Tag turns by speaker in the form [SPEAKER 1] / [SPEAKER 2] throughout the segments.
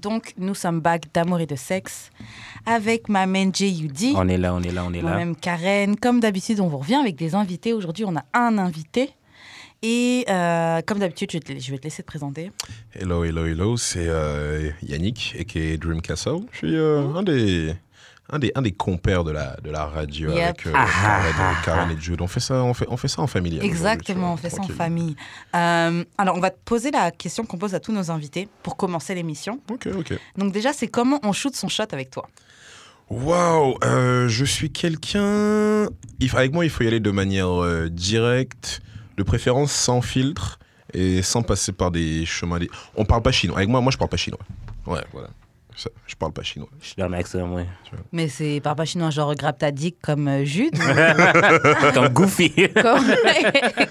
[SPEAKER 1] Donc, nous sommes back d'amour et de sexe avec ma main J.U.D.,
[SPEAKER 2] On est là, on est là, on est là.
[SPEAKER 1] moi-même Karen. Comme d'habitude, on vous revient avec des invités. Aujourd'hui, on a un invité. Et euh, comme d'habitude, je, vais te- je vais te laisser te présenter.
[SPEAKER 3] Hello, hello, hello, c'est euh, Yannick, a.k.a. Dream Castle. Je suis euh,
[SPEAKER 1] Mmh.
[SPEAKER 3] un, des, un, des, un des compères de la, de la radio
[SPEAKER 1] Yep.
[SPEAKER 3] avec euh,
[SPEAKER 2] Ah,
[SPEAKER 3] Karen,
[SPEAKER 2] ah, ah.
[SPEAKER 3] Karen et Jude. On fait ça, on fait, on fait ça en famille. hein,
[SPEAKER 1] Exactement, on
[SPEAKER 3] aujourd'hui,
[SPEAKER 1] fait
[SPEAKER 3] tu
[SPEAKER 1] ça
[SPEAKER 3] vois,
[SPEAKER 1] en famille.
[SPEAKER 3] tranquille.
[SPEAKER 1] Euh, alors, on va te poser la question qu'on pose à tous nos invités pour commencer l'émission.
[SPEAKER 3] Ok, ok.
[SPEAKER 1] Donc, déjà, c'est comment on shoot son shot avec toi
[SPEAKER 3] Waouh, euh, je suis quelqu'un. il f- Avec moi, il faut y aller de manière euh, directe, de préférence sans filtre et sans passer par des chemins. Des... On parle pas chinois. Avec moi, moi, je parle pas chinois. Ouais, voilà. Ça, je parle pas chinois.
[SPEAKER 2] Je suis dans l'accent, moi.
[SPEAKER 1] Mais c'est par pas chinois, genre grappe ta dick comme euh, Jude
[SPEAKER 2] Comme Goofy.
[SPEAKER 1] comme,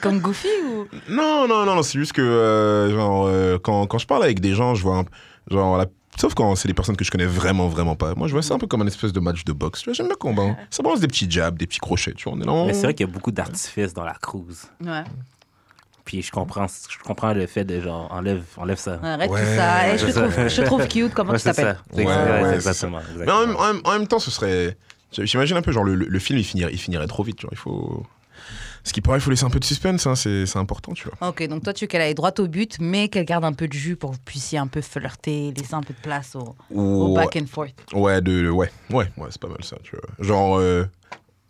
[SPEAKER 1] comme Goofy ou
[SPEAKER 3] Non, non, non, non, c'est juste que euh, genre, euh, quand, quand je parle avec des gens, je vois un, genre, la- sauf quand c'est des personnes que je connais vraiment, vraiment pas. Moi, je vois ça un peu comme un espèce de match de boxe. Tu vois, j'aime le combat. hein. Ça balance des petits jabs, des petits crochets. Tu vois, on est là. on-
[SPEAKER 2] Mais c'est vrai qu'il y a beaucoup d'artifices dans la cruise.
[SPEAKER 1] Ouais.
[SPEAKER 2] Puis je comprends, je comprends le fait de genre, enlève, enlève ça.
[SPEAKER 1] Arrête tout
[SPEAKER 3] Ouais,
[SPEAKER 1] ça. Eh, je, te
[SPEAKER 2] c'est ça.
[SPEAKER 1] trouve, je te trouve cute. Comment
[SPEAKER 2] Ouais,
[SPEAKER 1] tu
[SPEAKER 2] c'est
[SPEAKER 1] t'appelles
[SPEAKER 2] ça. C'est
[SPEAKER 3] Ouais,
[SPEAKER 2] exact-
[SPEAKER 3] ouais,
[SPEAKER 2] c'est
[SPEAKER 3] c'est
[SPEAKER 2] exactement.
[SPEAKER 3] Mais en même,
[SPEAKER 2] exactement.
[SPEAKER 3] en même- en même temps, ce serait. J'imagine un peu, genre, le, le- le film, il finirait, il finirait trop vite. Genre, il faut. Ce qui paraît, il faut laisser un peu de suspense, hein, c'est c'est important, tu vois.
[SPEAKER 1] Ok, donc toi tu veux qu'elle aille droit au but, mais qu'elle garde un peu de jus pour que vous puissiez un peu flirter, laisser un peu de place au, au
[SPEAKER 3] Ou-
[SPEAKER 1] back and forth.
[SPEAKER 3] Ouais, de, ouais, ouais, ouais, c'est pas mal ça, tu vois. Genre, euh,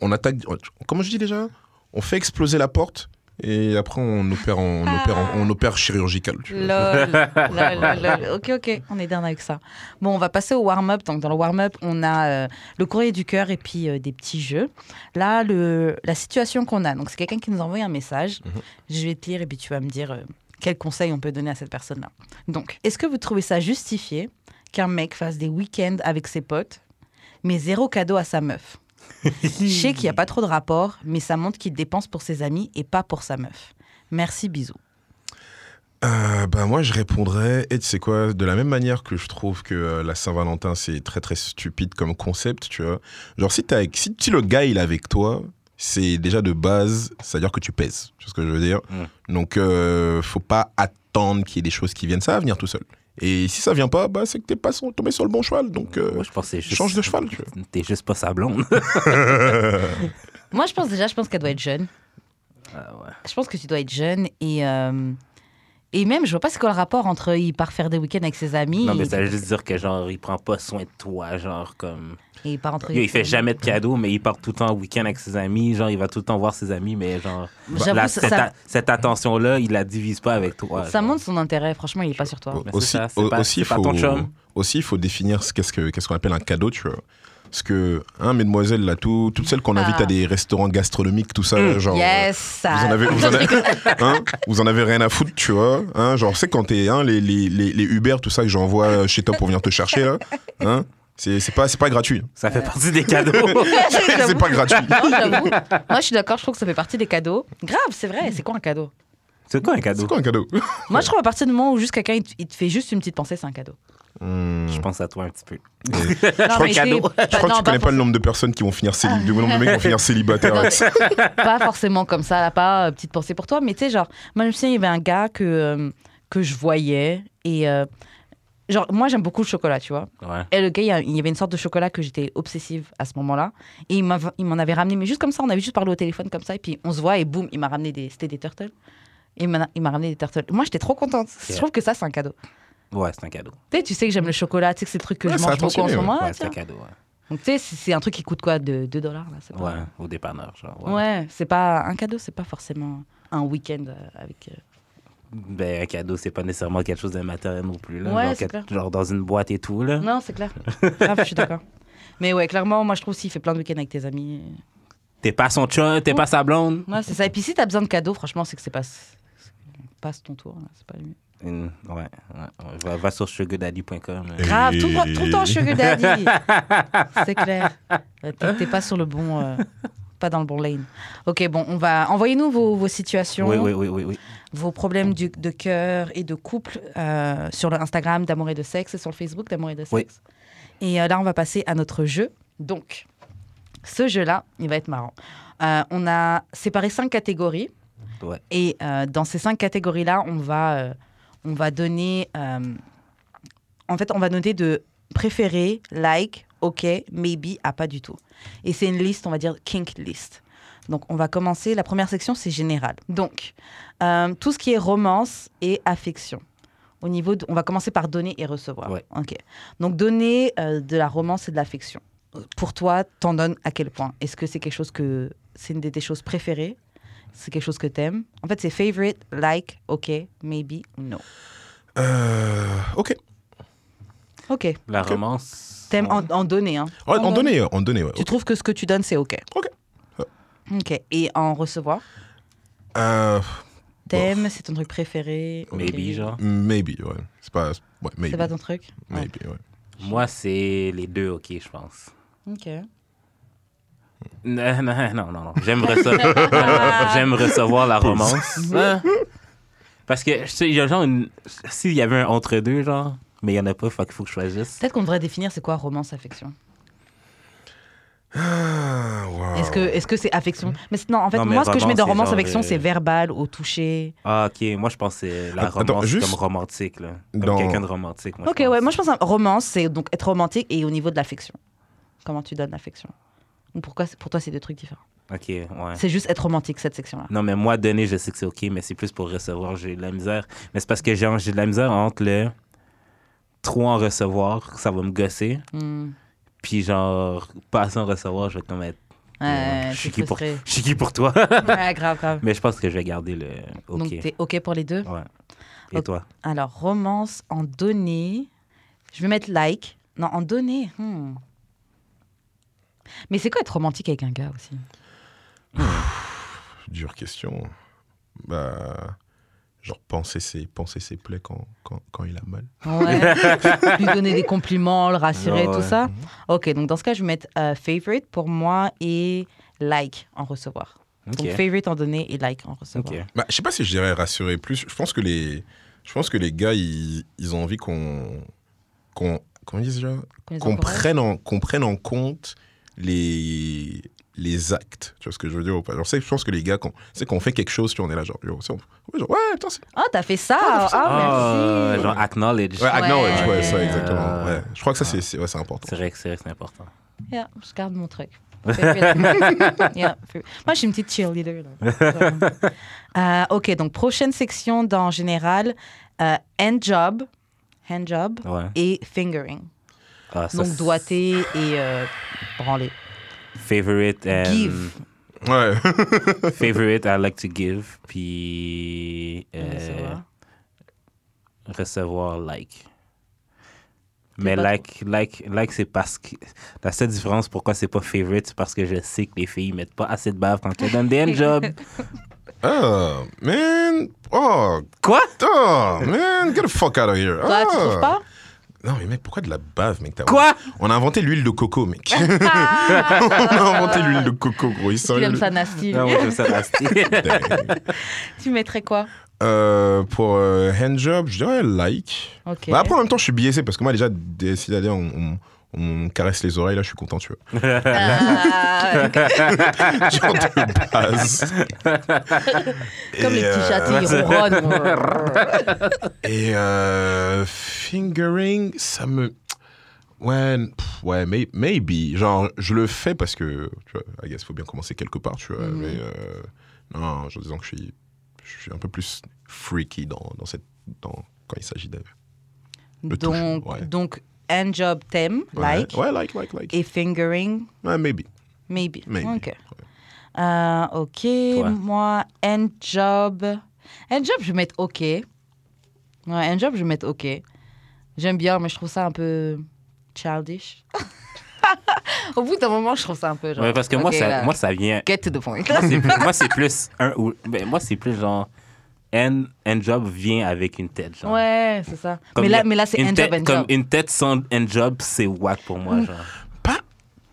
[SPEAKER 3] on attaque. Comment je dis déjà On fait exploser la porte et après on opère, en- on opère, en- on opère chirurgical, tu vois.
[SPEAKER 1] Lol, lol, lol, lol. Ok, ok, on est down avec ça. Bon, on va passer au warm-up. Donc dans le warm-up, on a euh, le courrier du cœur et puis euh, des petits jeux. Là, le, la situation qu'on a, donc c'est quelqu'un qui nous envoie un message.
[SPEAKER 3] Mhm.
[SPEAKER 1] Je vais te lire et puis tu vas me dire euh, quel conseil on peut donner à cette personne-là. Donc, est-ce que vous trouvez ça justifié qu'un mec fasse des week-ends avec ses potes, mais zéro cadeau à sa meuf Je sais qu'il n'y a pas trop de rapport, mais ça montre qu'il dépense pour ses amis et pas pour sa meuf. Merci, bisous.
[SPEAKER 3] Euh, bah, moi, je répondrais, et tu sais quoi, de la même manière que je trouve que euh, la Saint-Valentin, c'est très très stupide comme concept, tu vois. Genre, si, t'es avec, si, si le gars il est avec toi, c'est déjà de base, c'est-à-dire que tu pèses, tu vois ce que je veux dire.
[SPEAKER 2] Mm.
[SPEAKER 3] Donc, euh, faut pas attendre qu'il y ait des choses qui viennent, ça va venir tout seul. Et si ça vient pas, bah, c'est que t'es pas son- tombé sur le bon cheval, donc. euh,
[SPEAKER 2] Moi, je pensais juste.
[SPEAKER 3] Change de cheval, tu vois.
[SPEAKER 2] T'es juste pas sa blonde.
[SPEAKER 1] Moi, je pense déjà, je pense qu'elle doit être jeune.
[SPEAKER 2] Ah ouais.
[SPEAKER 1] Je pense que tu dois être jeune et. euh, Et même, je vois pas c'est quoi le rapport entre il part faire des week-ends avec ses amis
[SPEAKER 2] Non,
[SPEAKER 1] et,
[SPEAKER 2] mais ça veut juste dire que genre, il prend pas soin de toi, genre, comme.
[SPEAKER 1] et il part entre.
[SPEAKER 2] Yo, il fait jamais de cadeaux, mais il part tout le temps au week-end avec ses amis. Genre, il va tout le temps voir ses amis, mais genre,
[SPEAKER 1] J'avoue,
[SPEAKER 2] la-
[SPEAKER 1] ça-
[SPEAKER 2] cette,
[SPEAKER 1] ça-
[SPEAKER 2] a- cette attention-là, il la divise pas avec toi.
[SPEAKER 1] Ça
[SPEAKER 2] genre.
[SPEAKER 1] montre son intérêt, franchement, il est pas sur toi.
[SPEAKER 2] Mais c'est
[SPEAKER 3] aussi,
[SPEAKER 2] ça, c'est
[SPEAKER 3] au-
[SPEAKER 2] pas-
[SPEAKER 3] aussi,
[SPEAKER 2] c'est pas
[SPEAKER 3] faut-
[SPEAKER 2] ton chum.
[SPEAKER 3] aussi, il faut définir ce qu'est-ce que- qu'est-ce qu'on appelle un cadeau, tu vois. Parce que, hein, mesdemoiselles, là, tout- toutes celles qu'on invite
[SPEAKER 1] Ah.
[SPEAKER 3] à des restaurants gastronomiques, tout ça,
[SPEAKER 2] Mm.
[SPEAKER 3] genre.
[SPEAKER 1] yes, ah.
[SPEAKER 3] euh,
[SPEAKER 1] ça.
[SPEAKER 3] Vous en, avez, vous, en avez, hein, vous en avez rien à foutre, tu vois. Hein, genre, c'est quand t'es hein, les, les, les, les Uber, tout ça, que j'envoie chez toi pour venir te chercher, là. Hein, c'est c'est pas, c'est pas gratuit.
[SPEAKER 2] Ça fait partie des cadeaux.
[SPEAKER 3] c'est pas gratuit.
[SPEAKER 1] Non, j'avoue. Moi, je suis d'accord, je trouve que ça fait partie des cadeaux. Grave, c'est vrai, c'est quoi un cadeau
[SPEAKER 2] c'est quoi un
[SPEAKER 3] C'est
[SPEAKER 2] cadeau?
[SPEAKER 3] quoi un cadeau
[SPEAKER 1] Moi, je trouve à partir du moment où juste quelqu'un il te- il te fait juste une petite pensée, c'est un cadeau.
[SPEAKER 3] Hmm.
[SPEAKER 2] Je pense à toi un petit peu.
[SPEAKER 1] Non,
[SPEAKER 2] crois
[SPEAKER 1] mais
[SPEAKER 2] que
[SPEAKER 1] c'est-
[SPEAKER 2] cadeau.
[SPEAKER 3] Je crois
[SPEAKER 1] Bah non,
[SPEAKER 3] que tu connais
[SPEAKER 1] pour- Ah.
[SPEAKER 3] pas le nombre de personnes qui vont finir célibataires, le nombre de mecs qui vont finir célibataires.
[SPEAKER 1] Non, mais pas forcément comme ça, là, pas euh, petite pensée pour toi, mais tu sais, genre, moi, je me souviens, il y avait un gars que, euh, que je voyais et. euh, Genre, moi j'aime beaucoup le chocolat, tu vois.
[SPEAKER 2] Ouais.
[SPEAKER 1] Et le gars, il y a- il y avait une sorte de chocolat que j'étais obsessive à ce moment-là. Et il m'av- il m'en avait ramené, mais juste comme ça, on avait juste parlé au téléphone comme ça. Et puis on se voit et boum, il m'a ramené des. C'était des turtles. Il m'a il m'a ramené des turtles. Moi j'étais trop contente. Je trouve que ça, c'est un cadeau.
[SPEAKER 2] Ouais, c'est un cadeau.
[SPEAKER 1] Tu sais, tu sais que j'aime le chocolat, tu sais que c'est le truc que
[SPEAKER 3] Ouais,
[SPEAKER 1] je
[SPEAKER 3] c'est
[SPEAKER 1] mange beaucoup en ce
[SPEAKER 3] attentionné,
[SPEAKER 1] moment.
[SPEAKER 2] ouais,
[SPEAKER 1] là, tu
[SPEAKER 2] c'est un
[SPEAKER 1] vois.
[SPEAKER 2] cadeau. Ouais,
[SPEAKER 1] Donc tu sais, c'est c'est un truc qui coûte quoi de 2 dollars là c'est pas-
[SPEAKER 2] ouais au dépanneur, genre.
[SPEAKER 1] Ouais, c'est pas un cadeau, c'est pas forcément un week-end euh, avec. euh,
[SPEAKER 2] Ben, un cadeau, c'est pas nécessairement quelque chose de matériel non plus. Là.
[SPEAKER 1] Ouais,
[SPEAKER 2] genre,
[SPEAKER 1] c'est
[SPEAKER 2] quel-
[SPEAKER 1] clair.
[SPEAKER 2] genre dans une boîte et tout. Là.
[SPEAKER 1] Non, c'est clair. Grave, je suis d'accord. Mais ouais, clairement, moi je trouve s'il fait plein de week-ends avec tes amis.
[SPEAKER 2] T'es pas son chum, t'es pas sa blonde.
[SPEAKER 1] euh, Ouais, c'est ça. Et puis si t'as besoin de cadeaux, franchement, c'est que c'est pas. c'est- Passe ton tour, là, c'est pas le mieux.
[SPEAKER 2] Une- Ouais, ouais, ouais. Va, va sur sugardaddy.com. là.
[SPEAKER 1] Grave, tout,
[SPEAKER 3] Et-
[SPEAKER 1] tout le temps sugar daddy. c'est clair. Ouais, T'es t'es pas sur le bon, euh, pas dans le bon lane. Ok, bon, on va envoyez-nous vos, vos situations.
[SPEAKER 2] Oui, oui, oui, oui, oui.
[SPEAKER 1] vos problèmes du- de cœur et de couple euh, sur le Instagram d'Amour et de Sexe et sur le Facebook d'Amour et de Sexe.
[SPEAKER 2] Oui.
[SPEAKER 1] Et euh, là, on va passer à notre jeu. Donc, ce jeu-là, il va être marrant. Euh, on a séparé cinq catégories.
[SPEAKER 2] Ouais.
[SPEAKER 1] Et euh, dans ces cinq catégories-là, on va, euh, on va donner euh, en fait, on va noter de préféré, like, ok, maybe, à pas du tout. Et c'est une liste, on va dire kink list. Donc, on va commencer. La première section, c'est général. Donc, euh, tout ce qui est romance et affection. Au niveau, de- on va commencer par donner et recevoir.
[SPEAKER 2] Ouais.
[SPEAKER 1] Ok. Donc, donner euh, de la romance et de l'affection. Pour toi, t'en donnes à quel point Est-ce que c'est quelque chose que c'est une de tes choses préférées C'est quelque chose que t'aimes En fait, c'est favorite, like, ok, maybe, no.
[SPEAKER 3] Euh, ok.
[SPEAKER 1] Ok.
[SPEAKER 2] La
[SPEAKER 3] Ok.
[SPEAKER 2] romance.
[SPEAKER 1] T'aimes
[SPEAKER 2] on-
[SPEAKER 1] en, en donner. Hein.
[SPEAKER 3] En, en
[SPEAKER 1] donne.
[SPEAKER 3] donner, en donner, ouais.
[SPEAKER 1] Tu trouves que ce que tu donnes, c'est ok.
[SPEAKER 3] Ok.
[SPEAKER 1] Ok. Et en recevoir
[SPEAKER 3] Euh,
[SPEAKER 1] T'aimes, c'est ton truc préféré. ok.
[SPEAKER 2] Maybe, genre.
[SPEAKER 3] maybe, ouais. C'est pas. Ouais, maybe.
[SPEAKER 1] C'est pas ton truc
[SPEAKER 3] Maybe, ouais.
[SPEAKER 2] Moi, c'est les deux, ok, je pense.
[SPEAKER 1] Ok.
[SPEAKER 2] Non, non, non, non. non. J'aime recevoir, J'aime recevoir la romance. Hein? Parce que, je sais, il y a genre une... S'il y avait un entre-deux, genre, mais il n'y en a pas, fait qu'il faut que je choisisse.
[SPEAKER 1] Peut-être qu'on devrait définir c'est quoi romance, affection.
[SPEAKER 3] Ah, wow.
[SPEAKER 1] Est-ce que est-ce que c'est affection Mais c'est- non, en fait,
[SPEAKER 2] Non, mais
[SPEAKER 1] moi, ce que je mets dans
[SPEAKER 2] vraiment,
[SPEAKER 1] romance,
[SPEAKER 2] c'est
[SPEAKER 1] affection,
[SPEAKER 2] genre, euh,
[SPEAKER 1] c'est verbal, au toucher.
[SPEAKER 2] Ah, ok, moi, je pense que c'est la
[SPEAKER 3] Attends,
[SPEAKER 2] romance
[SPEAKER 3] juste-
[SPEAKER 2] comme romantique, là. Comme
[SPEAKER 3] Dans-
[SPEAKER 2] quelqu'un de romantique, moi, je
[SPEAKER 1] Ok,
[SPEAKER 2] pense.
[SPEAKER 1] ouais. Moi, je pense que romance, c'est donc être romantique et au niveau de l'affection. Comment tu donnes l'affection Ou Pourquoi c'est- pour toi, c'est deux trucs différents
[SPEAKER 2] Ok, ouais.
[SPEAKER 1] C'est juste être romantique, cette section-là.
[SPEAKER 2] Non, mais moi, donner, je sais que c'est OK, mais c'est plus pour recevoir, j'ai de la misère. Mais c'est parce que genre, j'ai de la misère entre le trop en recevoir, ça va me gosser,
[SPEAKER 1] Hmm.
[SPEAKER 2] puis genre, pas assez en recevoir, je vais comme être.
[SPEAKER 1] Ouais,
[SPEAKER 2] je, suis
[SPEAKER 1] t'es
[SPEAKER 2] qui pour,
[SPEAKER 1] frustré.
[SPEAKER 2] je suis qui pour toi?
[SPEAKER 1] Ouais, grave, grave.
[SPEAKER 2] mais je pense que je vais garder le OK.
[SPEAKER 1] Donc,
[SPEAKER 2] Ah.
[SPEAKER 1] t'es OK pour les deux
[SPEAKER 2] ouais. Et
[SPEAKER 1] Ok.
[SPEAKER 2] toi?
[SPEAKER 1] Alors, romance en données. Je vais mettre like. Non, en données. hmm. Mais c'est quoi être romantique avec un gars aussi
[SPEAKER 3] Dure question. Bah. Genre, penser ses, penser ses plaies quand, quand, quand il a mal.
[SPEAKER 1] Ah ouais. Lui donner des compliments, le rassurer,
[SPEAKER 2] Ouais,
[SPEAKER 1] tout
[SPEAKER 2] ouais.
[SPEAKER 1] ça. Ok, donc dans ce cas, je vais mettre euh, favorite pour moi et like en recevoir.
[SPEAKER 2] OK.
[SPEAKER 1] Donc favorite en données et like en recevoir.
[SPEAKER 2] OK.
[SPEAKER 3] Bah, je sais pas si je dirais rassurer plus. Je pense que les, je pense que les gars, ils, ils ont envie qu'on. qu'on comment ils disent déjà
[SPEAKER 1] Qu'on les
[SPEAKER 3] Qu'on
[SPEAKER 1] encourage.
[SPEAKER 3] prenne, en, qu'on prenne en compte les, les actes. Tu vois ce que je veux dire ou pas Genre, c'est- je pense que les gars, quand, c'est qu'on fait quelque chose, tu vois, on est là, genre, yo, c'est- on- genre, ouais, putain, c'est.
[SPEAKER 1] Ah, t'as fait ça
[SPEAKER 3] Ah, t'as fait ça.
[SPEAKER 1] Ah,
[SPEAKER 2] Ah,
[SPEAKER 1] merci
[SPEAKER 2] genre, acknowledge.
[SPEAKER 3] Ouais, acknowledge, ouais,
[SPEAKER 1] Ouais.
[SPEAKER 3] ça, exactement.
[SPEAKER 2] Euh,
[SPEAKER 3] Ouais. Je crois que ça, c'est, c'est, ouais, c'est important.
[SPEAKER 2] C'est vrai que c'est vrai que c'est important.
[SPEAKER 1] Yeah, je garde mon truc. Favorite. Yeah, favorite. Moi, je suis une petite cheerleader. là. Vraiment. Euh, ok, donc prochaine section dans général, euh, hand job, hand job
[SPEAKER 2] Ouais.
[SPEAKER 1] et fingering.
[SPEAKER 2] Ah, ça,
[SPEAKER 1] donc
[SPEAKER 2] c'est-
[SPEAKER 1] doigté et euh, branlé.
[SPEAKER 2] Favorite and...
[SPEAKER 1] Give.
[SPEAKER 3] Ouais.
[SPEAKER 2] Favorite, I like to give. Puis. euh,
[SPEAKER 1] Recevoir.
[SPEAKER 2] recevoir like. Mais
[SPEAKER 1] pas
[SPEAKER 2] like, like, like, c'est parce que. La seule différence pourquoi c'est pas favorite, c'est parce que je sais que les filles mettent pas assez de bave quand elles donnent des jobs.
[SPEAKER 3] Oh, man. Oh,
[SPEAKER 2] Quoi?
[SPEAKER 3] oh, man. Get the fuck out of here.
[SPEAKER 1] Toi, tu
[SPEAKER 3] Ah.
[SPEAKER 1] trouves pas
[SPEAKER 3] Non, mais mec, pourquoi de la bave, mec t'as-
[SPEAKER 2] Quoi?
[SPEAKER 3] On a inventé l'huile de coco, mec. on a inventé l'huile de coco, gros. Ils sont
[SPEAKER 1] Tu aimes
[SPEAKER 3] nuls.
[SPEAKER 1] ça nasty.
[SPEAKER 2] Non, moi, j'aime ça nasty.
[SPEAKER 3] Dingue.
[SPEAKER 1] tu mettrais quoi
[SPEAKER 3] Euh, pour euh, handjob, je dirais like.
[SPEAKER 1] Ok.
[SPEAKER 3] Bah, après, en même temps, je suis biaisé parce que moi, déjà, dès- si d'aller, on, on- on me caresse les oreilles, là, je suis content, tu vois.
[SPEAKER 1] Ah,
[SPEAKER 3] Genre de base.
[SPEAKER 1] comme les petits
[SPEAKER 3] Et,
[SPEAKER 1] euh,
[SPEAKER 3] euh,
[SPEAKER 1] chats, ils ronronnent.
[SPEAKER 3] Et euh, fingering, ça me. Ouais, pff, ouais, may- maybe. Genre, je le fais parce que, tu vois, I guess, faut bien commencer quelque part, tu vois.
[SPEAKER 1] Mhm.
[SPEAKER 3] Mais euh, non, je disant que je suis, je suis un peu plus freaky dans, dans cette. Dans, quand il s'agit de. Le touche,
[SPEAKER 1] donc,
[SPEAKER 3] ouais.
[SPEAKER 1] donc, hand job, thème,
[SPEAKER 3] Ouais.
[SPEAKER 1] like.
[SPEAKER 3] Ouais, like, like, like.
[SPEAKER 1] Et fingering,
[SPEAKER 3] Ouais, maybe.
[SPEAKER 1] Maybe.
[SPEAKER 3] Maybe.
[SPEAKER 1] Ok.
[SPEAKER 3] Ouais.
[SPEAKER 1] Euh, ok,
[SPEAKER 2] Toi.
[SPEAKER 1] moi, end job. End job, je vais mettre ok. Ouais, end job, je vais mettre ok. J'aime bien, mais je trouve ça un peu childish. Au bout d'un moment, je trouve ça un peu genre.
[SPEAKER 2] Ouais, parce que moi,
[SPEAKER 1] ok,
[SPEAKER 2] ça,
[SPEAKER 1] là,
[SPEAKER 2] moi, ça vient.
[SPEAKER 1] Get to the point.
[SPEAKER 2] Moi, c'est plus, moi, c'est plus un ou. ben, moi, c'est plus genre. And, and job vient avec une tête. Genre.
[SPEAKER 1] ouais, c'est ça.
[SPEAKER 2] Comme
[SPEAKER 1] mais, là,
[SPEAKER 2] une-
[SPEAKER 1] mais là, c'est
[SPEAKER 2] une
[SPEAKER 1] end
[SPEAKER 2] tête-
[SPEAKER 1] job, end
[SPEAKER 2] Comme
[SPEAKER 1] job. Mm.
[SPEAKER 2] une tête sans end job, c'est whack pour moi. Genre.
[SPEAKER 3] Pas.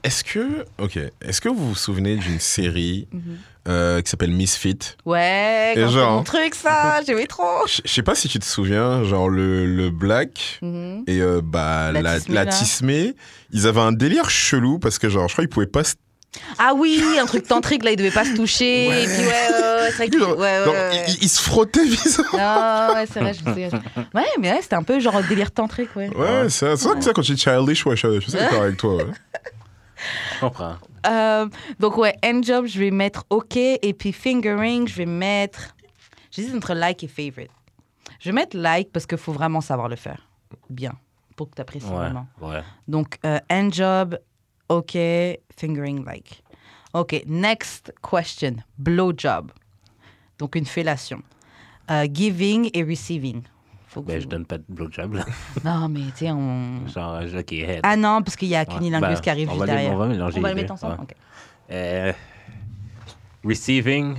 [SPEAKER 3] Est-ce que. Ok. Est-ce que vous vous souvenez d'une série
[SPEAKER 1] Mhm.
[SPEAKER 3] euh, qui s'appelle Misfit
[SPEAKER 1] Ouais,
[SPEAKER 3] Et
[SPEAKER 1] quand c'est
[SPEAKER 3] genre- hein.
[SPEAKER 1] mon truc, ça, j'aimais trop.
[SPEAKER 3] Je je sais pas si tu te souviens, genre, le, le black.
[SPEAKER 1] Mhm.
[SPEAKER 3] Et euh, bah,
[SPEAKER 1] La
[SPEAKER 3] la,
[SPEAKER 1] Tismé,
[SPEAKER 3] la
[SPEAKER 1] là.
[SPEAKER 3] Tismé, ils avaient un délire chelou parce que, genre, je crois qu'ils pouvaient pas se
[SPEAKER 1] Ah oui, un truc tantrique, là, ils devaient pas se toucher. Et puis, ouais, ouais, ouais, c'est vrai que-
[SPEAKER 3] Genre,
[SPEAKER 1] ouais, ouais,
[SPEAKER 3] genre,
[SPEAKER 1] ouais, ouais.
[SPEAKER 3] il- il- il se frottait vis
[SPEAKER 1] Ah ouais, c'est vrai, je me souviens. Ouais, mais ouais, c'était un peu genre délire tantrique, ouais.
[SPEAKER 3] Ouais, c'est c'est vrai que ça, quand tu dis childish, ouais, childish, je suis d'accord avec toi. ouais.
[SPEAKER 2] Je comprends.
[SPEAKER 1] Euh, donc ouais, end job, je vais mettre OK et puis fingering, je vais mettre j'hésite entre like et favorite. Je vais mettre like parce qu'il faut vraiment savoir le faire bien pour que tu apprécies
[SPEAKER 2] Ouais.
[SPEAKER 1] vraiment.
[SPEAKER 2] ouais.
[SPEAKER 1] Donc euh, end job, OK, fingering like. OK, next question, blow job. Donc une fellation. Euh, giving et receiving. Faut que
[SPEAKER 2] Ben,
[SPEAKER 1] vous-
[SPEAKER 2] je donne pas de blowjob, là.
[SPEAKER 1] Non, mais tu sais, on...
[SPEAKER 2] Genre, je- ok, head.
[SPEAKER 1] Ah non, parce qu'il y a
[SPEAKER 2] Ouais.
[SPEAKER 1] Cunilingus
[SPEAKER 2] Ben,
[SPEAKER 1] qui arrive
[SPEAKER 2] on
[SPEAKER 1] juste
[SPEAKER 2] va les-
[SPEAKER 1] derrière.
[SPEAKER 2] On va mélanger
[SPEAKER 1] On va
[SPEAKER 2] les
[SPEAKER 1] les mettre
[SPEAKER 2] deux,
[SPEAKER 1] ensemble
[SPEAKER 2] ouais.
[SPEAKER 1] Ok.
[SPEAKER 2] Euh, receiving,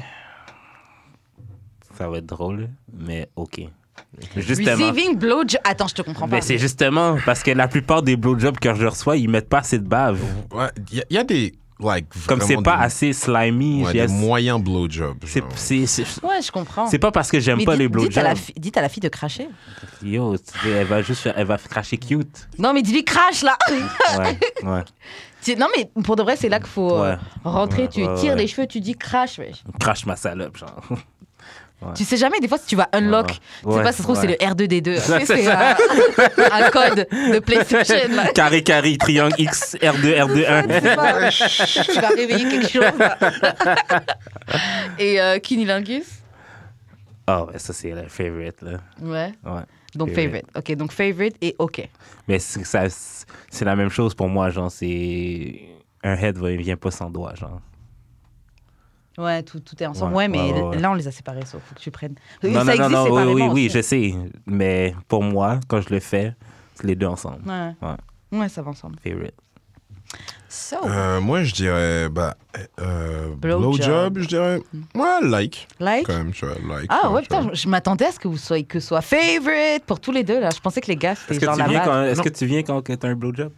[SPEAKER 2] ça va être drôle, mais ok. Justement.
[SPEAKER 1] Receiving blowjob. Attends, je te comprends pas.
[SPEAKER 2] Ben, hein. c'est justement parce que la plupart des blowjobs que je reçois, ils mettent pas assez de bave.
[SPEAKER 3] Ouais, il y, a- il y a des. Like,
[SPEAKER 2] Comme
[SPEAKER 3] Oh, vraiment
[SPEAKER 2] c'est pas
[SPEAKER 3] des-
[SPEAKER 2] assez slimy,
[SPEAKER 3] ouais,
[SPEAKER 2] j'ai-
[SPEAKER 3] des moyens blowjobs.
[SPEAKER 2] c'est-
[SPEAKER 3] genre.
[SPEAKER 2] c'est- c'est-
[SPEAKER 1] Ouais, je comprends.
[SPEAKER 2] c'est pas parce que j'aime
[SPEAKER 1] Oh. Mais
[SPEAKER 2] pas
[SPEAKER 1] dites-
[SPEAKER 2] les
[SPEAKER 1] dites à,
[SPEAKER 2] blowjobs.
[SPEAKER 1] la fi- dites à la fille de cracher.
[SPEAKER 2] Yo, tu sais, elle va juste, faire- elle va cracher cute.
[SPEAKER 1] Non, mais dis-lui crache là.
[SPEAKER 2] Ouais, ouais.
[SPEAKER 1] Tu- non, mais pour de vrai, c'est là qu'il faut euh,
[SPEAKER 2] Ouais.
[SPEAKER 1] rentrer.
[SPEAKER 2] Ouais,
[SPEAKER 1] tu
[SPEAKER 2] ouais,
[SPEAKER 1] tires
[SPEAKER 2] ouais.
[SPEAKER 1] les cheveux, tu dis crache. wesh.
[SPEAKER 2] Crache ma salope, genre.
[SPEAKER 1] Tu sais jamais, des fois, si tu vas unlock,
[SPEAKER 2] Ouais.
[SPEAKER 1] tu sais
[SPEAKER 2] Ouais,
[SPEAKER 1] pas, ça se trouve,
[SPEAKER 2] ouais.
[SPEAKER 1] c'est le R2D2. Tu sais,
[SPEAKER 2] c'est
[SPEAKER 1] c'est un, un code de PlayStation. là.
[SPEAKER 2] Carré, carré, triangle, X, R2, R2, 1.
[SPEAKER 1] C'est pas- tu vas réveiller quelque chose. là. Et euh, Cunilingus
[SPEAKER 2] Ah, ouais, ça, c'est le favorite, là.
[SPEAKER 1] Ouais.
[SPEAKER 2] Ouais.
[SPEAKER 1] Donc favorite.
[SPEAKER 2] Favorite.
[SPEAKER 1] Ok, donc favorite et ok.
[SPEAKER 2] Mais c'est ça- c'est la même chose pour moi, genre, c'est. Un head va- vient pas sans doigt, genre.
[SPEAKER 1] Ouais, tout, tout est ensemble. Ouais,
[SPEAKER 2] Ouais,
[SPEAKER 1] mais
[SPEAKER 2] ouais, ouais, ouais.
[SPEAKER 1] là, on les a séparés, sauf faut que tu prennes.
[SPEAKER 2] Non,
[SPEAKER 1] ça
[SPEAKER 2] non,
[SPEAKER 1] existe
[SPEAKER 2] non, non, oui,
[SPEAKER 1] séparément
[SPEAKER 2] oui, oui,
[SPEAKER 1] aussi.
[SPEAKER 2] je sais. Mais pour moi, quand je le fais, c'est les deux ensemble.
[SPEAKER 1] Ouais.
[SPEAKER 2] Ouais.
[SPEAKER 1] ouais, ça va ensemble.
[SPEAKER 2] Favorite.
[SPEAKER 1] So,
[SPEAKER 3] Euh, moi, je dirais. Bah, euh,
[SPEAKER 1] Blowjob.
[SPEAKER 3] blowjob, je dirais. Ouais, like.
[SPEAKER 1] like.
[SPEAKER 3] Quand même, tu vois, like. tu
[SPEAKER 1] Ah
[SPEAKER 3] vois,
[SPEAKER 1] ouais,
[SPEAKER 3] tu vois.
[SPEAKER 1] putain, je, je m'attendais à ce que vous soyez que soit favorite pour tous les deux, là. Je pensais que les gars,
[SPEAKER 2] Est-ce
[SPEAKER 1] c'était
[SPEAKER 2] que,
[SPEAKER 1] genre
[SPEAKER 2] tu
[SPEAKER 1] la
[SPEAKER 2] viens
[SPEAKER 1] base.
[SPEAKER 2] quand, est-ce
[SPEAKER 3] Non.
[SPEAKER 2] que tu viens quand que t'as un blowjob?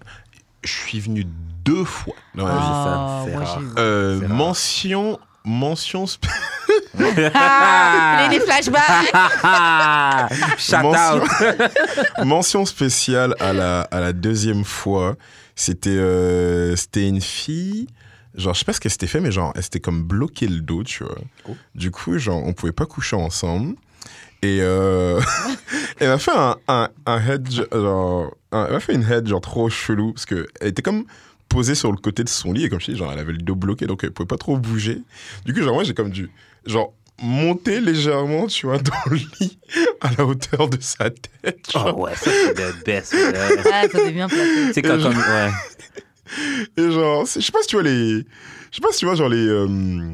[SPEAKER 3] Je suis venu deux fois dans ma vie.
[SPEAKER 1] Ah,
[SPEAKER 2] Ouais, c'est
[SPEAKER 1] moi,
[SPEAKER 2] rare.
[SPEAKER 1] j'ai-
[SPEAKER 3] Euh,
[SPEAKER 2] c'est rare.
[SPEAKER 3] mention. Mention spé-
[SPEAKER 1] Ah, les, les flashbacks.
[SPEAKER 2] Ah! Shout
[SPEAKER 3] Mention-
[SPEAKER 2] out!
[SPEAKER 3] Mention spéciale à la, à la deuxième fois. C'était euh, c'était une fille. Genre, je sais pas ce qu'elle s'était fait, mais genre, elle s'était comme bloquée le dos, tu vois.
[SPEAKER 2] Oh.
[SPEAKER 3] Du coup, genre, on pouvait pas coucher ensemble. Et euh, elle m'a fait un, un, un head, genre, un- elle m'a fait une head, genre, trop chelou. Parce que elle était comme posée sur le côté de son lit. Et comme je dis, genre, elle avait le dos bloqué, donc elle pouvait pas trop bouger. Du coup, genre, moi, j'ai comme dû, genre, monter légèrement, tu vois, dans le lit, à la hauteur de sa tête. genre.
[SPEAKER 2] Oh ouais, ça c'est le best. là.
[SPEAKER 1] Ah, ça devient placé.
[SPEAKER 2] C'est quand comme. Ouais.
[SPEAKER 3] Et genre, c'est- je sais pas si tu vois les. Je sais pas si tu vois, genre les. euh,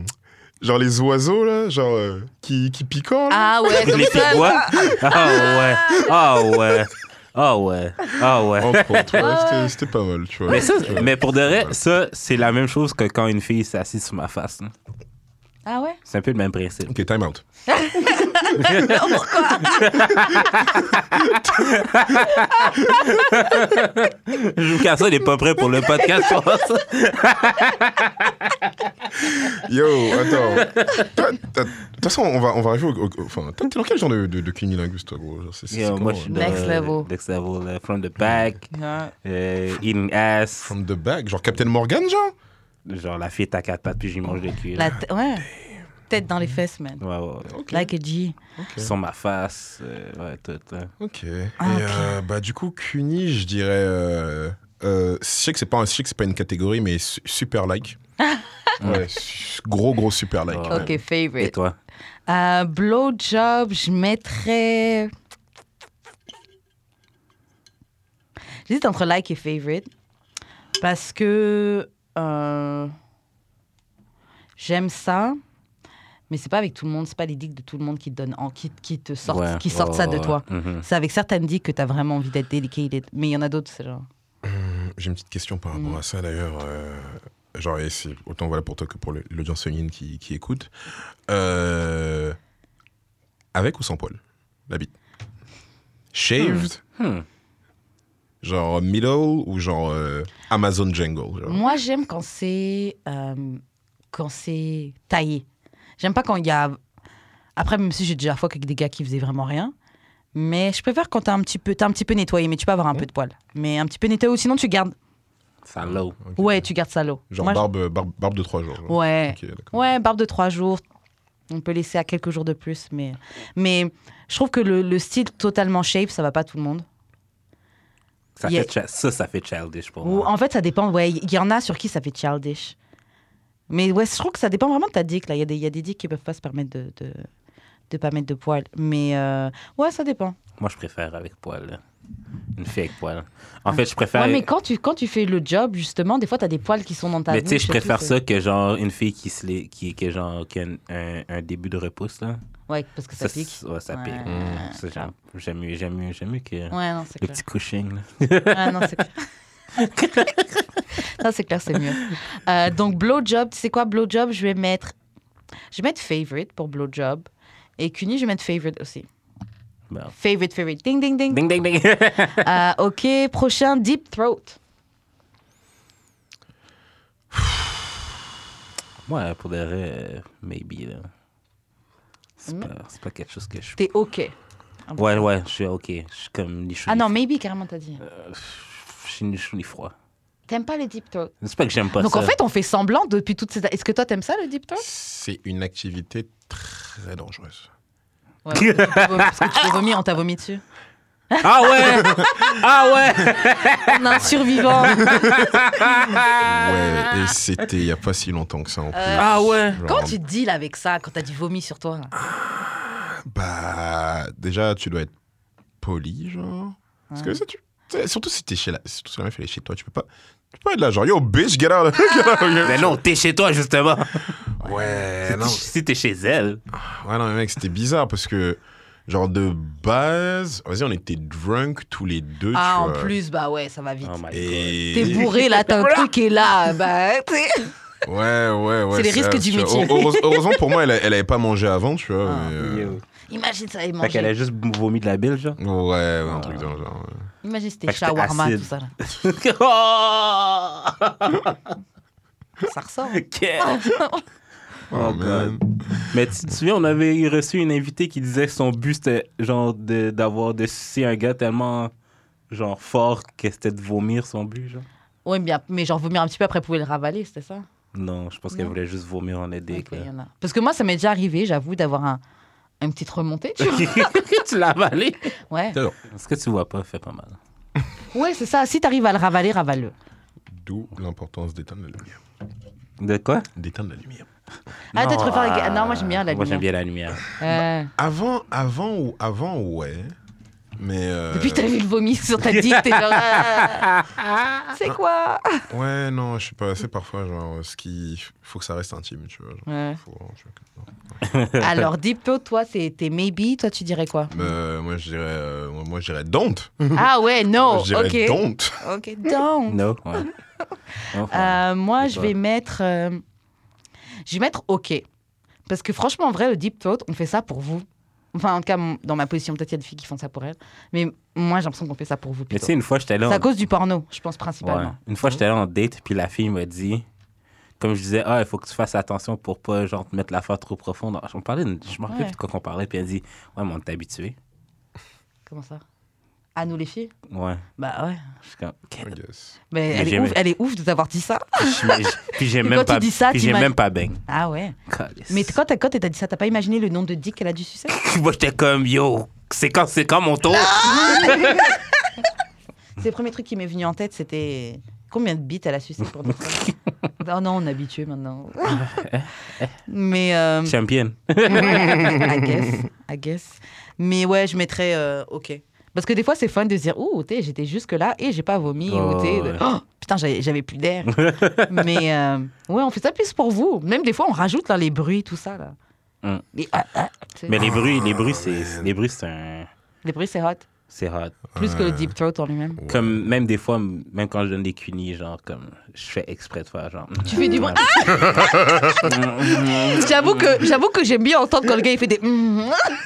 [SPEAKER 3] genre les oiseaux, là, genre. euh, qui, qui picorent, là.
[SPEAKER 1] Ah ouais, comme
[SPEAKER 2] Les
[SPEAKER 1] ça.
[SPEAKER 2] Piquois? Ah ouais. Ah ouais. Ah ouais. Ah ouais.
[SPEAKER 3] Entre autres, ouais,
[SPEAKER 1] Ah ouais.
[SPEAKER 3] Oh, c'était- c'était pas mal, tu vois.
[SPEAKER 2] Mais, ça,
[SPEAKER 3] Ouais.
[SPEAKER 2] mais pour de vrai, ça, c'est la même chose que quand une fille s'assise sur ma face. hein.
[SPEAKER 1] Ah ouais.
[SPEAKER 2] C'est un peu le même principe.
[SPEAKER 3] Ok, time out.
[SPEAKER 2] Lucas, il est pas prêt pour le podcast, je pense.
[SPEAKER 3] Yo, attends. Toi, t'as- De toute façon, on va, on va arriver au. au- au- Enfin, t'es dans quel genre de, de, de cunilingus, toi, gros Genre, c'est- c'est-
[SPEAKER 2] Yo,
[SPEAKER 3] c'est
[SPEAKER 2] moi,
[SPEAKER 3] comment,
[SPEAKER 2] je suis
[SPEAKER 3] hein
[SPEAKER 2] dans-
[SPEAKER 1] Next level.
[SPEAKER 2] Next level. euh, from the back,
[SPEAKER 1] Ah.
[SPEAKER 2] euh, eating ass.
[SPEAKER 3] From the back, genre Captain Morgan, genre
[SPEAKER 2] Genre, la fille est à quatre pattes, puis j'y mange des cuilles.
[SPEAKER 1] La te- ouais. Tête dans les fesses, man.
[SPEAKER 2] Ouais, ouais, ouais.
[SPEAKER 3] Ok.
[SPEAKER 1] Like a G.
[SPEAKER 2] Sur ma face. euh, ouais, tout. hein.
[SPEAKER 3] Ok.
[SPEAKER 1] Ah,
[SPEAKER 3] Et euh, bah du coup, Cuny, je dirais. euh, euh, je sais que c'est pas, un- je sais que c'est pas une catégorie, mais su- super like. ouais, su- gros, gros super like.
[SPEAKER 2] Ouais.
[SPEAKER 1] Ok,
[SPEAKER 2] Et
[SPEAKER 1] favorite.
[SPEAKER 2] toi?
[SPEAKER 1] Euh, blowjob, je mettrais. J'hésite entre like et favorite. Parce que. euh, J'aime ça. Mais c'est pas avec tout le monde, c'est pas les dicks de tout le monde qui te, donnent en, qui, qui te sortent,
[SPEAKER 2] Ouais,
[SPEAKER 1] qui sortent
[SPEAKER 2] ouais,
[SPEAKER 1] ça
[SPEAKER 2] ouais,
[SPEAKER 1] de
[SPEAKER 2] ouais.
[SPEAKER 1] toi.
[SPEAKER 2] Mhm.
[SPEAKER 1] C'est avec certaines dicks que t'as vraiment envie d'être délicated. Mais il y en a d'autres, c'est genre.
[SPEAKER 3] J'ai une petite question par rapport
[SPEAKER 1] Mm.
[SPEAKER 3] à ça d'ailleurs. euh, genre, et c'est autant voilà pour toi que pour le- l'audience féminine qui, qui écoute. Euh, avec ou sans poil La bite Shaved
[SPEAKER 2] Hmm.
[SPEAKER 3] Genre middle ou genre euh, Amazon jungle genre.
[SPEAKER 1] Moi, j'aime quand c'est euh, quand c'est taillé. J'aime pas quand il y a. Après, même si j'ai déjà fois avec des gars qui faisaient vraiment rien, mais je préfère quand t'as un petit peu, t'as un petit peu nettoyé, mais tu peux avoir un peu de poils. Mais un petit peu nettoyé, ou sinon tu gardes
[SPEAKER 2] Ça low.
[SPEAKER 3] Ok.
[SPEAKER 1] Ouais, tu gardes ça low.
[SPEAKER 3] Genre
[SPEAKER 1] Moi, je-
[SPEAKER 3] barbe, barbe, barbe de trois jours. genre.
[SPEAKER 1] Ouais.
[SPEAKER 3] Ok, d'accord.
[SPEAKER 1] Ouais, barbe de trois jours. On peut laisser à quelques jours de plus, mais, mais je trouve que le, le style totalement shape, ça va pas à tout le monde.
[SPEAKER 2] Ça,
[SPEAKER 1] Yeah.
[SPEAKER 2] fait cha- ça, ça fait childish pour
[SPEAKER 1] Ou,
[SPEAKER 2] moi.
[SPEAKER 1] en fait, ça dépend. Ouais, il y en a sur qui ça fait childish. Mais ouais, je trouve que ça dépend vraiment de ta dick. Là, il y, a des- il y a des dicks qui peuvent pas se permettre de, de, de pas mettre de poils. Mais euh, ouais, ça dépend.
[SPEAKER 2] Moi, je préfère avec poil. là. Une fille avec poil. En fait, je préfère.
[SPEAKER 1] Ouais, mais quand tu, quand tu fais le job, justement, des fois, t'as des poils qui sont dans ta
[SPEAKER 2] euh, Mais tu sais,
[SPEAKER 1] bouche
[SPEAKER 2] je
[SPEAKER 1] et tout,
[SPEAKER 2] préfère
[SPEAKER 1] c'est-
[SPEAKER 2] ça que genre une fille qui se lait- qui, qui, genre, qui a un, un- un début de repousse là.
[SPEAKER 1] Ouais, parce que ça, pique.
[SPEAKER 2] c'est- Ouais, ça
[SPEAKER 1] Ouais.
[SPEAKER 2] pique.
[SPEAKER 1] Mmh.
[SPEAKER 2] Ça, j'aime- J'aime mieux, j'aime mieux, j'aime mieux que
[SPEAKER 1] Ouais, non, c'est
[SPEAKER 2] le
[SPEAKER 1] clair.
[SPEAKER 2] petit couching. là.
[SPEAKER 1] Ah non, c'est clair. non, c'est clair, c'est mieux. Euh, donc, blowjob, tu sais quoi, blowjob, je vais mettre. Je vais mettre favorite pour blowjob. Et Cuny, je vais mettre favorite aussi.
[SPEAKER 2] Bon.
[SPEAKER 1] Favorite, favorite. Ding, ding, ding.
[SPEAKER 2] Bah. Ding ding ding.
[SPEAKER 1] Euh, ok, prochain, deep throat.
[SPEAKER 2] Moi, pour de vrai, euh, maybe là. C'est
[SPEAKER 1] Mm.
[SPEAKER 2] pas, c'est pas quelque chose que je.
[SPEAKER 1] T'es ok.
[SPEAKER 2] Ouais, ouais, je suis ok. Je suis comme ni chaud.
[SPEAKER 1] Ah
[SPEAKER 2] ni
[SPEAKER 1] non,
[SPEAKER 2] froid.
[SPEAKER 1] maybe, carrément, t'as dit.
[SPEAKER 2] Euh. Je suis ni chaud ni froid.
[SPEAKER 1] T'aimes pas le deep throat.
[SPEAKER 2] C'est pas que j'aime pas
[SPEAKER 1] Donc,
[SPEAKER 2] ça.
[SPEAKER 1] en fait, on fait semblant depuis toutes ces. Est-ce que toi, t'aimes ça, le deep throat
[SPEAKER 3] C'est une activité très dangereuse.
[SPEAKER 1] Ouais, parce que tu vomis- parce que tu t'es vomi, on t'a vomi dessus.
[SPEAKER 2] Ah ouais! ah ouais!
[SPEAKER 1] On a un survivant. Ah.
[SPEAKER 3] Ouais, et c'était il n'y a pas si longtemps que ça en plus.
[SPEAKER 2] Ah ouais!
[SPEAKER 3] Genre,
[SPEAKER 1] Euh, Comment tu deals avec ça quand t'as du vomi sur toi
[SPEAKER 3] Bah, déjà, tu dois être poli, genre. Parce que ça, tu. tu sais, Surtout si t'es chez la. Surtout si la meuf elle est chez toi, tu peux pas. Tu peux pas être là, genre, yo, bitch, get out. Get out.
[SPEAKER 2] Mais non, t'es chez toi justement!
[SPEAKER 3] Ouais, non.
[SPEAKER 2] Si t'es chez elle.
[SPEAKER 3] Ouais, non, mais mec, c'était bizarre parce que, genre, de base, vas-y, on était drunk tous les deux.
[SPEAKER 1] Ah,
[SPEAKER 3] tu
[SPEAKER 1] en
[SPEAKER 2] euh,
[SPEAKER 3] vois.
[SPEAKER 1] plus, bah ouais, ça va vite.
[SPEAKER 2] Oh my god.
[SPEAKER 3] Et...
[SPEAKER 1] T'es bourré là, t'as un truc qui est là. Bah, tu sais.
[SPEAKER 3] Ouais, ouais, ouais.
[SPEAKER 1] C'est les risques
[SPEAKER 3] ça,
[SPEAKER 1] du
[SPEAKER 3] tu vois.
[SPEAKER 1] métier.
[SPEAKER 3] Heureuse- Heureusement pour moi, elle, a- elle avait pas mangé avant, tu vois.
[SPEAKER 1] Ah.
[SPEAKER 3] mais, euh,
[SPEAKER 1] Imagine ça, et
[SPEAKER 2] Fait qu'elle
[SPEAKER 1] manger.
[SPEAKER 2] a juste vomi de la bile, genre.
[SPEAKER 3] Ouais,
[SPEAKER 1] Ah.
[SPEAKER 3] ouais, un truc dans le genre. ouais.
[SPEAKER 1] Imagine c'était
[SPEAKER 2] Fait que c'était
[SPEAKER 1] shawarma,
[SPEAKER 2] acide.
[SPEAKER 1] tout ça. là.
[SPEAKER 2] oh!
[SPEAKER 1] Ça ressort.
[SPEAKER 2] Oh,
[SPEAKER 3] man.
[SPEAKER 2] Mais tu te souviens, on avait reçu une invitée qui disait que son but c'était genre de- d'avoir de, sucer un gars tellement genre fort que c'était de vomir son but, genre.
[SPEAKER 1] Oui, bien, mais genre vomir un petit peu après, pouvait le ravaler, c'était ça
[SPEAKER 2] Non, je pense qu'elle
[SPEAKER 1] Non.
[SPEAKER 2] voulait juste vomir en aidé.
[SPEAKER 1] Ok, y en a. Parce que moi, ça m'est déjà arrivé, j'avoue, d'avoir un, une petite remontée, tu vois.
[SPEAKER 2] tu l'as avalé.
[SPEAKER 1] Ouais,
[SPEAKER 2] Ce que tu vois pas fait pas mal.
[SPEAKER 1] ouais c'est ça. Si t'arrives à le ravaler, ravale-le.
[SPEAKER 3] D'où l'importance d'éteindre la lumière.
[SPEAKER 2] De quoi
[SPEAKER 3] D'éteindre la lumière.
[SPEAKER 1] Ah,
[SPEAKER 2] Non,
[SPEAKER 1] peut-être préfères les gars-
[SPEAKER 2] euh,
[SPEAKER 1] non, moi, j'aime bien la
[SPEAKER 2] Moi j'aime
[SPEAKER 1] lumière.
[SPEAKER 2] bien la lumière.
[SPEAKER 1] Euh,
[SPEAKER 3] Avant, avant ou avant, ouais. Mais. euh,
[SPEAKER 1] Depuis que t'as vu le vomi sur ta dick, t'es genre. ah, c'est quoi
[SPEAKER 3] Ouais, non, je sais pas. C'est parfois, genre, ce qui. Faut que ça reste intime, tu vois. genre.
[SPEAKER 1] Ouais.
[SPEAKER 3] Faut- je sais pas.
[SPEAKER 1] Alors, Deep Throat, toi, c'est- t'es maybe, toi, tu dirais quoi
[SPEAKER 3] Euh, moi, je dirais. euh, moi, moi, je dirais don't.
[SPEAKER 1] Ah ouais,
[SPEAKER 3] Moi,
[SPEAKER 1] non,
[SPEAKER 3] je
[SPEAKER 1] ok.
[SPEAKER 3] dirais don't.
[SPEAKER 1] Ok, donc.
[SPEAKER 2] No. Ouais. Enfin,
[SPEAKER 1] Euh, moi,
[SPEAKER 2] Ah, Et
[SPEAKER 1] je
[SPEAKER 2] toi
[SPEAKER 1] vais mettre. euh, je vais mettre OK. Parce que franchement, en vrai, le deep throat, on fait ça pour vous. Enfin, en tout cas, m- dans ma position, peut-être il y a des filles qui font ça pour elles. Mais moi, j'ai l'impression qu'on fait ça pour vous.
[SPEAKER 2] Mais
[SPEAKER 1] plutôt.
[SPEAKER 2] tu sais, une fois j'étais là.
[SPEAKER 1] C'est à
[SPEAKER 2] on-
[SPEAKER 1] cause du porno, je pense
[SPEAKER 2] Ouais.
[SPEAKER 1] principalement. Mm-hmm.
[SPEAKER 2] Une fois, j'étais allé en date, puis la fille m'a dit, comme je disais, ah, il faut que tu fasses attention pour pas genre, te mettre l'affaire trop profonde. On parlait, de- je me rappelle
[SPEAKER 1] Ouais.
[SPEAKER 2] plus de quoi qu'on parlait, puis elle dit, ouais, mais on est habitué.
[SPEAKER 1] Comment ça À nous, les filles
[SPEAKER 2] Ouais.
[SPEAKER 1] Bah ouais.
[SPEAKER 2] Je suis comme, Ok.
[SPEAKER 3] I guess.
[SPEAKER 1] Mais elle est,
[SPEAKER 2] j'aimais.
[SPEAKER 1] ouf, elle est ouf de t'avoir dit ça.
[SPEAKER 2] Puis j'ai- Puis j'ai
[SPEAKER 1] Mais
[SPEAKER 2] même
[SPEAKER 1] quand tu
[SPEAKER 2] pas.
[SPEAKER 1] dis ça,
[SPEAKER 2] puis j'ai
[SPEAKER 1] t'imagines-
[SPEAKER 2] même pas bang.
[SPEAKER 1] Ah ouais.
[SPEAKER 2] Calice.
[SPEAKER 1] Mais t- quand t'as quand t'as dit ça, t'as pas imaginé le nombre de dicks qu'elle a dû sucer
[SPEAKER 2] Moi, j'étais comme, yo, c'est quand, c'est quand mon tour?
[SPEAKER 1] Ah! C'est le premier truc qui m'est venu en tête, c'était combien de bites elle a sucé pour dire ça Oh Non, non, on est habitué maintenant. Mais. euh,
[SPEAKER 2] Champion.
[SPEAKER 1] I guess, I guess. Mais ouais, je mettrais euh, OK. Parce que des fois, c'est fun de se dire, ouh, t'es, j'étais jusque là et j'ai pas vomi.
[SPEAKER 2] Oh,
[SPEAKER 1] ou t'es,
[SPEAKER 2] ouais.
[SPEAKER 1] oh, putain, j'avais, j'avais plus d'air. Mais euh, ouais, on fait ça plus pour vous. Même des fois, on rajoute là, les bruits, tout ça. Là.
[SPEAKER 2] Mm.
[SPEAKER 1] Les, ah, ah, tu sais.
[SPEAKER 2] Mais les bruits, les bruits, c'est, les bruits, c'est un,
[SPEAKER 1] Les bruits, c'est hot.
[SPEAKER 2] c'est hot.
[SPEAKER 1] Plus que le deep throat en lui-même.
[SPEAKER 2] Comme même des fois, m- même quand je donne des cunis, genre comme je fais exprès de faire genre.
[SPEAKER 1] Tu fais du bruit. Ah! J'avoue que, j'avoue que j'aime bien entendre quand le gars il fait des. Mm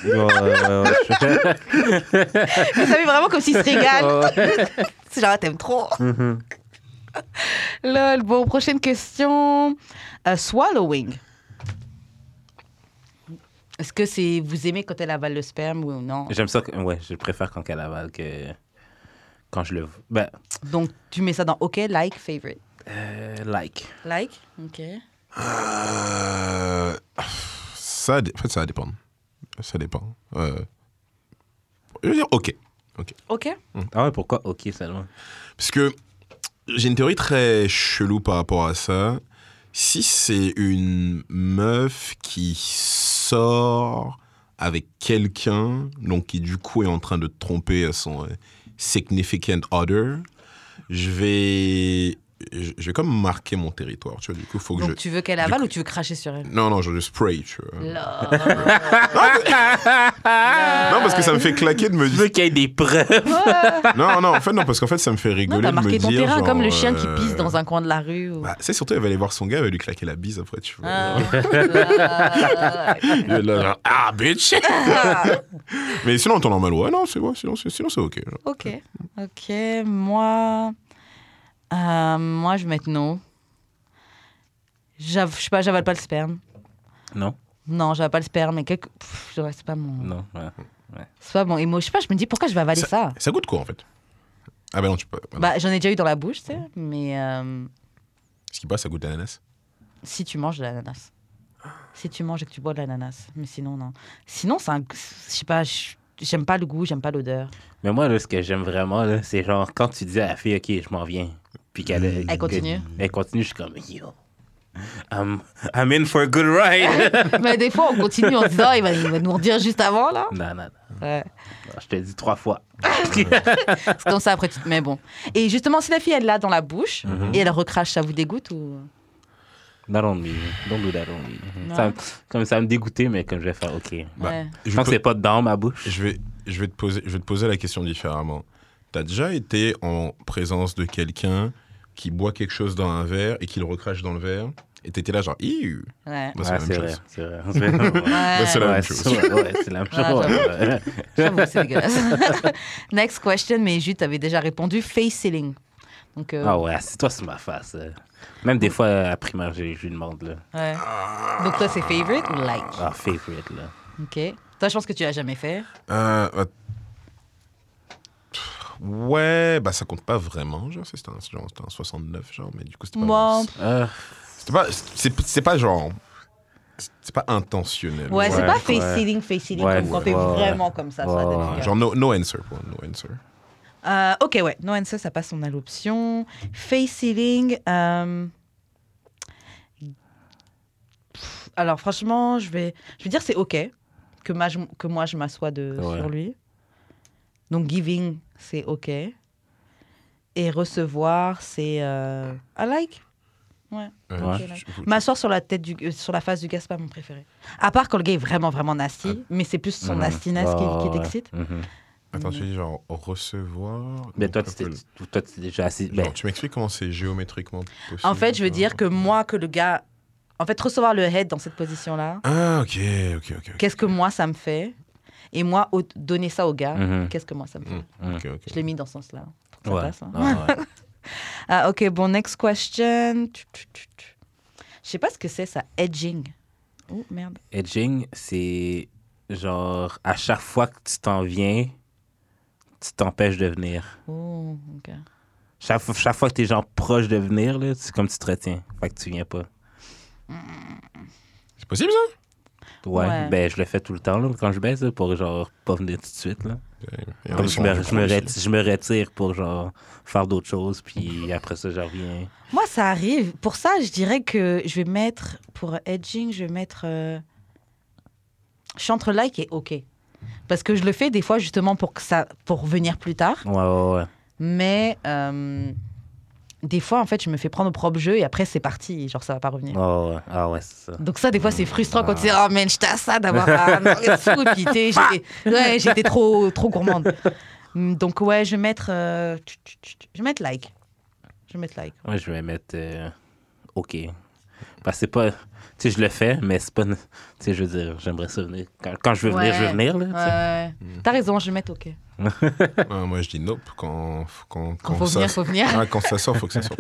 [SPEAKER 2] Ouais, ouais, ouais, euh, je fais-
[SPEAKER 1] Ça fait vraiment comme s'il se régale.
[SPEAKER 2] Ouais, ouais.
[SPEAKER 1] C'est genre, t'aimes trop.
[SPEAKER 3] Mm-hmm.
[SPEAKER 1] Lol, bon, prochaine question. Euh, swallowing. Est-ce que c'est vous aimez quand elle avale le sperme ou non
[SPEAKER 2] J'aime ça, que- ouais, je préfère quand elle avale que quand je le. Ben,
[SPEAKER 1] Donc, tu mets ça dans OK, like, favorite.
[SPEAKER 2] euh, like.
[SPEAKER 1] Like, OK.
[SPEAKER 3] Euh, Ça, dé- en fait, ça va dépendre. Ça dépend. Euh, Je veux dire, ok.
[SPEAKER 1] OK.
[SPEAKER 2] Ah ouais, pourquoi Ok seulement
[SPEAKER 3] Parce que j'ai une théorie très chelou par rapport à ça. Si c'est une meuf qui sort avec quelqu'un, donc qui du coup est en train de tromper son euh, significant other, je vais, je je vais comme marquer mon territoire. Tu vois, du coup, faut que
[SPEAKER 1] Donc,
[SPEAKER 3] je.
[SPEAKER 1] tu veux qu'elle avale ou tu veux cracher sur elle
[SPEAKER 3] Non, non, je le spray, tu vois.
[SPEAKER 1] Lol.
[SPEAKER 3] Non, parce que ça me
[SPEAKER 1] Euh,
[SPEAKER 3] fait claquer de me
[SPEAKER 2] Je
[SPEAKER 3] dire.
[SPEAKER 2] veux qu'il y ait des preuves.
[SPEAKER 3] Non, non, en fait, non, parce qu'en fait, ça me fait
[SPEAKER 1] Non,
[SPEAKER 3] rigoler
[SPEAKER 1] t'as
[SPEAKER 3] de me
[SPEAKER 1] marqué ton
[SPEAKER 3] dire.
[SPEAKER 1] terrain
[SPEAKER 3] genre,
[SPEAKER 1] comme le chien qui
[SPEAKER 3] euh,
[SPEAKER 1] pisse dans un coin de la rue. Ou...
[SPEAKER 3] Bah, c'est surtout, elle va aller voir son gars, elle va lui claquer la bise après, tu vois.
[SPEAKER 1] Ah, là.
[SPEAKER 3] Il est là, genre, ah, bitch! Mais sinon, on t'en normal, ouais, non, c'est ouais, sinon, c'est sinon, c'est ok. genre.
[SPEAKER 1] ok. Ok, moi. euh, moi, je vais mettre non. J'av- Je sais pas, j'avale pas le sperme.
[SPEAKER 2] Non,
[SPEAKER 1] Non, j'avale pas le sperme, mais quelque. pff, ouais, C'est pas mon.
[SPEAKER 2] non. ouais.
[SPEAKER 1] C'est pas bon. Et moi, je sais pas, je me dis pourquoi je vais avaler ça.
[SPEAKER 3] Ça coûte quoi, en fait? Ah, bah non, tu peux. bah non.
[SPEAKER 1] Bah, j'en ai déjà eu dans la bouche, tu sais, mais euh,
[SPEAKER 3] Ce qui passe, ça goûte l'ananas.
[SPEAKER 1] si tu manges de l'ananas. Si tu manges et que tu bois de l'ananas. Mais sinon, non. Sinon, c'est un. Je sais pas, je- j'aime pas le goût, j'aime pas l'odeur.
[SPEAKER 2] Mais moi, là, ce que j'aime vraiment, là, c'est genre quand tu dis à la fille, OK, je m'en viens. Puis qu'elle.
[SPEAKER 1] Elle continue.
[SPEAKER 2] Elle continue, je suis comme, yo. I'm, I'm in for a good ride.
[SPEAKER 1] mais des fois, on continue en se disant, il va, il va nous redire juste avant, là.
[SPEAKER 2] non, non, non.
[SPEAKER 1] Ouais.
[SPEAKER 2] Je te dis trois fois.
[SPEAKER 1] C'est comme ça, après, tu te mets bon. Et justement, si la fille, elle l'a dans la bouche et elle recrache, ça vous dégoûte ou.
[SPEAKER 2] Not on me. Don't do that on me.
[SPEAKER 1] Non.
[SPEAKER 2] Ça, me- comme ça va me dégoûter, mais comme je vais faire, OK.
[SPEAKER 3] Bah,
[SPEAKER 1] Ouais.
[SPEAKER 3] Je
[SPEAKER 2] Je
[SPEAKER 3] vais,
[SPEAKER 2] pense
[SPEAKER 3] te-
[SPEAKER 2] que c'est pas dans ma bouche.
[SPEAKER 3] je, vais, je, vais te poser, je vais te poser la question différemment. T'as déjà été en présence de quelqu'un qui boit quelque chose dans un verre et qui le recrache dans le verre et t'étais là genre Iu
[SPEAKER 1] Ouais.
[SPEAKER 3] Bah,
[SPEAKER 2] Ouais,
[SPEAKER 3] la
[SPEAKER 2] c'est
[SPEAKER 3] même
[SPEAKER 2] vrai.
[SPEAKER 3] chose.
[SPEAKER 2] C'est vrai. C'est vrai.
[SPEAKER 3] Bah, c'est la
[SPEAKER 2] Ouais,
[SPEAKER 3] même
[SPEAKER 2] c'est
[SPEAKER 3] chose.
[SPEAKER 2] vrai, ouais, c'est la même
[SPEAKER 1] Ah,
[SPEAKER 2] chose. ouais.
[SPEAKER 1] J'avoue, c'est dégueulasse. Next question, mais Jules, t'avais déjà répondu face ceiling. Donc, euh,
[SPEAKER 2] Ah ouais, c'est toi sur ma face. euh. Même des fois, euh, à primaire, je, je lui demande, là.
[SPEAKER 1] ouais. Donc, toi, c'est favorite ou like
[SPEAKER 2] Ah, favorite, là.
[SPEAKER 1] Ok. Toi, je pense que tu l'as jamais fait.
[SPEAKER 3] Euh, bah, pff, Ouais, bah ça compte pas vraiment, genre, c'est- c'était un, genre, c'était un 69, genre, mais du coup, c'était pas.
[SPEAKER 1] Moi,
[SPEAKER 2] Euh,
[SPEAKER 3] C'était pas, c'est, c'est pas genre. C'est pas intentionnel.
[SPEAKER 1] ouais, c'est
[SPEAKER 2] Ouais,
[SPEAKER 1] pas
[SPEAKER 2] ouais.
[SPEAKER 1] face ceiling, face ceiling,
[SPEAKER 2] Ouais,
[SPEAKER 1] comme quand
[SPEAKER 2] ouais,
[SPEAKER 1] t'es
[SPEAKER 2] ouais.
[SPEAKER 1] vraiment comme ça. ça
[SPEAKER 2] Ouais,
[SPEAKER 1] devient
[SPEAKER 2] ouais.
[SPEAKER 1] grave.
[SPEAKER 3] Genre, no, no answer, quoi, no answer.
[SPEAKER 1] Euh, ok, ouais. No answer, ça passe, on a l'option. Face ceiling. euh, pff, Alors, franchement, je vais, je vais dire c'est ok que, ma- que moi je m'assois de...
[SPEAKER 2] Ouais.
[SPEAKER 1] sur lui. Donc, giving, c'est ok. Et recevoir, c'est euh, I like.
[SPEAKER 2] Ouais.
[SPEAKER 3] Euh, je- je- je-
[SPEAKER 1] M'asseoir sur la tête du, euh, sur la face du gars, c'est pas mon préféré. À part quand le gars est vraiment, vraiment nasty, mais c'est plus son
[SPEAKER 2] Mhm.
[SPEAKER 1] nastiness qui-
[SPEAKER 2] Ah,
[SPEAKER 1] qui,
[SPEAKER 2] ouais.
[SPEAKER 1] t'excite.
[SPEAKER 2] Mhm.
[SPEAKER 3] Attends, tu dis genre recevoir.
[SPEAKER 2] Mais
[SPEAKER 3] donc,
[SPEAKER 2] toi,
[SPEAKER 3] un
[SPEAKER 2] tu t'es
[SPEAKER 3] peu-
[SPEAKER 2] tu- toi, tu t'es déjà assis.
[SPEAKER 3] Genre,
[SPEAKER 2] ben,
[SPEAKER 3] tu m'expliques comment c'est géométriquement possible.
[SPEAKER 1] En fait, je veux
[SPEAKER 3] genre.
[SPEAKER 1] dire que moi, que le gars. En fait, recevoir le head dans cette position-là,
[SPEAKER 3] Ah, ok, ok, ok.
[SPEAKER 1] qu'est-ce que moi, ça me fait Et moi, au- donner ça au gars,
[SPEAKER 2] Mhm.
[SPEAKER 1] qu'est-ce que moi, ça me fait
[SPEAKER 3] Mhm. ok, ok.
[SPEAKER 1] Je l'ai mis dans ce sens-là. pour que ça
[SPEAKER 2] ouais.
[SPEAKER 1] passe, hein.
[SPEAKER 2] Ah, ouais.
[SPEAKER 1] Ah, ok, bon, next question. Tu, tu, tu, tu. Je sais pas ce que c'est, ça, edging. Oh, merde.
[SPEAKER 2] Edging, c'est genre à chaque fois que tu t'en viens, tu t'empêches de venir.
[SPEAKER 1] Oh, ok.
[SPEAKER 2] Chaque, fois- chaque fois que t'es genre proche de venir, là, c'est comme tu te retiens. Fait que tu viens pas.
[SPEAKER 3] C'est possible ça
[SPEAKER 2] Ouais,
[SPEAKER 1] Ouais.
[SPEAKER 2] ben je le fais tout le temps là, quand je baisse là, pour genre pas venir tout de suite. Là.
[SPEAKER 3] Il y en a
[SPEAKER 2] Comme Ah,
[SPEAKER 3] qui
[SPEAKER 2] je
[SPEAKER 3] sont-
[SPEAKER 2] me,
[SPEAKER 3] qui
[SPEAKER 2] je,
[SPEAKER 3] sont
[SPEAKER 2] me
[SPEAKER 3] aussi.
[SPEAKER 2] reti- je me retire pour genre faire d'autres choses, puis après ça, je reviens.
[SPEAKER 1] Moi, ça arrive. Pour ça, je dirais que je vais mettre, pour edging, je vais mettre. euh, Je suis entre like et ok. Parce que je le fais des fois justement pour, que ça, pour venir plus tard.
[SPEAKER 2] Ouais, ouais, ouais.
[SPEAKER 1] Mais euh, des fois, en fait, je me fais prendre au propre jeu et après, c'est parti. Genre, ça va pas revenir.
[SPEAKER 2] Ah ouais. Ah ouais, c'est ça.
[SPEAKER 1] Donc, ça, des fois, c'est frustrant quand tu dis
[SPEAKER 2] Ah.
[SPEAKER 1] Oh, man, j'étais à ça d'avoir un orgasme fou. Et puis, t'es- j'étais ouais, j'étais trop, trop gourmande. Mm, Donc, ouais, je vais mettre. euh, tch, tch, tch, tch, Je vais mettre like. Je vais mettre like.
[SPEAKER 2] Moi, je vais mettre euh, OK. Parce que c'est pas. Tu sais, je le fais, mais c'est pas. Tu sais, je veux dire, j'aimerais ça venir. Quand, quand je veux venir, je veux
[SPEAKER 1] Ouais.
[SPEAKER 2] venir, là. tu sais.
[SPEAKER 1] Ouais.
[SPEAKER 2] Mm.
[SPEAKER 1] T'as raison, je vais mettre OK.
[SPEAKER 3] Ah, moi, je dis nope quand, quand,
[SPEAKER 1] Quand
[SPEAKER 3] quand,
[SPEAKER 1] faut
[SPEAKER 3] ça...
[SPEAKER 1] venir, faut venir.
[SPEAKER 3] Ah, quand ça sort, faut que ça sorte.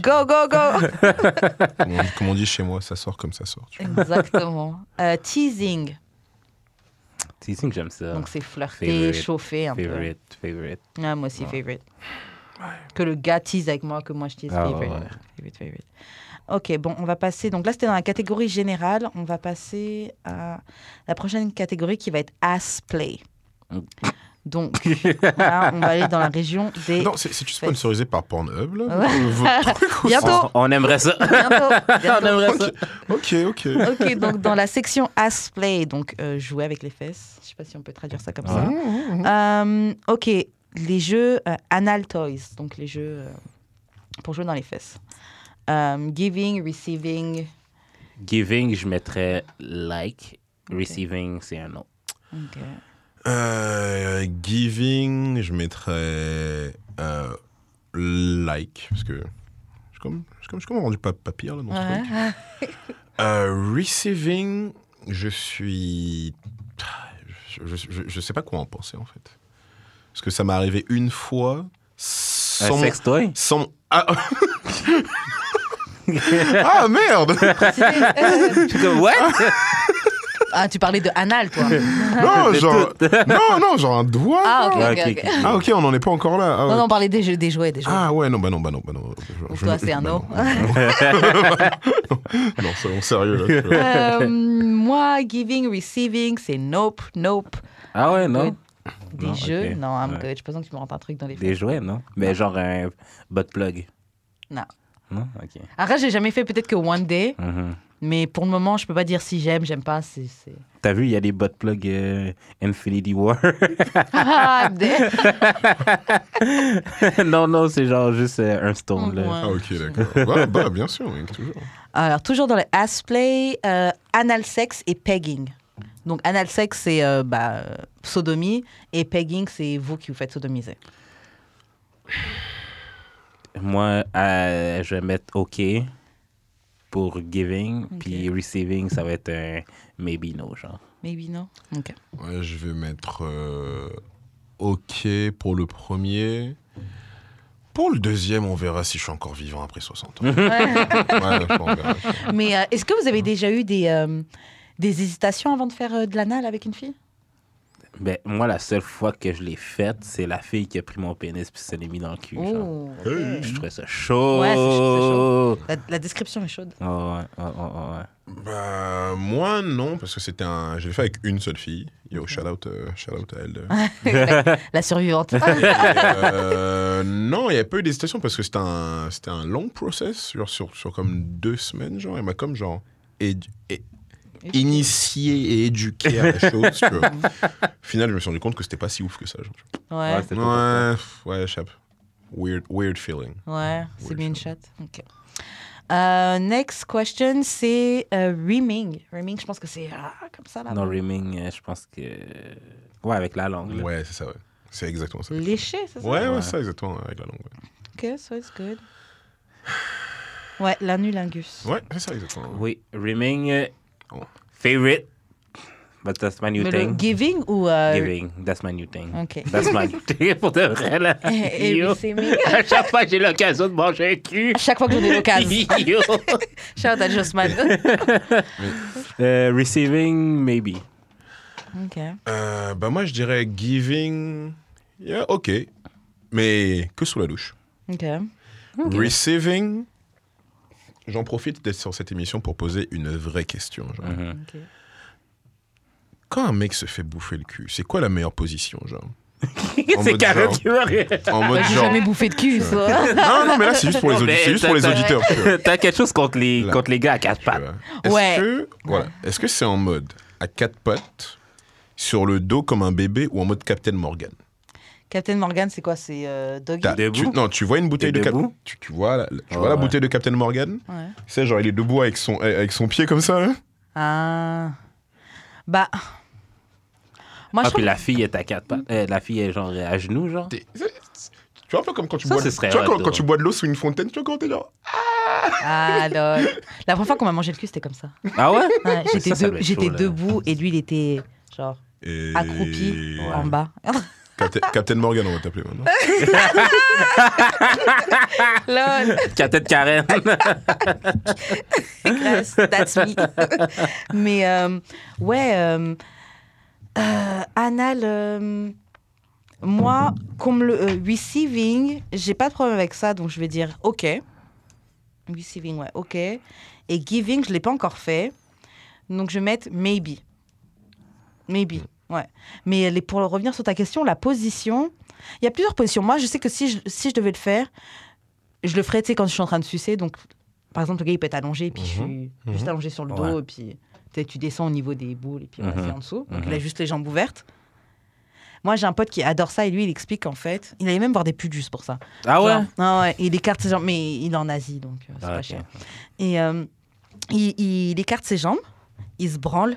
[SPEAKER 1] Go, go, go.
[SPEAKER 3] comme, on, comme on dit chez moi, ça sort comme ça sort. tu vois.
[SPEAKER 1] Exactement. Euh, teasing.
[SPEAKER 2] Teasing, j'aime ça.
[SPEAKER 1] Donc c'est flirter,
[SPEAKER 2] Ah. Favorite.
[SPEAKER 1] chauffer un
[SPEAKER 2] favorite, favorite.
[SPEAKER 1] peu. Ouais, Ah, moi aussi,
[SPEAKER 2] Ouais.
[SPEAKER 1] favorite. Que le gars tease avec moi, que moi je tease
[SPEAKER 2] Ah, ouais,
[SPEAKER 1] favorite.
[SPEAKER 2] ouais.
[SPEAKER 1] Favorite, favorite. Ok, bon, on va passer. Donc là, c'était dans la catégorie générale. On va passer à la prochaine catégorie qui va être ass play.
[SPEAKER 2] Mm.
[SPEAKER 1] Donc là, on va aller dans la région des.
[SPEAKER 3] Non, c'est- c'est-tu sponsorisé par Pornhub, là
[SPEAKER 1] Ouais.
[SPEAKER 3] Votre truc ou-
[SPEAKER 1] Bientôt,
[SPEAKER 2] On, on aimerait ça.
[SPEAKER 1] bientôt,
[SPEAKER 2] on
[SPEAKER 1] bientôt.
[SPEAKER 2] aimerait ça.
[SPEAKER 3] Ok, ok.
[SPEAKER 1] Ok, donc dans la section ass play, donc euh, jouer avec les fesses. Je sais pas si on peut traduire ça comme ça. Euh, ok, les jeux euh, anal toys, donc les jeux euh, pour jouer dans les fesses. Euh, giving, receiving.
[SPEAKER 2] Giving, je mettrais like. Receiving, c'est un autre.
[SPEAKER 1] Ok.
[SPEAKER 3] Euh, giving, je mettrais euh, like, parce que je suis comme, je suis comme, je suis comme rendu pas, pas pire là, dans ce truc.
[SPEAKER 1] Ouais.
[SPEAKER 3] Euh, receiving, je suis. Je, je, je- je sais pas quoi en penser en fait. Parce que ça m'est arrivé une fois
[SPEAKER 2] Un
[SPEAKER 3] sans.
[SPEAKER 2] sextoy?
[SPEAKER 3] sans ah, Ah, merde
[SPEAKER 2] Je suis comme, what?
[SPEAKER 1] Ah, tu parlais de anal, toi.
[SPEAKER 3] Non,
[SPEAKER 2] De
[SPEAKER 3] genre.
[SPEAKER 2] tout.
[SPEAKER 3] Non, non, genre un doigt
[SPEAKER 1] Ah,
[SPEAKER 3] là.
[SPEAKER 1] ok.
[SPEAKER 2] Ouais, ok, ok.
[SPEAKER 3] Ah, ok, on en est pas encore là. Ah,
[SPEAKER 1] Non,
[SPEAKER 3] ouais.
[SPEAKER 1] non, on parlait des jeux, des jouets, des jouets.
[SPEAKER 3] Ah ouais, non, bah non, bah non, bah non.
[SPEAKER 1] Pour toi, c'est
[SPEAKER 2] Bah
[SPEAKER 1] un
[SPEAKER 3] non.
[SPEAKER 1] no.
[SPEAKER 3] non, soyons sérieux là. tu vois.
[SPEAKER 1] Euh, moi, giving, receiving, c'est nope, nope.
[SPEAKER 2] Ah ouais, non?
[SPEAKER 1] Good. Des
[SPEAKER 2] Non,
[SPEAKER 1] jeux,
[SPEAKER 2] ok.
[SPEAKER 1] non, I'm
[SPEAKER 2] Ouais.
[SPEAKER 1] good. Je pense que tu me rentres un truc dans les
[SPEAKER 2] Des
[SPEAKER 1] fesses.
[SPEAKER 2] jouets, non? Mais genre un butt plug.
[SPEAKER 1] Non.
[SPEAKER 2] Non? OK.
[SPEAKER 1] Après, j'ai jamais fait, peut-être que one day,
[SPEAKER 2] Mhm.
[SPEAKER 1] mais pour le moment, je peux pas dire si j'aime, j'aime pas. C'est. c'est-
[SPEAKER 2] T'as vu, il y a des butt plugs euh, Infinity War.
[SPEAKER 1] Ah, des-
[SPEAKER 2] non, non, c'est genre juste euh, un stone, là.
[SPEAKER 1] Ouais.
[SPEAKER 3] Ah ok, d'accord. Bah, bah, bien sûr, oui, toujours.
[SPEAKER 1] Alors, toujours dans le ass play, euh, anal sex et pegging. Donc, anal sex, c'est euh, bah, euh, sodomie, et pegging, c'est vous qui vous faites sodomiser.
[SPEAKER 2] Moi, euh, je vais mettre OK pour giving, puis receiving, ça va être un maybe no, genre.
[SPEAKER 1] Maybe non Ok.
[SPEAKER 3] Ouais, je vais mettre euh, OK pour le premier. Pour le deuxième, on verra si je suis encore vivant après 60 ans. Ouais, je pense, on verra.
[SPEAKER 1] Mais euh, est-ce que vous avez déjà eu des, euh, des hésitations avant de faire euh, de l'anal avec une fille
[SPEAKER 2] Ben, moi, la seule fois que je l'ai faite, c'est la fille qui a pris mon pénis puis se l'est mis dans le cul, genre.
[SPEAKER 1] Oh, ok.
[SPEAKER 2] Puis Je trouvais ça chaud.
[SPEAKER 1] Ouais, c'est chaud,
[SPEAKER 2] chaud.
[SPEAKER 1] la, la description est chaude.
[SPEAKER 2] Ouais, ouais, ouais, ouais, ouais.
[SPEAKER 3] Bah, moi, non, parce que c'était un. Je l'ai fait avec une seule fille. Yo, shout out, euh, shout out à elle. euh.
[SPEAKER 1] La survivante.
[SPEAKER 3] Euh, non, il n'y a pas eu d'hésitation parce que c'était un, c'était un long process, genre sur, sur comme deux semaines, genre. Elle m'a comme genre édu- é- initié et éduqué à la chose. tu vois. Au final, je me suis rendu compte que c'était pas si ouf que ça. genre.
[SPEAKER 1] Ouais,
[SPEAKER 2] Ouais, c'est tout.
[SPEAKER 3] Ouais, pff, ouais, échappe. Weird, weird feeling.
[SPEAKER 1] ouais, c'est
[SPEAKER 3] Ouais,
[SPEAKER 1] bien une
[SPEAKER 3] chaud.
[SPEAKER 1] chatte. Ok. Euh, next question, c'est euh, reaming. Reaming, je pense que c'est ah, comme ça là.
[SPEAKER 2] Non, rimming, euh, je pense que. Ouais, avec la langue. là.
[SPEAKER 3] Ouais, c'est ça, ouais. C'est exactement ça.
[SPEAKER 1] Lécher, c'est ça
[SPEAKER 3] Ouais, ouais, c'est ça, exactement, avec la langue. ouais.
[SPEAKER 1] Ok, so it's good. Ouais, l'anulingus.
[SPEAKER 3] Ouais, c'est ça, exactement.
[SPEAKER 2] Oui, rimming, euh,
[SPEAKER 3] Oh.
[SPEAKER 2] favorite. But that's my new
[SPEAKER 1] Mais le
[SPEAKER 2] thing.
[SPEAKER 1] giving ou. euh,
[SPEAKER 2] Giving, that's my new thing.
[SPEAKER 1] Ok. Eh,
[SPEAKER 2] That's my new thing pour de vrai, là.
[SPEAKER 1] Et- et
[SPEAKER 2] Yo.
[SPEAKER 1] receiving.
[SPEAKER 2] À chaque fois que j'ai l'occasion de manger un cul.
[SPEAKER 1] À chaque fois que j'en ai l'occasion.
[SPEAKER 2] Yo.
[SPEAKER 1] Shout out à Jossman.
[SPEAKER 2] Euh, receiving, maybe.
[SPEAKER 1] ok.
[SPEAKER 3] Euh, bah, moi, je dirais giving. Yeah, ok. Mais que sous la douche.
[SPEAKER 1] Ok.
[SPEAKER 3] Receiving. J'en profite d'être sur cette émission pour poser une vraie question. genre.
[SPEAKER 2] Mhm.
[SPEAKER 1] Ok.
[SPEAKER 3] Quand un mec se fait bouffer le cul, c'est quoi la meilleure position, genre En
[SPEAKER 2] c'est
[SPEAKER 3] mode
[SPEAKER 2] carotte
[SPEAKER 3] genre.
[SPEAKER 2] qui va rire.
[SPEAKER 3] En
[SPEAKER 1] Bah,
[SPEAKER 3] mode
[SPEAKER 1] J'ai
[SPEAKER 3] genre.
[SPEAKER 1] jamais bouffé de cul, ça.
[SPEAKER 3] Non, non, mais là, c'est juste pour les,
[SPEAKER 2] Non,
[SPEAKER 3] audi-
[SPEAKER 2] mais
[SPEAKER 3] c'est juste pour les
[SPEAKER 2] t'as-
[SPEAKER 3] auditeurs. tu vois.
[SPEAKER 2] T'as quelque chose contre les,
[SPEAKER 3] Là.
[SPEAKER 2] contre les gars à quatre
[SPEAKER 3] Tu
[SPEAKER 2] pattes.
[SPEAKER 3] vois. Est-ce
[SPEAKER 1] Bah, Ouais.
[SPEAKER 3] que voilà, est-ce que c'est en mode à quatre pattes, sur le dos comme un bébé ou en mode Captain Morgan
[SPEAKER 1] Captain Morgan, c'est quoi C'est euh, Doggy
[SPEAKER 3] T'as-
[SPEAKER 2] Debout.
[SPEAKER 3] tu, Non, tu vois une bouteille
[SPEAKER 2] T'es
[SPEAKER 3] de Cap-
[SPEAKER 2] debout
[SPEAKER 3] tu, tu vois la, tu
[SPEAKER 2] Oh,
[SPEAKER 3] vois la
[SPEAKER 2] ouais.
[SPEAKER 3] bouteille de Captain Morgan
[SPEAKER 1] Ouais.
[SPEAKER 3] Tu sais, genre il est debout avec son avec son pied comme ça. Là.
[SPEAKER 1] Ah. Bah. Moi,
[SPEAKER 2] Ah,
[SPEAKER 1] je trouve.
[SPEAKER 2] puis
[SPEAKER 1] Mm.
[SPEAKER 2] la fille est à quatre pattes. Euh, la fille est genre à genoux, genre.
[SPEAKER 3] T'es- c'est- c'est- Tu vois un peu comme quand tu
[SPEAKER 2] Ça,
[SPEAKER 3] bois,
[SPEAKER 2] ce
[SPEAKER 3] de-
[SPEAKER 2] serait
[SPEAKER 3] tu
[SPEAKER 2] hot,
[SPEAKER 3] vois, quand, quand
[SPEAKER 2] ouais.
[SPEAKER 1] hein.
[SPEAKER 3] tu bois de l'eau sous une fontaine, tu vois quand t'es genre.
[SPEAKER 1] Ah, lol. La première fois qu'on m'a mangé le cul, c'était comme ça.
[SPEAKER 2] Ah ouais?
[SPEAKER 1] Ouais, J'étais
[SPEAKER 2] Ça, ça
[SPEAKER 1] de-
[SPEAKER 2] doit être
[SPEAKER 1] j'étais
[SPEAKER 2] chaud, là.
[SPEAKER 1] debout et lui, il était genre
[SPEAKER 3] Et-
[SPEAKER 1] accroupi
[SPEAKER 3] Ouais.
[SPEAKER 1] en bas.
[SPEAKER 3] Captain, Captain Morgan, on va t'appeler maintenant.
[SPEAKER 1] lol.
[SPEAKER 2] Quatre têtes Karen.
[SPEAKER 1] Yes, that's me. Mais euh, ouais, euh, Euh, anal, euh, moi, comme le euh, receiving, j'ai pas de problème avec ça, donc je vais dire ok. Receiving, ouais, ok. Et giving, je l'ai pas encore fait, donc je vais mettre maybe. Maybe, ouais. Mais les- pour revenir sur ta question, la position, il y a plusieurs positions. Moi, je sais que si je, si je devais le faire, je le ferais, tu sais, quand je suis en train de sucer, donc par exemple, le gars, il peut être allongé, et puis je suis juste allongé sur le dos, et puis tu sais, tu descends au niveau des boules, et puis on
[SPEAKER 2] Mhm.
[SPEAKER 1] fait en dessous. Donc il a
[SPEAKER 2] Mhm.
[SPEAKER 1] juste les jambes ouvertes. Moi, j'ai un pote qui adore ça, et lui, il explique qu'en fait, il allait même voir des pudus pour ça.
[SPEAKER 2] Ah ouais?
[SPEAKER 1] Genre, ah ouais, il écarte ses jambes, mais il est en Asie, donc euh, c'est
[SPEAKER 2] Ah,
[SPEAKER 1] pas
[SPEAKER 2] ok.
[SPEAKER 1] cher. Et euh, il, il écarte ses jambes, il se branle,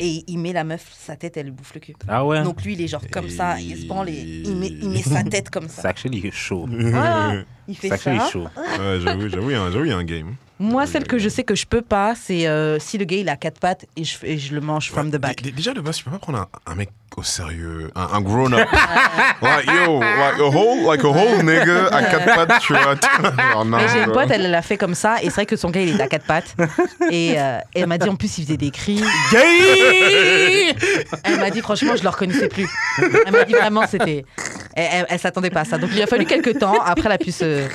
[SPEAKER 1] et il met la meuf, sa tête, elle lui bouffe le cul.
[SPEAKER 2] Ah ouais?
[SPEAKER 1] Donc lui, il est genre comme ça, il se branle, et il met, il met sa tête comme
[SPEAKER 2] C'est
[SPEAKER 1] ça.
[SPEAKER 2] actually chaud.
[SPEAKER 1] Ah, il fait
[SPEAKER 2] C'est actually
[SPEAKER 1] ça. Ah.
[SPEAKER 2] chaud.
[SPEAKER 3] Ouais, j'avoue, j'avoue, il y a un- j'avoue, il y a un game.
[SPEAKER 1] Moi, celle que je sais que je peux pas, c'est euh, si le gars il a quatre pattes et je, et je le mange from the back.
[SPEAKER 3] Dé- dé- Déjà, de base, tu peux pas prendre un, un mec au sérieux, un, un grown-up. like, yo, like a whole, like a whole nigga à quatre pattes, tu vois. Genre, non,
[SPEAKER 1] Mais j'ai une
[SPEAKER 3] quoi.
[SPEAKER 1] pote, elle l'a fait comme ça, et c'est vrai que son gars il est à quatre pattes. Et euh, elle m'a dit en plus il faisait des cris. Gay Elle m'a dit franchement je le reconnaissais plus. Elle m'a dit vraiment c'était. Elle, elle- elle s'attendait pas à ça. Donc il a fallu quelques temps. Après elle a pu se.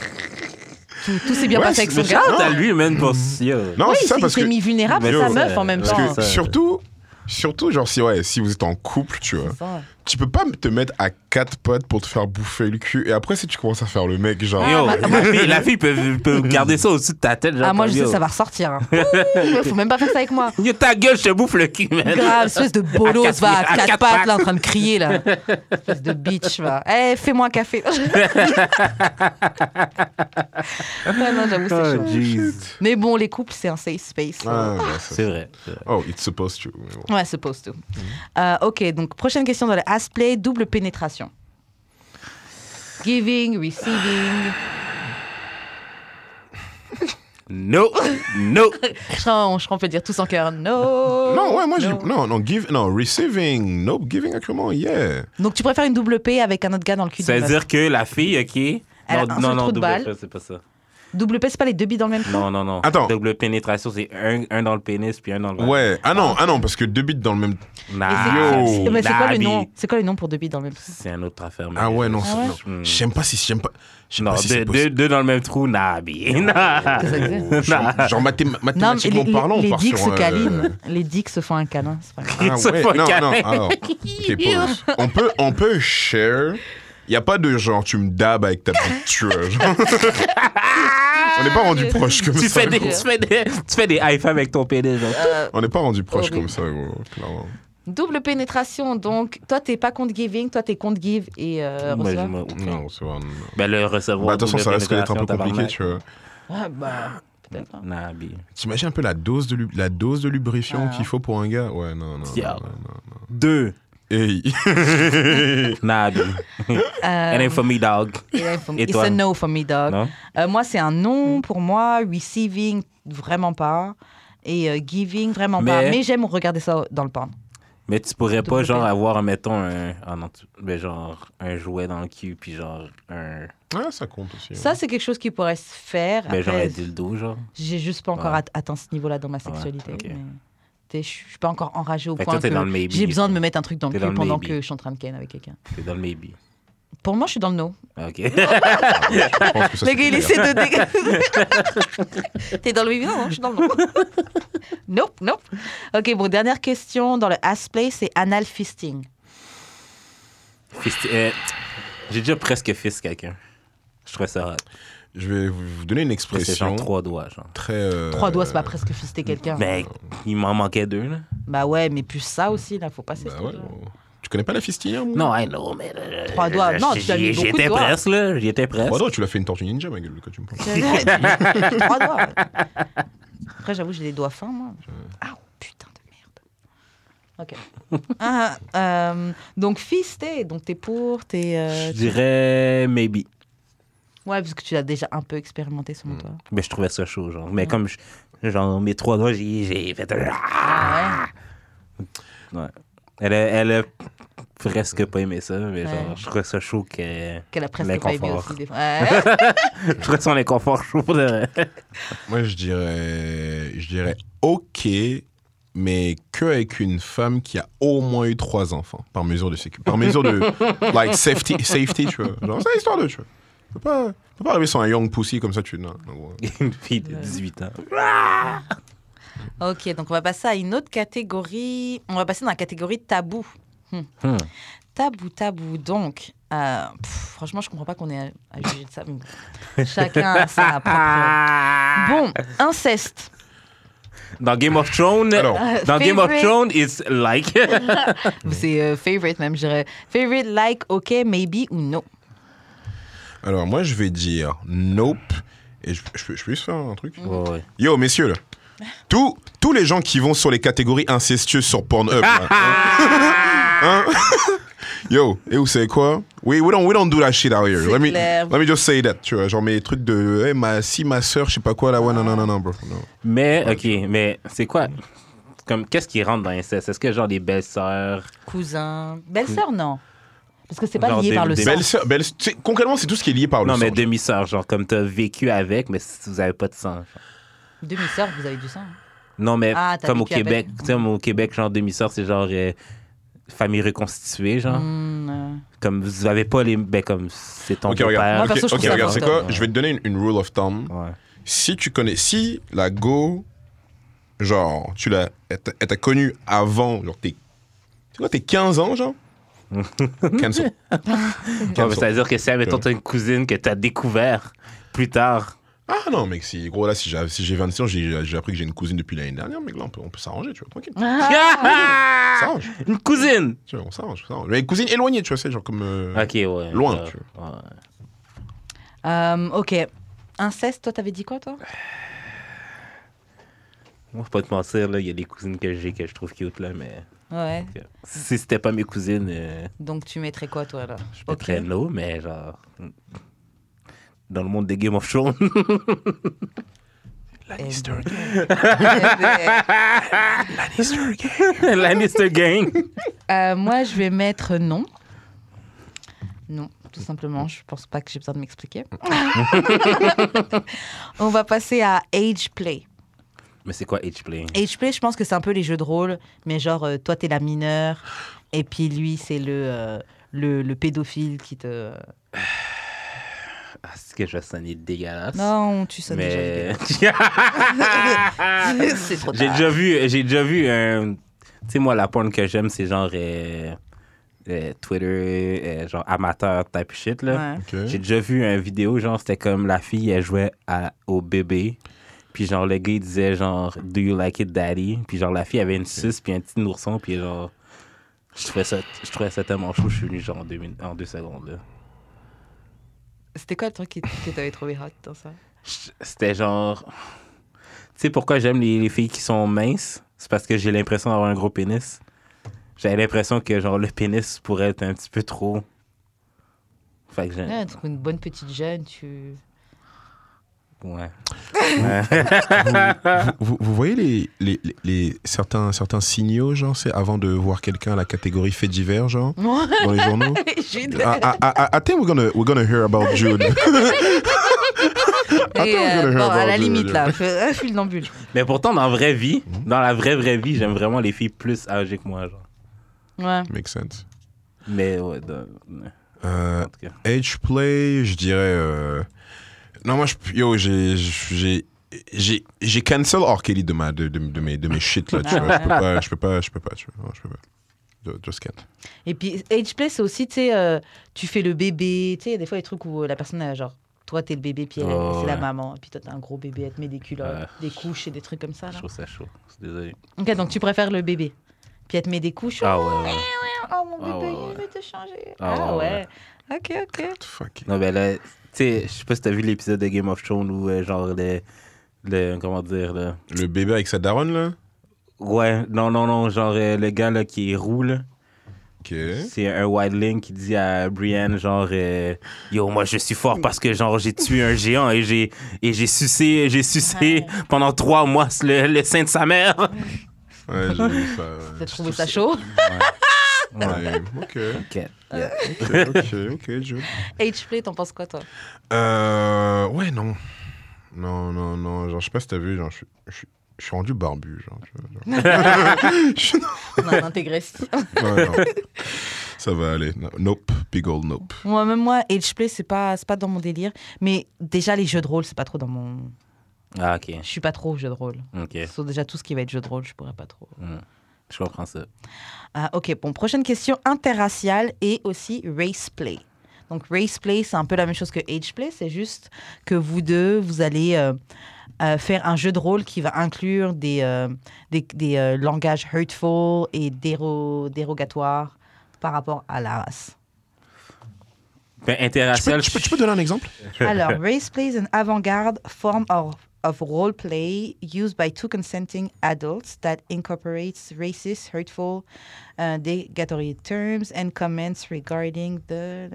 [SPEAKER 1] Tout, tout s'est bien
[SPEAKER 3] Ouais,
[SPEAKER 1] passé avec son
[SPEAKER 3] mais
[SPEAKER 1] gars.
[SPEAKER 3] ça-
[SPEAKER 2] Shout à lui, man, pour yo.
[SPEAKER 3] Non,
[SPEAKER 1] oui,
[SPEAKER 3] c'est ça
[SPEAKER 1] il
[SPEAKER 3] parce
[SPEAKER 1] s'est
[SPEAKER 3] que.
[SPEAKER 1] mis vulnérable
[SPEAKER 2] Mais
[SPEAKER 1] sa
[SPEAKER 2] ouais,
[SPEAKER 1] meuf en même
[SPEAKER 2] parce
[SPEAKER 1] temps.
[SPEAKER 2] que-
[SPEAKER 3] que surtout, surtout, genre, si, ouais, si vous êtes en couple, tu vois,
[SPEAKER 1] C'est ça.
[SPEAKER 3] tu peux pas te mettre à quatre pattes pour te faire bouffer le cul. Et après, si tu commences à faire le mec, genre.
[SPEAKER 2] Yo, la fille, la fille peut, peut garder ça au-dessus de ta tête. Genre,
[SPEAKER 1] Ah moi je
[SPEAKER 2] comme,
[SPEAKER 1] sais
[SPEAKER 2] yo.
[SPEAKER 1] ça va ressortir. hein. Ouh, Faut même pas faire ça avec moi.
[SPEAKER 2] Yo, ta gueule, je te bouffe le cul, man.
[SPEAKER 1] Grave, espèce de
[SPEAKER 2] À
[SPEAKER 1] bolos,
[SPEAKER 2] quatre-
[SPEAKER 1] va,
[SPEAKER 2] à
[SPEAKER 1] à quatre
[SPEAKER 2] quatre
[SPEAKER 1] pattes,
[SPEAKER 2] pattes.
[SPEAKER 1] là, en train de crier, là. Espèce de bitch, va. Eh, fais-moi un café. non, non, j'avoue, c'est
[SPEAKER 2] Oh,
[SPEAKER 1] chaud.
[SPEAKER 2] jeez.
[SPEAKER 1] Mais bon, les couples, c'est un safe space.
[SPEAKER 3] Ah, bah, ça-
[SPEAKER 2] C'est vrai. c'est vrai.
[SPEAKER 3] Oh, it's supposed to. Mais bon.
[SPEAKER 1] Ouais, suppose to. Euh, ok, donc, prochaine question dans le ass play, double pénétration. Giving, receiving.
[SPEAKER 2] No, no.
[SPEAKER 1] Je crois je crois qu'on peut dire tous en cœur, no.
[SPEAKER 3] Non, ouais, moi, j'ai-
[SPEAKER 1] no.
[SPEAKER 3] non, non, give, non, receiving, nope, giving actuellement, yeah.
[SPEAKER 1] Donc, tu préfères une double P avec un autre gars dans le cul
[SPEAKER 2] Ça
[SPEAKER 1] d'une
[SPEAKER 2] veut
[SPEAKER 1] meuf.
[SPEAKER 2] dire que la fille, ok.
[SPEAKER 1] a un seul trou de
[SPEAKER 2] double
[SPEAKER 1] balle.
[SPEAKER 2] P, c'est pas ça.
[SPEAKER 1] Double P, c'est pas les deux billes dans le même trou
[SPEAKER 2] Non, non, non.
[SPEAKER 3] Attends.
[SPEAKER 2] Double pénétration, c'est un, un dans le pénis puis un dans le. vagin.
[SPEAKER 3] Ouais, ah non, ah non, parce que deux bits dans le même.
[SPEAKER 1] Mais c'est-
[SPEAKER 2] Nah,
[SPEAKER 3] Yo.
[SPEAKER 1] Ah, c'est- mais c'est
[SPEAKER 2] nah,
[SPEAKER 1] quoi le
[SPEAKER 2] bi.
[SPEAKER 1] nom C'est quoi le nom pour deux billes dans le même trou
[SPEAKER 2] C'est un autre affaire. mais-
[SPEAKER 3] Ah ouais, non,
[SPEAKER 1] Ah
[SPEAKER 3] c'est-
[SPEAKER 1] ouais.
[SPEAKER 3] non,
[SPEAKER 2] Hmm.
[SPEAKER 3] j'aime pas si, j'aime pas. J'aime
[SPEAKER 2] Non,
[SPEAKER 3] pas si
[SPEAKER 2] deux, deux,
[SPEAKER 3] c'est possible.
[SPEAKER 2] deux dans le même trou, nah, bi. Nah.
[SPEAKER 1] Qu'est-ce que ça veut dire
[SPEAKER 3] Oh, genre, genre mathém-
[SPEAKER 1] Non, mais
[SPEAKER 3] mathématiquement
[SPEAKER 1] les, les-
[SPEAKER 3] parlant, on
[SPEAKER 1] les
[SPEAKER 3] part
[SPEAKER 1] dicks
[SPEAKER 3] sur,
[SPEAKER 1] se
[SPEAKER 3] euh,
[SPEAKER 1] câlinent. Les dicks se font un câlin. c'est pas grave.
[SPEAKER 3] Ah
[SPEAKER 2] Ils se
[SPEAKER 3] ouais,
[SPEAKER 2] font
[SPEAKER 3] non, non, Ah,
[SPEAKER 2] câlin.
[SPEAKER 3] alors, ok, pause. On peut, on peut share. Il n'y a pas de genre, tu me dabs avec ta petite tueuse. on n'est pas rendu proche comme
[SPEAKER 2] Tu
[SPEAKER 3] ça.
[SPEAKER 2] fais, des,
[SPEAKER 3] gros.
[SPEAKER 2] tu, fais des, tu fais des high five avec ton pénis.
[SPEAKER 1] Euh,
[SPEAKER 2] genre.
[SPEAKER 3] On n'est pas rendu proche
[SPEAKER 1] Horrible.
[SPEAKER 3] comme ça, gros, clairement.
[SPEAKER 1] Double pénétration. Donc, toi, t'es pas contre giving, toi, t'es contre give et euh,
[SPEAKER 2] Moi, ben, je
[SPEAKER 1] recevoir.
[SPEAKER 2] m'en- aucun.
[SPEAKER 3] Non, c'est vrai. non.
[SPEAKER 2] Ben, le recevoir.
[SPEAKER 3] Bah, attention,
[SPEAKER 2] double
[SPEAKER 3] ça risque d'être un peu
[SPEAKER 2] pénétration,
[SPEAKER 3] compliqué,
[SPEAKER 2] tabarnak.
[SPEAKER 3] tu vois.
[SPEAKER 1] Ouais, bah, peut-être. hein.
[SPEAKER 2] Nah, bi.
[SPEAKER 3] T'imagines un peu la dose de, lu- la dose de lubrifiant
[SPEAKER 1] Ah.
[SPEAKER 3] qu'il faut pour un gars Ouais, non, non. non,
[SPEAKER 2] Yeah.
[SPEAKER 3] non, non.
[SPEAKER 2] Deux.
[SPEAKER 3] Hey.
[SPEAKER 2] Nah, bi.
[SPEAKER 1] Euh,
[SPEAKER 2] And then for me, dog.
[SPEAKER 1] it ain't for me.
[SPEAKER 2] Et
[SPEAKER 1] It's
[SPEAKER 2] toi
[SPEAKER 1] a no for me, dog.
[SPEAKER 2] Non?
[SPEAKER 1] Euh, moi, c'est un non pour moi. Receiving, vraiment pas. Et euh, giving, vraiment pas.
[SPEAKER 2] Mais-
[SPEAKER 1] Mais j'aime regarder ça dans le porn.
[SPEAKER 2] Mais tu pourrais pas,
[SPEAKER 1] Double
[SPEAKER 2] genre,
[SPEAKER 1] P.
[SPEAKER 2] avoir, mettons, un. ah non, tu- ben, genre, un jouet dans le cul, puis genre, un.
[SPEAKER 3] Ah, ça compte aussi.
[SPEAKER 1] Ça, c'est quelque chose qui pourrait se faire.
[SPEAKER 2] Ben, genre, un
[SPEAKER 1] Après,
[SPEAKER 2] dildo, genre.
[SPEAKER 1] J'ai juste pas encore
[SPEAKER 2] Ouais.
[SPEAKER 1] at- atteint ce niveau-là dans ma sexualité.
[SPEAKER 2] ok.
[SPEAKER 1] mais, tu sais, Je suis pas encore enragée au
[SPEAKER 2] Fait que
[SPEAKER 1] point
[SPEAKER 2] toi, t'es
[SPEAKER 1] que
[SPEAKER 2] dans le maybe.
[SPEAKER 1] j'ai besoin de me mettre un truc dans le
[SPEAKER 2] T'es
[SPEAKER 1] cul
[SPEAKER 2] dans le
[SPEAKER 1] pendant
[SPEAKER 2] maybe.
[SPEAKER 1] que je suis en train de ken avec quelqu'un.
[SPEAKER 2] T'es dans le maybe.
[SPEAKER 1] Pour moi, je suis dans le no.
[SPEAKER 2] Ok.
[SPEAKER 3] Je pense que ça,
[SPEAKER 1] Le
[SPEAKER 3] c'est
[SPEAKER 1] gars, il
[SPEAKER 3] clair.
[SPEAKER 1] essaie de dé- T'es dans le maybe Non, non, je suis dans le no. nope, nope. Ok, bon, dernière question dans le ass play, c'est anal fisting.
[SPEAKER 2] Fist- euh, J'ai déjà presque fist quelqu'un. Je trouvais ça. hot.
[SPEAKER 3] Je vais vous vous donner une
[SPEAKER 2] C'est
[SPEAKER 3] expression
[SPEAKER 2] genre trois doigts, genre.
[SPEAKER 3] très. euh,
[SPEAKER 1] Trois doigts, c'est pas presque fister quelqu'un.
[SPEAKER 2] Ben, il m'en manquait deux, là.
[SPEAKER 1] Bah ouais, mais plus ça aussi, là, faut passer.
[SPEAKER 3] Bah ouais, bon. Tu connais pas la fistinière moi
[SPEAKER 2] Non, I know, mais. euh,
[SPEAKER 1] Trois doigts. Non,
[SPEAKER 2] j'y-
[SPEAKER 1] tu as mis
[SPEAKER 2] j'y
[SPEAKER 1] beaucoup de
[SPEAKER 2] étais
[SPEAKER 1] doigts.
[SPEAKER 2] presque, là. J'y étais presque.
[SPEAKER 3] Bah non, tu l'as fait une tortue ninja, ma gueule, quand tu me parles.
[SPEAKER 1] Trois doigts. Après, j'avoue, j'ai les doigts fins, moi. Ah, oh, putain de merde. Ok. Ah, euh, donc, fisté, donc t'es pour, t'es. euh,
[SPEAKER 2] Je dirais maybe.
[SPEAKER 1] Ouais, parce que tu l'as déjà un peu expérimenté sur toi.
[SPEAKER 2] Mais je trouvais ça chaud, genre. Mais comme, je- genre, mes trois doigts, j'ai j'ai fait euh, un.
[SPEAKER 1] Ah,
[SPEAKER 2] Ouais. Elle a, elle a presque pas aimé ça, mais
[SPEAKER 1] Ouais.
[SPEAKER 2] genre, je trouvais ça chaud que.
[SPEAKER 1] Qu'elle a presque pas aimé
[SPEAKER 2] L'inconfort.
[SPEAKER 1] aussi des fois. Ouais.
[SPEAKER 2] Je trouvais son inconfort chaud. pour de vrai.
[SPEAKER 3] Moi, je dirais. Je dirais OK, mais que avec une femme qui a au moins eu trois enfants, par mesure de sécurité, par mesure de like safety, safety, tu vois. Genre, c'est histoire de, tu vois. Tu peux pas, tu peux pas arriver sans un young pussy comme ça, tu. Non, en gros.
[SPEAKER 2] Une fille de 18 ans.
[SPEAKER 1] Ok, donc on va passer à une autre catégorie. On va passer dans la catégorie tabou. Hmm.
[SPEAKER 2] Hmm.
[SPEAKER 1] Tabou, tabou. Donc, euh, pff, franchement, je comprends pas qu'on ait à, à juger de ça. mais bon. Chacun a sa propre. Bon, inceste.
[SPEAKER 2] Ah! Dans Game of Thrones,
[SPEAKER 3] Alors.
[SPEAKER 2] dans Game of
[SPEAKER 1] Euh, Favorite.
[SPEAKER 2] Thrones, it's like.
[SPEAKER 1] C'est euh, favorite même, je dirais. Favorite, like, ok, maybe ou no.
[SPEAKER 3] Alors, moi, je vais dire nope. Et je, je peux, je peux juste faire un truc
[SPEAKER 2] Ouais, ouais.
[SPEAKER 3] Yo, messieurs, là. Tous, tous les gens qui vont sur les catégories incestueuses sur Pornhub. là, hein. Hein? Yo, et vous savez quoi? We, we, don't, we don't do that shit out here.
[SPEAKER 1] C'est
[SPEAKER 3] Let me,
[SPEAKER 1] clair.
[SPEAKER 3] let me just say that. Tu vois, genre mes trucs de. Hey, ma, si ma soeur, je sais pas quoi, là, ouais, non, non, non, non, bro. Non.
[SPEAKER 2] Mais, ok, mais c'est quoi? Comme, qu'est-ce qui rentre dans l'inceste? Est-ce que genre des belles-sœurs?
[SPEAKER 1] Cousin. Belle-sœur, non. Parce que c'est pas
[SPEAKER 2] Genre
[SPEAKER 1] lié
[SPEAKER 2] des-
[SPEAKER 1] par le
[SPEAKER 2] des
[SPEAKER 1] sang.
[SPEAKER 3] Belle sœur, belle, tu sais, concrètement, c'est tout ce qui est lié par le
[SPEAKER 2] Non,
[SPEAKER 3] sang.
[SPEAKER 2] mais demi-sœurs, genre comme t'as vécu avec, mais si vous avez pas de sang. genre.
[SPEAKER 1] Demi-sœur, vous avez du sang. hein.
[SPEAKER 2] Non, mais
[SPEAKER 1] Ah, t'as
[SPEAKER 2] comme au
[SPEAKER 1] vécu avec.
[SPEAKER 2] Québec, tu sais, au Québec, genre demi-sœurs, c'est genre euh, famille reconstituée, genre.
[SPEAKER 1] Hmm, euh,
[SPEAKER 2] Comme vous avez pas les. Ben, comme c'est ton
[SPEAKER 3] Ok, regarde.
[SPEAKER 1] Moi,
[SPEAKER 2] père.
[SPEAKER 3] Ok,
[SPEAKER 1] perso, je
[SPEAKER 3] ok,
[SPEAKER 1] trouve ça
[SPEAKER 3] regarde, c'est
[SPEAKER 1] important.
[SPEAKER 3] quoi? Je vais te donner une, une rule of thumb.
[SPEAKER 2] Ouais.
[SPEAKER 3] Si tu connais. Si la go, genre, tu l'as. Elle t'a- elle t'a connue avant, genre, t'es. C'est quoi, t'es 15 ans, genre? Cancel.
[SPEAKER 2] Ouais, mais
[SPEAKER 3] Cancel.
[SPEAKER 2] ça veut dire que si, admettons, t'as une cousine que t'as découvert plus tard.
[SPEAKER 3] Ah non, mec, si, gros, là, si j'ai si j'ai 26 ans, j'ai j'ai appris que j'ai une cousine depuis l'année dernière, mec, là, on peut, on peut s'arranger, tu vois, tranquille.
[SPEAKER 1] Ah. Hum,
[SPEAKER 3] On s'arrange,
[SPEAKER 2] une cousine!
[SPEAKER 3] tu vois, on s'arrange, on s'arrange. Mais cousine éloignée, tu vois, c'est genre comme. euh,
[SPEAKER 2] Ok, ouais.
[SPEAKER 3] Loin,
[SPEAKER 2] Euh,
[SPEAKER 3] tu
[SPEAKER 2] ouais.
[SPEAKER 1] euh, ok. Inceste, toi, t'avais dit quoi, toi
[SPEAKER 2] Moi, faut pas te mentir, là, il y a des cousines que j'ai que je trouve cute, là, mais.
[SPEAKER 1] Ouais.
[SPEAKER 2] Si c'était pas mes cousines, euh,
[SPEAKER 1] Donc, tu mettrais quoi, toi, là
[SPEAKER 2] je
[SPEAKER 1] Ok.
[SPEAKER 2] mettrais no, mais genre. hmm. Dans le monde des Game of Thrones.
[SPEAKER 3] Lannister
[SPEAKER 1] Eh
[SPEAKER 3] gang,
[SPEAKER 1] ben,
[SPEAKER 3] Lannister gang.
[SPEAKER 2] Lannister Gang.
[SPEAKER 1] Euh, moi, je vais mettre non. Non, tout simplement. Je pense pas que j'ai besoin de m'expliquer. On va passer à Age Play.
[SPEAKER 2] Mais c'est quoi Age Playing?
[SPEAKER 1] Age Play, je pense que c'est un peu les jeux de rôle, mais genre, euh, toi, t'es la mineure, et puis lui, c'est le, euh, le, le pédophile qui te.
[SPEAKER 2] Ah, c'est que je vais sonner dégueulasse.
[SPEAKER 1] Non, tu sonnes déjà.
[SPEAKER 2] mais.
[SPEAKER 1] dégueulasse. Ah c'est trop
[SPEAKER 2] j'ai
[SPEAKER 1] tard.
[SPEAKER 2] déjà vu. J'ai déjà vu un. Tu sais, moi, la porn que j'aime, c'est genre. euh, euh, Twitter, euh, genre amateur type shit, là.
[SPEAKER 1] Ouais.
[SPEAKER 3] Ok.
[SPEAKER 2] J'ai déjà vu une vidéo, genre, c'était comme la fille, elle jouait à- au bébé. Puis, genre, le gars, il disait, genre, Do you like it, daddy? Puis, genre, la fille avait une suce, puis un petit ourson, puis, genre, je trouvais ça, je trouvais ça tellement chaud, je suis venu, genre, en deux, min- en deux secondes, là.
[SPEAKER 1] C'était quoi le truc qui- que t'avais trouvé hot dans ça
[SPEAKER 2] Je- C'était genre. Tu sais pourquoi j'aime les, les filles qui sont minces? C'est parce que j'ai l'impression d'avoir un gros pénis. J'avais l'impression que, genre, le pénis pourrait être un petit peu trop. Fait que j'aime.
[SPEAKER 1] Ouais, tu trouves une bonne petite jeune, tu.
[SPEAKER 2] Ouais.
[SPEAKER 3] Vous, vous voyez les, les, les- les- certains, certains signaux, genre, c'est avant de voir quelqu'un à la catégorie fait divers, genre, dans les journaux?
[SPEAKER 2] Ah,
[SPEAKER 1] Jude.
[SPEAKER 3] I, I, I, I think we're gonna, we're gonna hear about Jude.
[SPEAKER 1] Et,
[SPEAKER 3] we're
[SPEAKER 1] euh,
[SPEAKER 3] gonna hear
[SPEAKER 1] bon, à
[SPEAKER 3] about
[SPEAKER 1] la
[SPEAKER 3] Jude.
[SPEAKER 1] limite, là, fais- file d'ambule.
[SPEAKER 2] Mais pourtant, dans la vraie vie, dans la vraie, vraie vie, j'aime vraiment les filles plus âgées que moi, genre.
[SPEAKER 1] Ouais.
[SPEAKER 3] Makes sense.
[SPEAKER 2] Mais ouais, dans- ouais,
[SPEAKER 3] Euh,
[SPEAKER 2] en tout cas.
[SPEAKER 3] Age play, je dirais. euh, Non, moi, je... yo, j'ai. j'ai- J'ai j'ai cancel R. Kelly de, ma, de, de, de mes, de mes shit là, tu vois. Je peux pas, je peux pas, je peux pas, tu vois. Non, je peux pas. Ju- Just can't.
[SPEAKER 1] Et puis, age play, c'est aussi, tu sais, euh, tu fais le bébé. Tu sais, il y a des fois les trucs où euh, la personne, euh, genre, toi, t'es le bébé, puis elle,
[SPEAKER 2] Oh,
[SPEAKER 1] c'est la
[SPEAKER 2] ouais.
[SPEAKER 1] maman. Et puis toi, t'es un gros bébé, elle te met des culottes,
[SPEAKER 2] Ouais.
[SPEAKER 1] des couches et des trucs comme ça.
[SPEAKER 2] Je
[SPEAKER 1] Là.
[SPEAKER 2] trouve ça chaud. Je suis désolé.
[SPEAKER 1] Ok, donc tu préfères le bébé. Puis elle te met des couches.
[SPEAKER 2] Ah ouais, ouais.
[SPEAKER 1] Oh, mon
[SPEAKER 2] Ah
[SPEAKER 1] bébé,
[SPEAKER 2] ouais, ouais.
[SPEAKER 1] il veut te changer.
[SPEAKER 2] Ah
[SPEAKER 1] Ah,
[SPEAKER 2] ouais,
[SPEAKER 1] ouais. Ok, ok.
[SPEAKER 3] Fuck.
[SPEAKER 2] Non, mais là, tu sais, je sais pas si t'as vu l'épisode de Game of Thrones où, euh, genre, le, le. Comment dire, là.
[SPEAKER 3] Le bébé avec sa daronne là
[SPEAKER 2] Ouais, non, non, non, genre, euh, le gars, là, qui est roux, là.
[SPEAKER 3] Ok.
[SPEAKER 2] C'est un wildling qui dit à Brienne, genre, euh, Yo, moi, je suis fort parce que, genre, j'ai tué un géant et j'ai et j'ai sucé, j'ai sucé pendant trois mois le, le sein de sa mère.
[SPEAKER 3] Ouais, j'ai vu ça. ouais.
[SPEAKER 1] T'as trouvé ça chaud
[SPEAKER 2] Ouais.
[SPEAKER 3] Ouais, ok.
[SPEAKER 2] Ok.
[SPEAKER 3] Ok, ok, ok, Jude.
[SPEAKER 1] Age play, t'en penses quoi, toi
[SPEAKER 3] Euh, ouais, non. Non, non, non. Genre, je sais pas si t'as vu, genre, je suis- je suis je suis rendu barbu. Genre, tu vois,
[SPEAKER 1] On a un intégré.
[SPEAKER 3] genre. Ouais, non. Ça va aller. No- Nope, big old nope.
[SPEAKER 1] moi, même moi, Ageplay, c'est pas, c'est pas dans mon délire. Mais déjà, les jeux de rôle, c'est pas trop dans mon.
[SPEAKER 2] Ah, ok.
[SPEAKER 1] Je suis pas trop jeu de rôle.
[SPEAKER 2] Ok.
[SPEAKER 1] Sauf déjà tout ce qui va être jeu de rôle, je pourrais pas trop.
[SPEAKER 2] Je comprends ça.
[SPEAKER 1] Ah, ok, bon, prochaine question interraciale et aussi race play. Donc race play, c'est un peu la même chose que age play, c'est juste que vous deux, vous allez euh, euh, faire un jeu de rôle qui va inclure des, euh, des, des, euh, langages hurtful et déro- dérogatoires par rapport à la race.
[SPEAKER 2] Ben,
[SPEAKER 3] Tu peux,
[SPEAKER 2] interracial.
[SPEAKER 3] tu peux-
[SPEAKER 2] je-
[SPEAKER 3] tu peux donner un exemple
[SPEAKER 1] Alors, race play is an avant-garde form of, of role play used by two consenting adults that incorporates racist, hurtful, uh, derogatory terms and comments regarding the.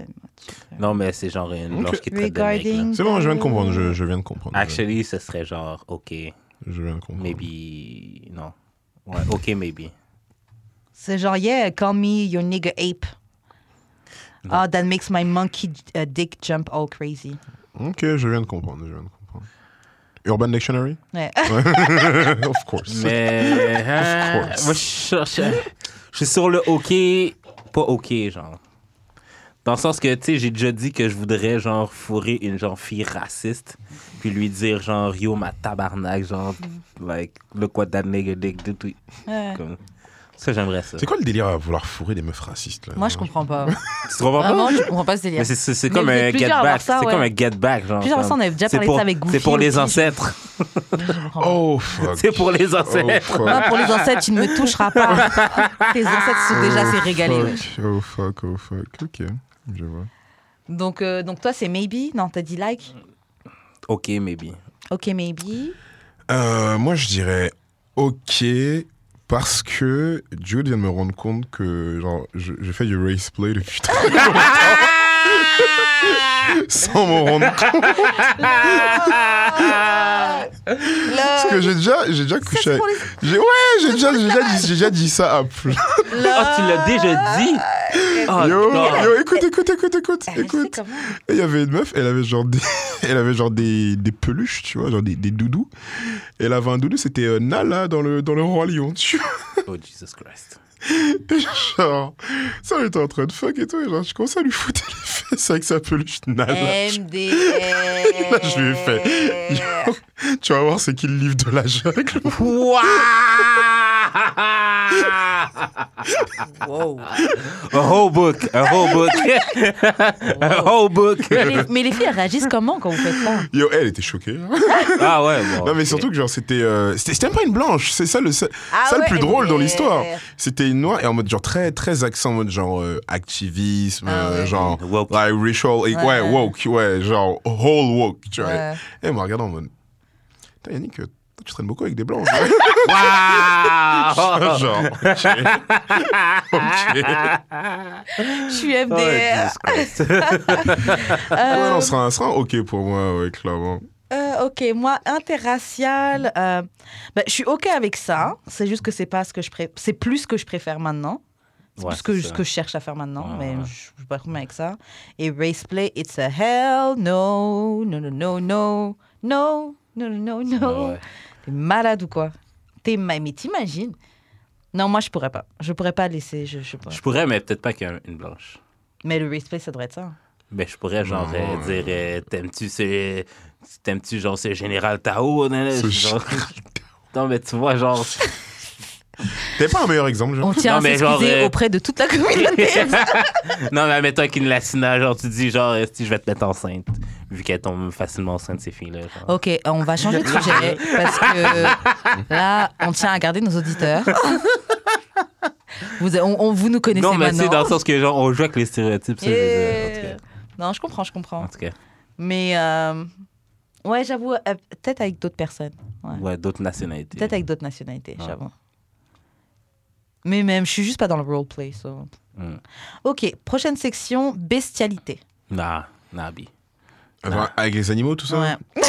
[SPEAKER 2] Non, mais c'est genre une
[SPEAKER 3] Ok.
[SPEAKER 2] blanche qui traite de mec. là.
[SPEAKER 1] Regarding.
[SPEAKER 3] C'est bon, je viens de
[SPEAKER 1] the-
[SPEAKER 3] comprendre. Je, je viens de comprendre.
[SPEAKER 2] Actually, ce serait genre, ok,
[SPEAKER 3] Je viens de comprendre.
[SPEAKER 2] Ah, maybe. Non. Ouais, ok, maybe.
[SPEAKER 1] C'est genre, yeah, call me your nigger ape. Oh, that makes my monkey uh, dick jump all crazy.
[SPEAKER 3] Ok, je viens de comprendre. Je viens de comprendre. Urban Dictionary
[SPEAKER 1] Ouais.
[SPEAKER 3] Of course.
[SPEAKER 2] Mais. hein,
[SPEAKER 3] Of course.
[SPEAKER 2] moi, je, suis- je- je suis sur le OK, pas OK, genre. Dans le sens que, tu sais, j'ai déjà dit que je voudrais, genre, fourrer une, genre, fille raciste, puis lui dire, genre, yo, ma tabarnak, genre, like, look what that nigga dick did to
[SPEAKER 1] Hmm. Ouais.
[SPEAKER 2] Comme... Ça, j'aimerais ça.
[SPEAKER 3] C'est quoi le délire à vouloir fourrer des meufs racistes là
[SPEAKER 1] Moi, je comprends pas.
[SPEAKER 2] Tu comprends pas?
[SPEAKER 1] Vraiment, je comprends pas ce délire.
[SPEAKER 2] Ah Mais c'est- c'est c'est
[SPEAKER 1] Mais
[SPEAKER 2] comme
[SPEAKER 1] vous
[SPEAKER 2] un
[SPEAKER 1] êtes
[SPEAKER 2] get
[SPEAKER 1] plusieurs à avoir
[SPEAKER 2] back.
[SPEAKER 1] ça,
[SPEAKER 2] C'est
[SPEAKER 1] ouais.
[SPEAKER 2] comme un get back, genre.
[SPEAKER 1] Plusieurs à ça,
[SPEAKER 2] comme-
[SPEAKER 1] on avait déjà
[SPEAKER 2] c'est
[SPEAKER 1] parlé de
[SPEAKER 2] pour-
[SPEAKER 1] ça avec
[SPEAKER 2] C'est
[SPEAKER 1] Goofy
[SPEAKER 2] pour les
[SPEAKER 1] aussi.
[SPEAKER 2] ancêtres.
[SPEAKER 3] Oh fuck.
[SPEAKER 2] C'est pour les ancêtres.
[SPEAKER 3] Oh, fuck.
[SPEAKER 1] Moi, Ah, pour les ancêtres, tu ne me toucheras pas. Tes ancêtres sont déjà assez régalés. ouais.
[SPEAKER 3] Fuck, Oh fuck, oh fuck. Ok, je vois.
[SPEAKER 1] Donc, euh, donc toi, c'est maybe Non, t'as dit like
[SPEAKER 2] OK, maybe.
[SPEAKER 1] Ok, maybe.
[SPEAKER 3] Euh, moi, je dirais ok parce que Jude vient de me rendre compte que genre je, je fais du race play depuis très longtemps sans me rendre compte parce que j'ai déjà j'ai déjà couché. avec- j'ai- ouais, j'ai déjà j'ai déjà dit- j'ai déjà dit ça à plein.
[SPEAKER 2] Ah, tu l'as déjà dit? Oh,
[SPEAKER 3] Yo,
[SPEAKER 2] God.
[SPEAKER 3] yo, écoute, écoute, écoute, écoute,
[SPEAKER 1] Elle sait
[SPEAKER 3] écoute.
[SPEAKER 1] comment.
[SPEAKER 3] Et Il y avait une meuf, elle avait genre des, elle avait genre des, des peluches, tu vois, genre des, des doudous. Elle avait un doudou, c'était euh, Nala dans le, dans le Roi Lion, tu vois.
[SPEAKER 2] Oh, Jesus Christ.
[SPEAKER 3] Et genre, ça, elle était en train de fuck et tout. Et genre, je commençais à lui foutre les fesses avec sa peluche Nala.
[SPEAKER 1] Eh. MDR.
[SPEAKER 3] Là, je lui ai fait. Yo, tu vas voir, c'est qui le livre de la jungle.
[SPEAKER 1] Wow.
[SPEAKER 2] A whole book. A whole book. A whole book.
[SPEAKER 1] Mais les, mais les filles, elles réagissent comment quand vous faites ça
[SPEAKER 3] Yo, elle était choquée. hein.
[SPEAKER 2] Ah ouais, bon.
[SPEAKER 3] Non, mais
[SPEAKER 2] ok.
[SPEAKER 3] surtout que genre, c'était. euh, c'était c'était même pas une blanche, c'est ça le, ça,
[SPEAKER 1] Ah
[SPEAKER 3] ça le
[SPEAKER 1] ouais,
[SPEAKER 3] plus drôle dans
[SPEAKER 1] mais-
[SPEAKER 3] l'histoire. C'était une noire et en mode genre très, très accent, en mode genre euh, activisme,
[SPEAKER 1] Ah
[SPEAKER 3] euh,
[SPEAKER 1] ouais.
[SPEAKER 3] genre.
[SPEAKER 2] Woke.
[SPEAKER 3] Like racial, ouais, ouais,
[SPEAKER 1] Ouais.
[SPEAKER 3] woke, ouais, genre whole woke, tu vois.
[SPEAKER 1] Ouais.
[SPEAKER 3] Et elle m'a regardé en mode. Putain, Yannick, euh, toi, tu traînes beaucoup avec des blancs.
[SPEAKER 2] Wow!
[SPEAKER 3] genre. ok. Ok.
[SPEAKER 1] Je suis
[SPEAKER 2] Oh,
[SPEAKER 1] MDR.
[SPEAKER 2] Jesus Christ.
[SPEAKER 3] Ouais, non, ce sera, un- ce sera un ok pour moi, ouais, clairement.
[SPEAKER 1] Euh, ok, moi, interracial, euh, bah, je suis ok avec ça. C'est juste que c'est pas ce que je pré- c'est plus ce que je préfère maintenant. C'est
[SPEAKER 2] Ouais,
[SPEAKER 1] plus ce que,
[SPEAKER 2] c'est
[SPEAKER 1] ce
[SPEAKER 2] ça.
[SPEAKER 1] que je cherche à faire maintenant,
[SPEAKER 2] Ouais,
[SPEAKER 1] mais
[SPEAKER 2] ouais.
[SPEAKER 1] je je suis pas combien avec ça. Et race play, it's a hell no, no, no, no, no, no, no, no, no, no.
[SPEAKER 2] Ouais, ouais.
[SPEAKER 1] T'es malade ou quoi T'es ma- mais t'imagines Non, moi je pourrais pas. Je pourrais pas laisser. Je, je pourrais.
[SPEAKER 2] Je pourrais, mais peut-être pas qu'une blanche.
[SPEAKER 1] Mais le race play, ça devrait être ça. hein.
[SPEAKER 2] Mais Ben, je pourrais, genre,
[SPEAKER 3] Ah, Ouais.
[SPEAKER 2] euh, dire euh, T'aimes-tu ce. T'aimes-tu, genre, ce général Tao? nan, nan,
[SPEAKER 3] Ce
[SPEAKER 2] genre- Non, mais tu vois, genre.
[SPEAKER 3] T'es pas un meilleur exemple, genre.
[SPEAKER 1] On tient
[SPEAKER 2] Non,
[SPEAKER 1] à
[SPEAKER 2] mais
[SPEAKER 1] s'excuser
[SPEAKER 2] genre, euh,
[SPEAKER 1] auprès de toute la communauté.
[SPEAKER 2] non, mais mettons qu'une latina, genre, tu dis, genre, euh, si je vais te mettre enceinte, vu qu'elle tombe facilement enceinte, ces filles-là. genre.
[SPEAKER 1] Ok, on va changer de sujet parce que là, on tient à garder nos auditeurs. Vous, on, on- vous nous connaissez
[SPEAKER 2] non, mais c'est dans
[SPEAKER 1] maintenant.
[SPEAKER 2] le sens que, genre, on joue avec les stéréotypes, ça, je veux dire,
[SPEAKER 1] Yeah. Non, je comprends, je comprends.
[SPEAKER 2] En tout cas, en tout
[SPEAKER 1] Mais euh, ouais, j'avoue, euh, peut-être avec d'autres personnes,
[SPEAKER 2] cas ouais, d'autres nationalités.
[SPEAKER 1] peut-être avec d'autres nationalités,
[SPEAKER 2] Ouais.
[SPEAKER 1] j'avoue. Mais même, je suis juste pas dans le roleplay. so.
[SPEAKER 2] Mm.
[SPEAKER 1] Ok, prochaine section, bestialité.
[SPEAKER 2] Nah, Nabi.
[SPEAKER 3] Genre, avec les animaux, tout ça.
[SPEAKER 1] Ouais.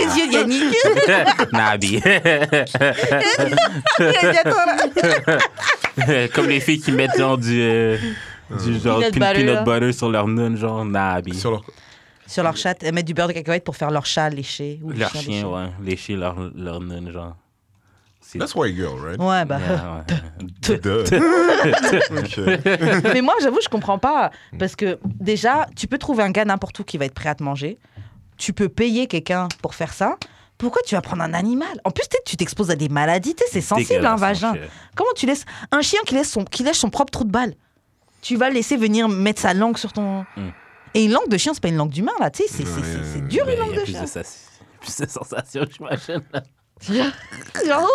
[SPEAKER 1] Les yeux de Yannick.
[SPEAKER 2] Nabi. Comme les filles qui mettent, genre, du. euh, du genre
[SPEAKER 1] Peanut
[SPEAKER 2] pin-
[SPEAKER 1] butter, là.
[SPEAKER 2] peanut butter sur leur nun, genre Nabi.
[SPEAKER 3] Sur leur...
[SPEAKER 1] Sur leur chat, elles mettent du beurre de cacahuète pour faire leur chat léché. ou
[SPEAKER 2] Leurs
[SPEAKER 1] chien
[SPEAKER 2] chiens,
[SPEAKER 1] léché.
[SPEAKER 2] ouais. Lécher leur, leur nun, genre. C'est-
[SPEAKER 3] That's white girl, right?
[SPEAKER 1] Ouais, bah.
[SPEAKER 2] Yeah, ouais.
[SPEAKER 3] Duh. Ok.
[SPEAKER 1] Mais moi, j'avoue, je comprends pas. Parce que déjà, tu peux trouver un gars n'importe où qui va être prêt à te manger. Tu peux payer quelqu'un pour faire ça. Pourquoi tu vas prendre un animal En plus, t'es- tu t'exposes à des maladies, t'es- c'est sensible un
[SPEAKER 2] Dégueulasse,
[SPEAKER 1] vagin.
[SPEAKER 2] mon chien.
[SPEAKER 1] Comment tu laisses un chien qui lèche son, qui lèche son propre trou de balle Tu vas le laisser venir mettre sa langue sur ton.
[SPEAKER 2] Mm.
[SPEAKER 1] Et une langue de chien, c'est pas une langue d'humain, là, tu sais, c'est- c'est- c'est c'est dur
[SPEAKER 2] Mais
[SPEAKER 1] une
[SPEAKER 2] Il
[SPEAKER 1] langue
[SPEAKER 2] y a
[SPEAKER 1] de
[SPEAKER 2] plus
[SPEAKER 1] chien.
[SPEAKER 2] de, sens- plus de sensations, j'imagine. là.
[SPEAKER 1] Genre,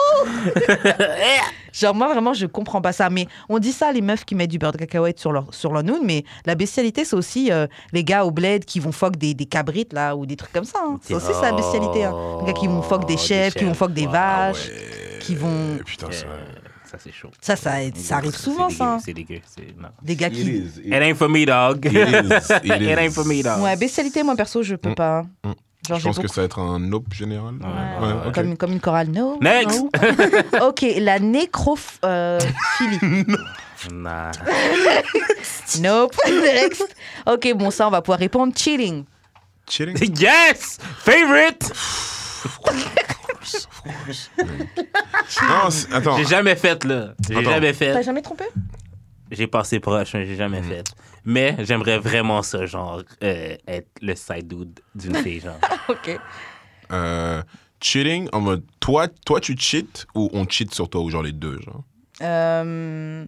[SPEAKER 1] Genre, moi, vraiment, je comprends pas ça. Mais on dit ça, les meufs qui mettent du beurre de cacahuète sur leur, sur leur noun, mais la bestialité, c'est aussi euh, les gars au bled qui vont fuck des, des cabrites, là, ou des trucs comme ça. hein. C'est aussi ça, la bestialité. hein. Les gars qui vont fuck des
[SPEAKER 2] Oh,
[SPEAKER 1] chèvres, qui vont fuck des
[SPEAKER 2] Wow,
[SPEAKER 1] vaches.
[SPEAKER 2] Ah, ouais.
[SPEAKER 1] Qui vont-
[SPEAKER 3] Eh, Putain, ça.
[SPEAKER 2] Euh, Ça, c'est chaud.
[SPEAKER 1] Ça, ça, ça arrive
[SPEAKER 2] Oh. C'est
[SPEAKER 1] souvent,
[SPEAKER 2] dégueu,
[SPEAKER 1] ça. hein.
[SPEAKER 2] C'est dégueu. c'est- non.
[SPEAKER 1] Des gars qui.
[SPEAKER 2] It ain't for me, dog.
[SPEAKER 3] It is, it is.
[SPEAKER 2] It ain't for me, dog.
[SPEAKER 1] Ouais, bestialité, moi, perso, je peux
[SPEAKER 3] Mm.
[SPEAKER 1] pas. hein.
[SPEAKER 3] Mm.
[SPEAKER 1] Genre,
[SPEAKER 3] Je
[SPEAKER 1] j'ai
[SPEAKER 3] pense que
[SPEAKER 1] beaucoup.
[SPEAKER 3] ça va être un nope général.
[SPEAKER 2] Ouais,
[SPEAKER 1] Ouais,
[SPEAKER 2] ouais, ouais.
[SPEAKER 3] ok.
[SPEAKER 1] Comme, comme une chorale, no.
[SPEAKER 2] Next.
[SPEAKER 1] no. ok, la euh, nécrophilie.
[SPEAKER 2] Nah.
[SPEAKER 1] nope. Next. Ok, bon, ça, on va pouvoir répondre. Chilling.
[SPEAKER 3] Chilling.
[SPEAKER 2] Yes! Favorite!
[SPEAKER 3] Non, c'est- attends.
[SPEAKER 2] J'ai jamais fait, là. J'ai
[SPEAKER 3] Attends.
[SPEAKER 2] jamais
[SPEAKER 1] T'as
[SPEAKER 2] fait.
[SPEAKER 1] jamais trompé
[SPEAKER 2] J'ai passé proche, mais j'ai jamais fait. Mais j'aimerais vraiment ça, genre, euh, être le side dude d'une fille, genre.
[SPEAKER 1] Ok.
[SPEAKER 3] Euh, cheating en mode toi, toi tu cheats ou on cheat sur toi ou genre les deux genre.
[SPEAKER 1] Euh,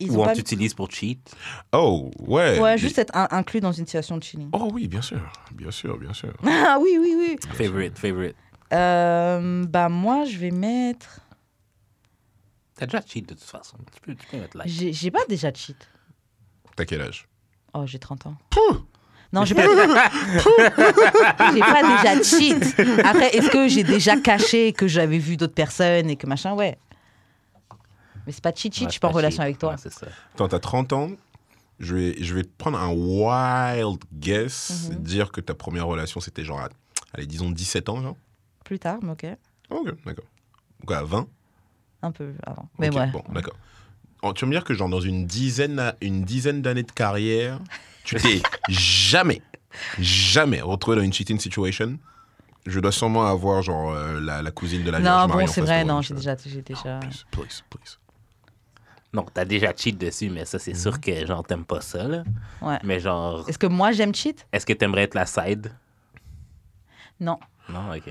[SPEAKER 1] ils
[SPEAKER 2] Ou euh,
[SPEAKER 1] ont
[SPEAKER 2] on
[SPEAKER 1] pas...
[SPEAKER 2] t'utilise pour cheat.
[SPEAKER 3] Oh ouais.
[SPEAKER 1] Ouais, juste être in- inclus dans une situation de chilling.
[SPEAKER 3] Oh oui, bien sûr, bien sûr, bien sûr.
[SPEAKER 2] Oh.
[SPEAKER 1] Ah oui, oui, oui.
[SPEAKER 2] Favorite, favorite.
[SPEAKER 1] Euh, bah moi, je vais mettre...
[SPEAKER 2] T'as déjà cheat de toute façon. Tu peux, tu peux mettre like.
[SPEAKER 1] J'ai j'ai pas déjà cheat.
[SPEAKER 3] T'as quel âge
[SPEAKER 1] Oh, j'ai 30 ans. Non, j'ai pas... j'ai pas déjà cheat. Après, est-ce que j'ai déjà caché que j'avais vu d'autres personnes et que machin Ouais. Mais c'est pas cheat, cheat,
[SPEAKER 2] Ouais,
[SPEAKER 1] je suis pas en
[SPEAKER 2] cheat.
[SPEAKER 1] relation avec toi.
[SPEAKER 2] Ouais, c'est ça.
[SPEAKER 3] Attends, t'as 30 ans. Je vais, je vais te prendre un wild guess,
[SPEAKER 1] Mhm.
[SPEAKER 3] dire que ta première relation c'était genre à, allez disons 17 ans genre.
[SPEAKER 1] Plus tard, mais ok.
[SPEAKER 3] Ok, d'accord. Quoi, à 20
[SPEAKER 1] Un peu avant. Mais
[SPEAKER 3] Ok,
[SPEAKER 1] ouais.
[SPEAKER 3] Bon, d'accord. Oh, Tu vas me dire que genre dans une dizaine, à- une dizaine d'années de carrière, tu t'es jamais, jamais retrouvé dans une cheating situation. Je dois sûrement avoir genre euh, la, la cousine de la Vierge
[SPEAKER 1] Non,
[SPEAKER 3] Marie
[SPEAKER 1] bon,
[SPEAKER 3] en
[SPEAKER 1] c'est
[SPEAKER 3] face
[SPEAKER 1] vrai,
[SPEAKER 3] de moi,
[SPEAKER 1] non,
[SPEAKER 3] tu
[SPEAKER 1] j'ai
[SPEAKER 3] vois.
[SPEAKER 1] déjà... j'ai déjà...
[SPEAKER 3] Please, please, please.
[SPEAKER 2] Non, t'as déjà cheat dessus, mais ça, c'est sûr que, genre, t'aimes pas ça, là.
[SPEAKER 1] Ouais.
[SPEAKER 2] Mais genre,
[SPEAKER 1] Est-ce que moi, j'aime cheat
[SPEAKER 2] est-ce que t'aimerais être la side?
[SPEAKER 1] Non.
[SPEAKER 2] Non, ok.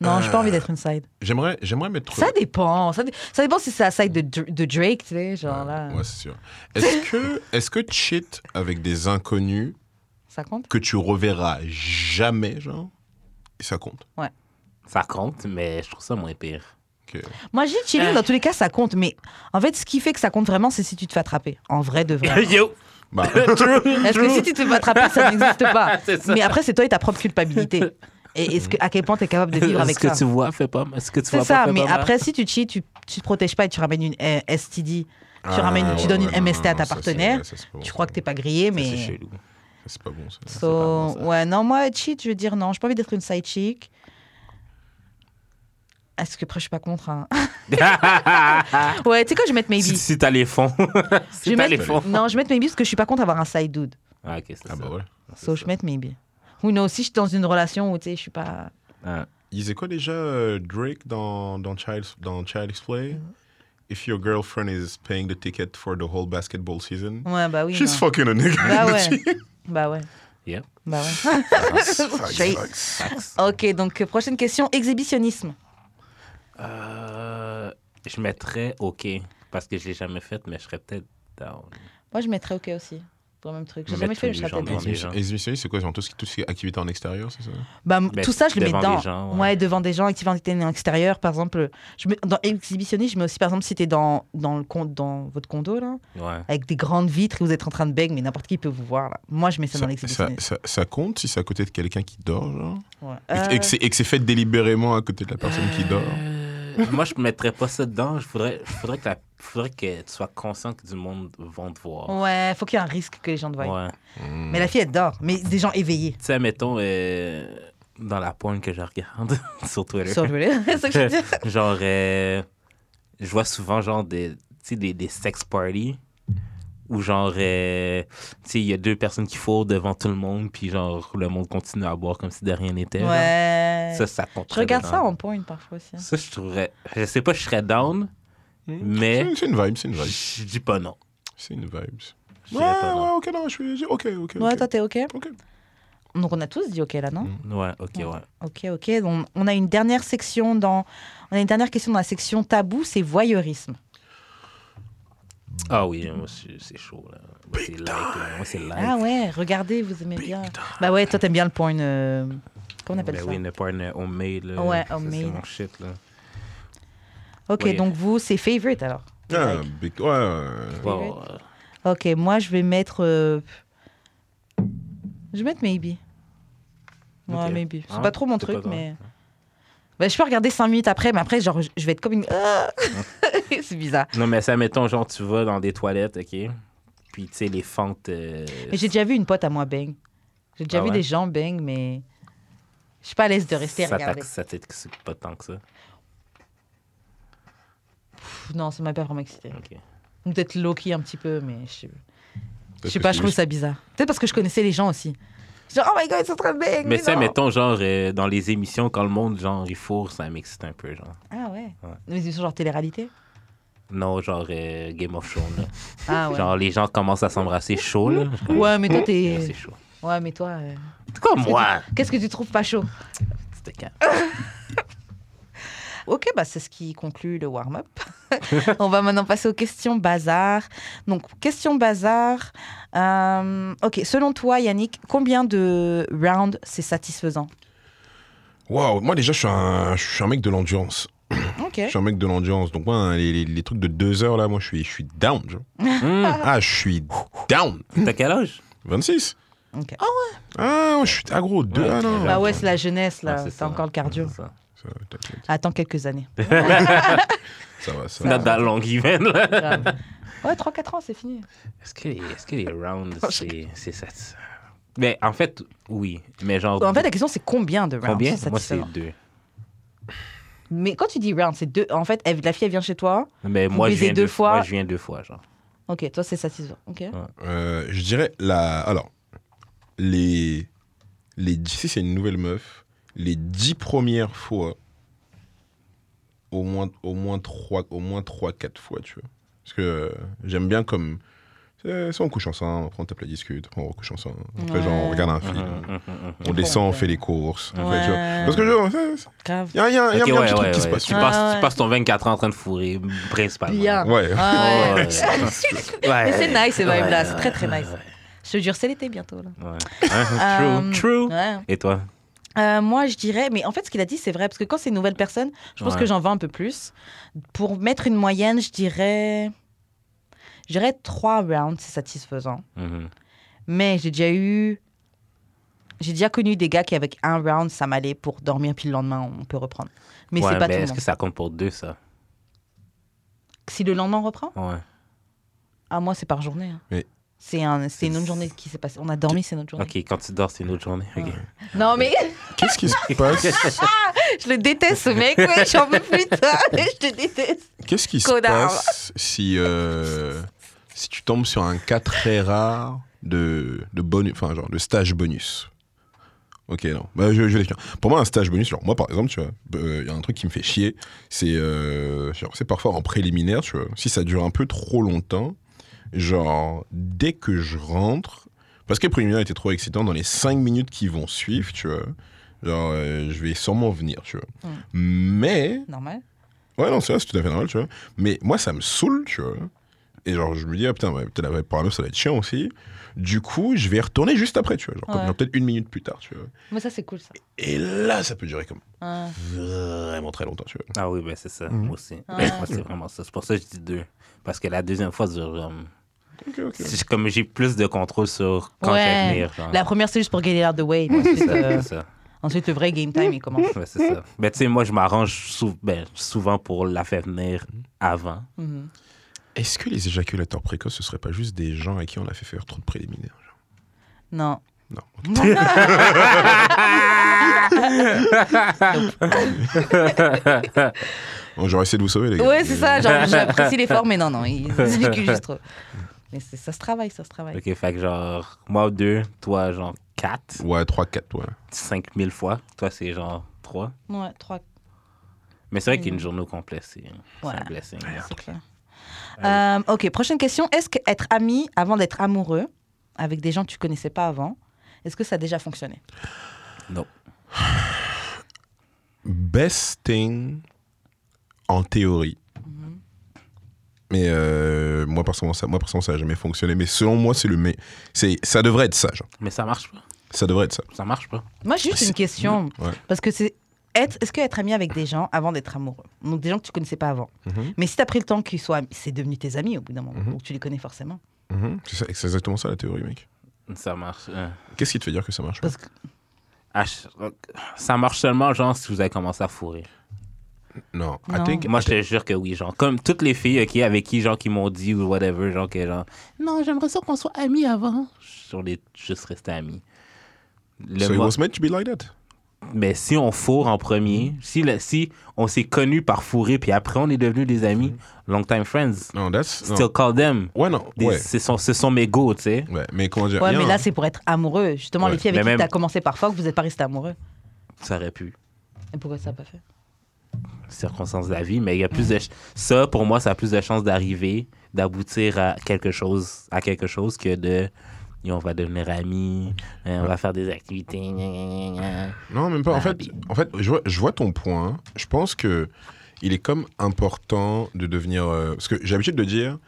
[SPEAKER 1] Non, j'ai pas
[SPEAKER 3] Euh,
[SPEAKER 1] envie d'être une side.
[SPEAKER 3] J'aimerais, j'aimerais mettre.
[SPEAKER 1] Ça dépend. Ça, dé- ça dépend si c'est la side de, Dr- de Drake, tu sais, genre là.
[SPEAKER 3] Ouais, c'est sûr. Est-ce que, est-ce que cheat avec des inconnus
[SPEAKER 1] Ça compte
[SPEAKER 3] que tu reverras jamais, genre, ça compte
[SPEAKER 2] Ça compte, mais je trouve ça moins pire.
[SPEAKER 3] Ok.
[SPEAKER 1] Moi, j'ai
[SPEAKER 2] Ah.
[SPEAKER 1] chilling, dans tous les cas, ça compte. Mais en fait, ce qui fait que ça compte vraiment, c'est si tu te fais attraper. En vrai, de vrai.
[SPEAKER 2] Yo!
[SPEAKER 3] Bah,
[SPEAKER 1] Parce que si tu te fais pas attraper, ça n'existe pas.
[SPEAKER 2] C'est ça.
[SPEAKER 1] Mais après, c'est toi et ta propre culpabilité. Et est-ce que, à quel point tu es capable de vivre avec
[SPEAKER 2] Ce que
[SPEAKER 1] ça
[SPEAKER 2] tu vois, fais pas. Ce que tu
[SPEAKER 1] C'est
[SPEAKER 2] vois
[SPEAKER 1] ça,
[SPEAKER 2] pas, fais
[SPEAKER 1] mais
[SPEAKER 2] pas mal.
[SPEAKER 1] après, si tu cheats, tu, tu te protèges pas et tu ramènes une euh, STD, tu,
[SPEAKER 3] ah,
[SPEAKER 1] ramènes,
[SPEAKER 3] ouais,
[SPEAKER 1] tu donnes
[SPEAKER 3] ouais, non,
[SPEAKER 1] une MST à
[SPEAKER 3] non,
[SPEAKER 1] ta
[SPEAKER 3] ça, c'est-
[SPEAKER 1] partenaire,
[SPEAKER 3] ça, c'est pas bon,
[SPEAKER 1] tu
[SPEAKER 3] ça.
[SPEAKER 1] crois que t'es pas grillé,
[SPEAKER 2] Ça, C'est
[SPEAKER 1] mais.
[SPEAKER 2] chelou.
[SPEAKER 3] Ça, C'est pas bon, ça.
[SPEAKER 1] So,
[SPEAKER 2] pas bon, ça.
[SPEAKER 1] ouais, non, moi, cheat, je veux dire non. Je n'ai pas envie d'être une side chick. Est-ce que après, je suis pas contre hein. Ouais, tu sais quoi, je vais mettre
[SPEAKER 2] si
[SPEAKER 1] maybe.
[SPEAKER 2] si t'as les fonds.
[SPEAKER 1] Je
[SPEAKER 2] si
[SPEAKER 1] vais
[SPEAKER 2] t'as les
[SPEAKER 1] mettre...
[SPEAKER 2] fonds.
[SPEAKER 1] Non, je vais mettre maybe parce que je suis pas contre avoir un side dude.
[SPEAKER 2] Ah, ok, c'est
[SPEAKER 3] Ah bah
[SPEAKER 2] ça.
[SPEAKER 3] ouais.
[SPEAKER 1] So, je vais mettre maybe. Ou non, si je suis dans une relation où, tu sais, je suis pas...
[SPEAKER 2] Ah.
[SPEAKER 3] Il disait quoi déjà euh, Drake dans, dans, Child's, dans Child's Play If your girlfriend is paying the ticket for the whole basketball season,
[SPEAKER 1] Ouais, bah oui.
[SPEAKER 3] she's
[SPEAKER 1] non.
[SPEAKER 3] fucking a nigga.
[SPEAKER 1] Bah ouais. bah ouais.
[SPEAKER 2] Yep.
[SPEAKER 1] Bah ouais. Straight. ok, donc euh, prochaine question, exhibitionnisme.
[SPEAKER 2] Euh, je mettrais OK parce que je l'ai jamais fait, mais je serais peut-être down.
[SPEAKER 1] Moi, je mettrais ok aussi. Pour le même truc. J'ai
[SPEAKER 2] Mais
[SPEAKER 1] jamais
[SPEAKER 2] mettre
[SPEAKER 1] fait, mais je
[SPEAKER 2] les
[SPEAKER 1] serais
[SPEAKER 2] gens
[SPEAKER 1] peut-être
[SPEAKER 2] dans
[SPEAKER 1] dedans.
[SPEAKER 2] les- gens.
[SPEAKER 3] Exhibitionnisme, c'est quoi genre, tout ce, qui, tout ce qui est activité en extérieur, c'est ça
[SPEAKER 1] Bah, m-
[SPEAKER 2] Mais
[SPEAKER 1] tout ça, je le mets
[SPEAKER 2] devant
[SPEAKER 1] dedans.
[SPEAKER 2] les gens,
[SPEAKER 1] ouais.
[SPEAKER 2] ouais.
[SPEAKER 1] devant des gens, activité extérieure, par exemple. Je mets, dans exhibitionnisme, je mets aussi, par exemple, si t'es dans, dans, le con- dans votre condo, là,
[SPEAKER 2] Ouais.
[SPEAKER 1] avec des grandes vitres et vous êtes en train de beg, mais n'importe qui peut vous voir. Là. Moi, je mets ça,
[SPEAKER 3] ça,
[SPEAKER 1] dans
[SPEAKER 3] ça,
[SPEAKER 1] l'exhibitionnisme.
[SPEAKER 3] ça- ça compte si c'est à côté de quelqu'un qui dort, genre
[SPEAKER 1] Ouais.
[SPEAKER 3] Et-
[SPEAKER 1] Euh,
[SPEAKER 3] Et que c'est- et que c'est fait délibérément à côté de la personne qui dort
[SPEAKER 2] Euh, Moi, je mettrais pas ça dedans. Je voudrais, je voudrais, que, la- je voudrais que tu sois conscient que du monde va te voir.
[SPEAKER 1] ouais, faut qu'il y ait un risque que les gens te voient.
[SPEAKER 2] Ouais.
[SPEAKER 3] Hmm.
[SPEAKER 1] Mais la fille, elle dort. Mais des gens éveillés.
[SPEAKER 2] Tu sais, mettons, euh, dans la pointe que je regarde sur Twitter.
[SPEAKER 1] Sur le volet. C'est ça que je veux dire.
[SPEAKER 2] genre, euh, je vois souvent genre des, tu sais, des, des sex parties où genre, euh, tu sais, il y a deux personnes qui fourrent devant tout le monde, puis genre, le monde continue à boire comme si de rien n'était. genre.
[SPEAKER 1] Ouais.
[SPEAKER 2] hein. Ça, ça compte
[SPEAKER 1] je regarde ça
[SPEAKER 2] dedans.
[SPEAKER 1] en point parfois aussi. hein.
[SPEAKER 2] Ça, je trouverais. Je sais pas, je serais down, mais
[SPEAKER 3] Hmm. C'est- C'est une vibe, c'est une vibe.
[SPEAKER 2] je dis pas non.
[SPEAKER 3] C'est une vibe.
[SPEAKER 2] Je
[SPEAKER 3] Ouais,
[SPEAKER 2] dirais pas
[SPEAKER 3] ouais, ok, non, je suis. j'ai- Ok, ok.
[SPEAKER 1] Ouais,
[SPEAKER 3] ok.
[SPEAKER 1] toi, t'es OK
[SPEAKER 3] Ok.
[SPEAKER 1] Donc, on a tous dit OK là, non
[SPEAKER 2] non. Ouais, ok, ouais.
[SPEAKER 1] Ok, ok. Donc, on a une dernière section dans. On a une dernière question dans la section tabou, c'est voyeurisme.
[SPEAKER 2] Ah oui, moi, c'est c'est chaud, là. Moi, c'est like, là. Moi, c'est like.
[SPEAKER 1] Ah ouais, regardez, vous aimez bien.
[SPEAKER 3] time.
[SPEAKER 1] Bah ouais, toi t'aimes bien le porn. euh, Comment on appelle
[SPEAKER 2] Ben
[SPEAKER 1] ça
[SPEAKER 2] oui, une porn homemade, là.
[SPEAKER 1] Ouais,
[SPEAKER 2] Ça, C'est
[SPEAKER 1] homemade.
[SPEAKER 2] mon shit, là.
[SPEAKER 1] Ok,
[SPEAKER 2] oui.
[SPEAKER 1] donc vous, c'est favorite alors.
[SPEAKER 3] Ah,
[SPEAKER 1] Like.
[SPEAKER 3] big- ouais, ouais.
[SPEAKER 1] Favorite.
[SPEAKER 2] Bon, euh,
[SPEAKER 1] Ok, moi je vais mettre. euh, Je vais mettre maybe. Ouais,
[SPEAKER 2] Ok.
[SPEAKER 1] maybe. C'est
[SPEAKER 2] Hein,
[SPEAKER 1] pas trop mon
[SPEAKER 2] c'est
[SPEAKER 1] truc,
[SPEAKER 2] pas grave.
[SPEAKER 1] mais. Bah, je peux regarder 5 minutes après, mais après, genre, je je vais être comme une.
[SPEAKER 2] Hein.
[SPEAKER 1] c'est bizarre.
[SPEAKER 2] Non, mais ça, mettons, genre, tu vas dans des toilettes, OK? Puis, tu sais, les fentes... euh,
[SPEAKER 1] Mais j'ai déjà vu une pote à moi bang. J'ai déjà
[SPEAKER 2] Ah
[SPEAKER 1] vu
[SPEAKER 2] ouais
[SPEAKER 1] des gens bang, mais. Je suis pas à l'aise de rester à
[SPEAKER 2] ça
[SPEAKER 1] regarder.
[SPEAKER 2] t'ac- Ça t'excite pas tant que ça.
[SPEAKER 1] Pff, non, ça m'a pas vraiment excité.
[SPEAKER 2] OK.
[SPEAKER 1] Ou Peut-être low-key un petit peu, mais je sais, je
[SPEAKER 3] Peut-être
[SPEAKER 1] sais
[SPEAKER 3] que
[SPEAKER 1] pas,
[SPEAKER 3] c'est
[SPEAKER 1] je trouve
[SPEAKER 3] juste-
[SPEAKER 1] ça bizarre. Peut-être parce que je connaissais les gens aussi. Genre, oh my god, ils sont en train de bang.
[SPEAKER 2] Mais ça,
[SPEAKER 1] non.
[SPEAKER 2] mettons, genre, euh, dans les émissions, quand le monde, genre, il fourre, ça m'excite un peu, genre.
[SPEAKER 1] Ah ouais.
[SPEAKER 2] Ouais.
[SPEAKER 1] Mais ils sont genre télé-réalité.
[SPEAKER 2] Non, genre, euh, Game of Thrones, là.
[SPEAKER 1] Ah ouais.
[SPEAKER 2] Genre, les gens commencent à s'embrasser chaud, là. Je suis comme,
[SPEAKER 1] Ouais, mais toi,
[SPEAKER 2] Ah,
[SPEAKER 1] t'es.
[SPEAKER 2] C'est chaud.
[SPEAKER 1] Ouais, mais toi. euh,
[SPEAKER 2] C'est comme moi!
[SPEAKER 1] Qu'est-ce que tu trouves pas chaud
[SPEAKER 2] Tu te calmes.
[SPEAKER 1] Ok, bah c'est ce qui conclut le warm-up. On va maintenant passer aux questions bazar. Donc, question bazar. euh, ok, selon toi, Yannick, combien de rounds c'est satisfaisant
[SPEAKER 3] Waouh, moi déjà, je suis un, je suis un mec de l'endurance.
[SPEAKER 1] Ok.
[SPEAKER 3] Je suis un mec de l'endurance. Donc, moi, les, les- les trucs de deux heures, là, moi, je suis, je suis down. tu vois.
[SPEAKER 2] Hum,
[SPEAKER 3] Ah, je suis down.
[SPEAKER 2] Hmm, T'as quel âge?
[SPEAKER 3] 26.
[SPEAKER 1] Ok.
[SPEAKER 3] Ah, moi, je suis aggro. Deux.
[SPEAKER 2] Ouais,
[SPEAKER 3] ah, non.
[SPEAKER 2] très
[SPEAKER 1] Oh, Bah
[SPEAKER 2] bien.
[SPEAKER 1] ouais, c'est la jeunesse
[SPEAKER 2] Ah,
[SPEAKER 1] là.
[SPEAKER 2] c'est
[SPEAKER 1] T'as
[SPEAKER 2] ça.
[SPEAKER 1] encore le cardio.
[SPEAKER 2] C'est ça.
[SPEAKER 3] Ça, t'inquiète.
[SPEAKER 1] Attends quelques années.
[SPEAKER 3] Ça va, ça va.
[SPEAKER 1] Bah
[SPEAKER 2] Not that long even, là.
[SPEAKER 1] Grave. ouais, 3-4 ans, c'est fini.
[SPEAKER 2] Est-ce que, est-ce que les rounds, c'est, c'est satisfaisant? Mais en fait, oui. Mais genre,
[SPEAKER 1] En fait, la question c'est combien de rounds
[SPEAKER 2] combien?
[SPEAKER 1] c'est
[SPEAKER 2] Moi, c'est
[SPEAKER 1] satisfaisant
[SPEAKER 2] deux.
[SPEAKER 1] Mais quand tu dis rounds, c'est deux. En fait, elle- la fille elle vient chez toi.
[SPEAKER 2] Mais
[SPEAKER 1] Vous
[SPEAKER 2] moi, je
[SPEAKER 1] baisez
[SPEAKER 2] viens
[SPEAKER 1] deux
[SPEAKER 2] deux
[SPEAKER 1] fois.
[SPEAKER 2] fois. Moi, je viens deux fois, genre.
[SPEAKER 1] Ok, toi c'est satisfaisant. Ok.
[SPEAKER 3] Euh, je dirais la. Alors, les. les si c'est une nouvelle meuf, les dix premières fois, au moins, au moins trois, au moins trois, quatre fois, tu vois. Parce que euh, j'aime bien comme. euh, Soit on couche ensemble, après on tape la discute, après on recouche ensemble. Après,
[SPEAKER 1] Ouais.
[SPEAKER 3] genre, on regarde Ah, un film,
[SPEAKER 2] Mhm.
[SPEAKER 3] on
[SPEAKER 1] On
[SPEAKER 3] descend, on
[SPEAKER 1] fait.
[SPEAKER 3] fait les courses. on fait,
[SPEAKER 1] Ouais.
[SPEAKER 3] tu vois. Parce que, genre,
[SPEAKER 1] Grave.
[SPEAKER 3] il y a, y a- y a
[SPEAKER 2] Ok,
[SPEAKER 3] bien un
[SPEAKER 2] ouais,
[SPEAKER 3] petit
[SPEAKER 2] ouais,
[SPEAKER 3] truc qui se
[SPEAKER 2] ouais.
[SPEAKER 3] passe.
[SPEAKER 2] Tu,
[SPEAKER 3] tu vois.
[SPEAKER 1] Ouais,
[SPEAKER 2] passes,
[SPEAKER 1] ouais.
[SPEAKER 2] tu passes ton 24 ans en train de fourrer, principalement.
[SPEAKER 1] Bien.
[SPEAKER 3] Ouais.
[SPEAKER 1] Ah ouais.
[SPEAKER 2] Ouais. Ouais.
[SPEAKER 1] Mais c'est nice, ces
[SPEAKER 2] Ouais,
[SPEAKER 1] vibes-là.
[SPEAKER 2] ouais,
[SPEAKER 1] C'est très, très
[SPEAKER 2] ouais,
[SPEAKER 1] nice.
[SPEAKER 2] ouais,
[SPEAKER 1] Je te jure, c'est l'été bientôt. Là.
[SPEAKER 2] ouais. Hein,
[SPEAKER 1] Euh,
[SPEAKER 2] True. True.
[SPEAKER 1] Ouais.
[SPEAKER 2] Et toi?
[SPEAKER 1] Euh, moi, je dirais, mais en fait, ce qu'il a dit, c'est vrai, parce que quand c'est une nouvelle personne, je pense
[SPEAKER 2] Ouais.
[SPEAKER 1] que j'en vends un peu plus. Pour mettre une moyenne, je dirais. Je dirais 3 rounds, c'est satisfaisant.
[SPEAKER 2] Mhm.
[SPEAKER 1] Mais j'ai déjà eu. J'ai déjà connu des gars qui, avec un round, ça m'allait pour dormir, puis le lendemain, on peut reprendre. Mais
[SPEAKER 2] Ouais,
[SPEAKER 1] c'est pas tout le
[SPEAKER 2] est-ce
[SPEAKER 1] monde.
[SPEAKER 2] que ça compte pour deux, ça?
[SPEAKER 1] Si le lendemain, on reprend
[SPEAKER 2] Ouais.
[SPEAKER 1] Ah, moi, c'est par journée. hein.
[SPEAKER 3] Mais-
[SPEAKER 1] C'est un, c'est une autre journée qui s'est passée. On a dormi, c'est une autre journée.
[SPEAKER 2] Ok, quand tu dors, c'est une autre journée. Ok.
[SPEAKER 1] Non, mais.
[SPEAKER 3] Qu'est-ce qui se passe
[SPEAKER 1] Je le déteste, ce mec. Ouais, J'en veux plus de toi. Je te déteste.
[SPEAKER 3] Qu'est-ce qui se
[SPEAKER 1] Connard.
[SPEAKER 3] passe si, euh, si tu tombes sur un cas très rare de, de bonus, enfin genre de stage bonus Ok, non. Bah, je, je vais l'expliquer. Pour moi, un stage bonus, genre moi par exemple, tu vois, il y a un truc qui me fait chier, c'est euh, genre, c'est parfois en préliminaire, tu vois. Si ça dure un peu trop longtemps, genre dès que je rentre, parce que le préliminaire était trop excitant, dans les 5 minutes qui vont suivre, tu vois, genre euh, je vais sûrement venir, tu vois.
[SPEAKER 1] Mm.
[SPEAKER 3] Mais
[SPEAKER 1] Normal.
[SPEAKER 3] Ouais, non, c'est vrai, c'est tout à fait normal, tu vois. Mais moi, ça me saoule, tu vois. Et genre, je me dis, ah putain, ouais, peut-être la parano, ça va être chiant aussi. Du coup, je vais retourner juste après, tu vois. Genre, comme,
[SPEAKER 1] Ouais.
[SPEAKER 3] genre, peut-être une minute plus tard, tu vois.
[SPEAKER 1] Mais ça, c'est cool, ça.
[SPEAKER 3] Et là, ça peut durer comme
[SPEAKER 1] Ah.
[SPEAKER 3] vraiment très longtemps, tu vois.
[SPEAKER 2] Ah oui, ben c'est ça.
[SPEAKER 3] Mhm.
[SPEAKER 2] Moi aussi.
[SPEAKER 1] Ouais.
[SPEAKER 2] Moi, c'est vraiment ça. C'est pour ça que je dis deux. Parce que la deuxième fois, dure, euh,
[SPEAKER 3] Ok, ok.
[SPEAKER 2] c'est comme j'ai plus de contrôle sur quand je
[SPEAKER 1] Ouais.
[SPEAKER 2] vais venir. genre.
[SPEAKER 1] La première, c'est juste pour gagner out the way.
[SPEAKER 2] Ouais, c'est
[SPEAKER 1] Ensuite,
[SPEAKER 2] ça,
[SPEAKER 1] euh,
[SPEAKER 2] c'est ça.
[SPEAKER 1] ensuite, le vrai game time, il commence.
[SPEAKER 2] Ouais, c'est ça. Mais tu sais, moi, je m'arrange sou- ben, souvent pour la faire venir avant.
[SPEAKER 1] Mhm.
[SPEAKER 3] Est-ce que les éjaculateurs précoces, ce serait pas juste des gens à qui on a fait faire trop de préliminaires genre
[SPEAKER 1] Non.
[SPEAKER 3] Non. Bon, J'aurais essayé de vous sauver, les gars.
[SPEAKER 1] Ouais, c'est ça. Genre, j'apprécie l'effort, mais non, non. Il il véhicule juste trop. Mais c'est- ça se travaille, ça se travaille.
[SPEAKER 2] Ok, fait que genre, moi deux, toi genre quatre,
[SPEAKER 3] Ouais, 3-4, ouais.
[SPEAKER 2] cinq mille fois. Toi, c'est genre trois.
[SPEAKER 1] Ouais, trois,
[SPEAKER 2] Mais c'est vrai qu'une journée au complet, c'est c'est
[SPEAKER 1] Ouais.
[SPEAKER 2] un blessing.
[SPEAKER 1] c'est clair. Euh, ok, prochaine question. Est-ce qu'être ami avant d'être amoureux, avec des gens que tu connaissais pas avant, est-ce que ça a déjà fonctionné
[SPEAKER 2] Non.
[SPEAKER 3] Best thing en théorie. Mais euh, moi, personnellement, ça, moi, personnellement, ça n'a jamais fonctionné. Mais selon moi, c'est le mais. C'est, ça devrait être ça, genre.
[SPEAKER 2] Mais ça marche pas.
[SPEAKER 3] Ça devrait être ça.
[SPEAKER 2] Ça marche pas.
[SPEAKER 1] Moi, j'ai juste
[SPEAKER 3] C'est-
[SPEAKER 1] une question.
[SPEAKER 3] Ouais.
[SPEAKER 1] Parce que c'est. Être, est-ce que être ami avec des gens avant d'être amoureux Donc des gens que tu connaissais pas avant.
[SPEAKER 3] Mhm.
[SPEAKER 1] Mais si t'as pris le temps qu'ils soient amis, c'est devenu tes amis au bout d'un moment.
[SPEAKER 3] Mhm.
[SPEAKER 1] Donc tu les connais forcément.
[SPEAKER 3] Mhm. C'est, ça- c'est exactement ça, la théorie, mec.
[SPEAKER 2] Ça marche. euh.
[SPEAKER 3] Qu'est-ce qui te fait dire que ça marche pas
[SPEAKER 1] Parce que
[SPEAKER 2] Ah, je- Ça marche seulement, genre, si vous avez commencé à fourrer.
[SPEAKER 3] Non.
[SPEAKER 1] Non.
[SPEAKER 3] I think,
[SPEAKER 2] Moi, je te jure que oui, genre. Comme toutes les filles, OK, avec qui, genre, qui m'ont dit ou whatever, genre, que genre, non, j'aimerais ça qu'on soit amis avant. On est juste resté amis. Le
[SPEAKER 3] so it
[SPEAKER 2] mo-
[SPEAKER 3] was meant to be like that.
[SPEAKER 2] Mais si on fourre en
[SPEAKER 3] Mm.
[SPEAKER 2] premier, si, le- si on s'est connus par fourrer, puis après, on est devenus des amis, long time friends,
[SPEAKER 3] Non, that's. Mm. non.
[SPEAKER 2] still call them.
[SPEAKER 3] Ouais, non.
[SPEAKER 2] Des-
[SPEAKER 3] Ouais.
[SPEAKER 2] ce, sont, ce sont mes go, tu sais.
[SPEAKER 3] Ouais, mais comment dire
[SPEAKER 1] ouais,
[SPEAKER 3] rien,
[SPEAKER 1] mais là
[SPEAKER 3] hein.
[SPEAKER 1] c'est pour être amoureux. Justement,
[SPEAKER 3] Ouais.
[SPEAKER 1] les filles avec
[SPEAKER 2] Mais
[SPEAKER 1] qui
[SPEAKER 2] même-
[SPEAKER 1] t'as commencé parfois, que vous n'êtes pas resté amoureux.
[SPEAKER 2] Ça aurait pu.
[SPEAKER 1] Et pourquoi ça n'a pas fait
[SPEAKER 2] circonstances de la vie, mais il y a plus
[SPEAKER 3] Mm.
[SPEAKER 2] de ch- ça pour moi, ça a plus de chances d'arriver, d'aboutir à quelque chose, à quelque chose que de Et on va devenir amis, euh, on va faire des activités. gna, gna, gna, gna.
[SPEAKER 3] Non, même
[SPEAKER 1] Bah,
[SPEAKER 3] pas. En
[SPEAKER 2] Ah,
[SPEAKER 3] fait,
[SPEAKER 2] puis-
[SPEAKER 3] en fait je, vois, je vois ton point. Je pense que il est comme important de devenir. euh, parce que j'ai l'habitude de dire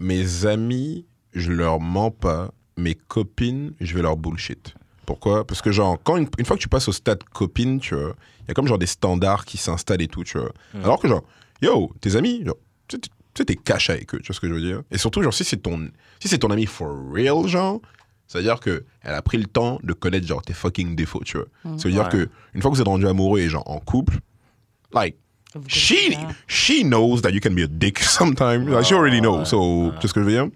[SPEAKER 3] mes amis, je leur mens pas. Mes copines, je vais leur bullshit. Pourquoi Parce que, genre, quand une, une fois que tu passes au stade copine, tu vois, il y a comme genre des standards qui s'installent et tout, tu vois. Alors que, genre, yo, tes amis, genre, tu sais, tu- tu sais, t'es cash avec eux, tu vois ce que je veux dire Et surtout, genre, si c'est ton, si c'est ton ami for real, genre, c'est-à-dire que elle a pris le temps de connaître genre tes fucking défauts, tu vois. Ça veut dire
[SPEAKER 2] Ouais.
[SPEAKER 3] que une fois que vous êtes rendu amoureux et genre en couple, like
[SPEAKER 1] Vous
[SPEAKER 3] she
[SPEAKER 1] connaissez pas.
[SPEAKER 3] she knows that you can be a dick sometimes. Like, she already
[SPEAKER 2] Ah.
[SPEAKER 3] knows. So, tu sais ce que je veux dire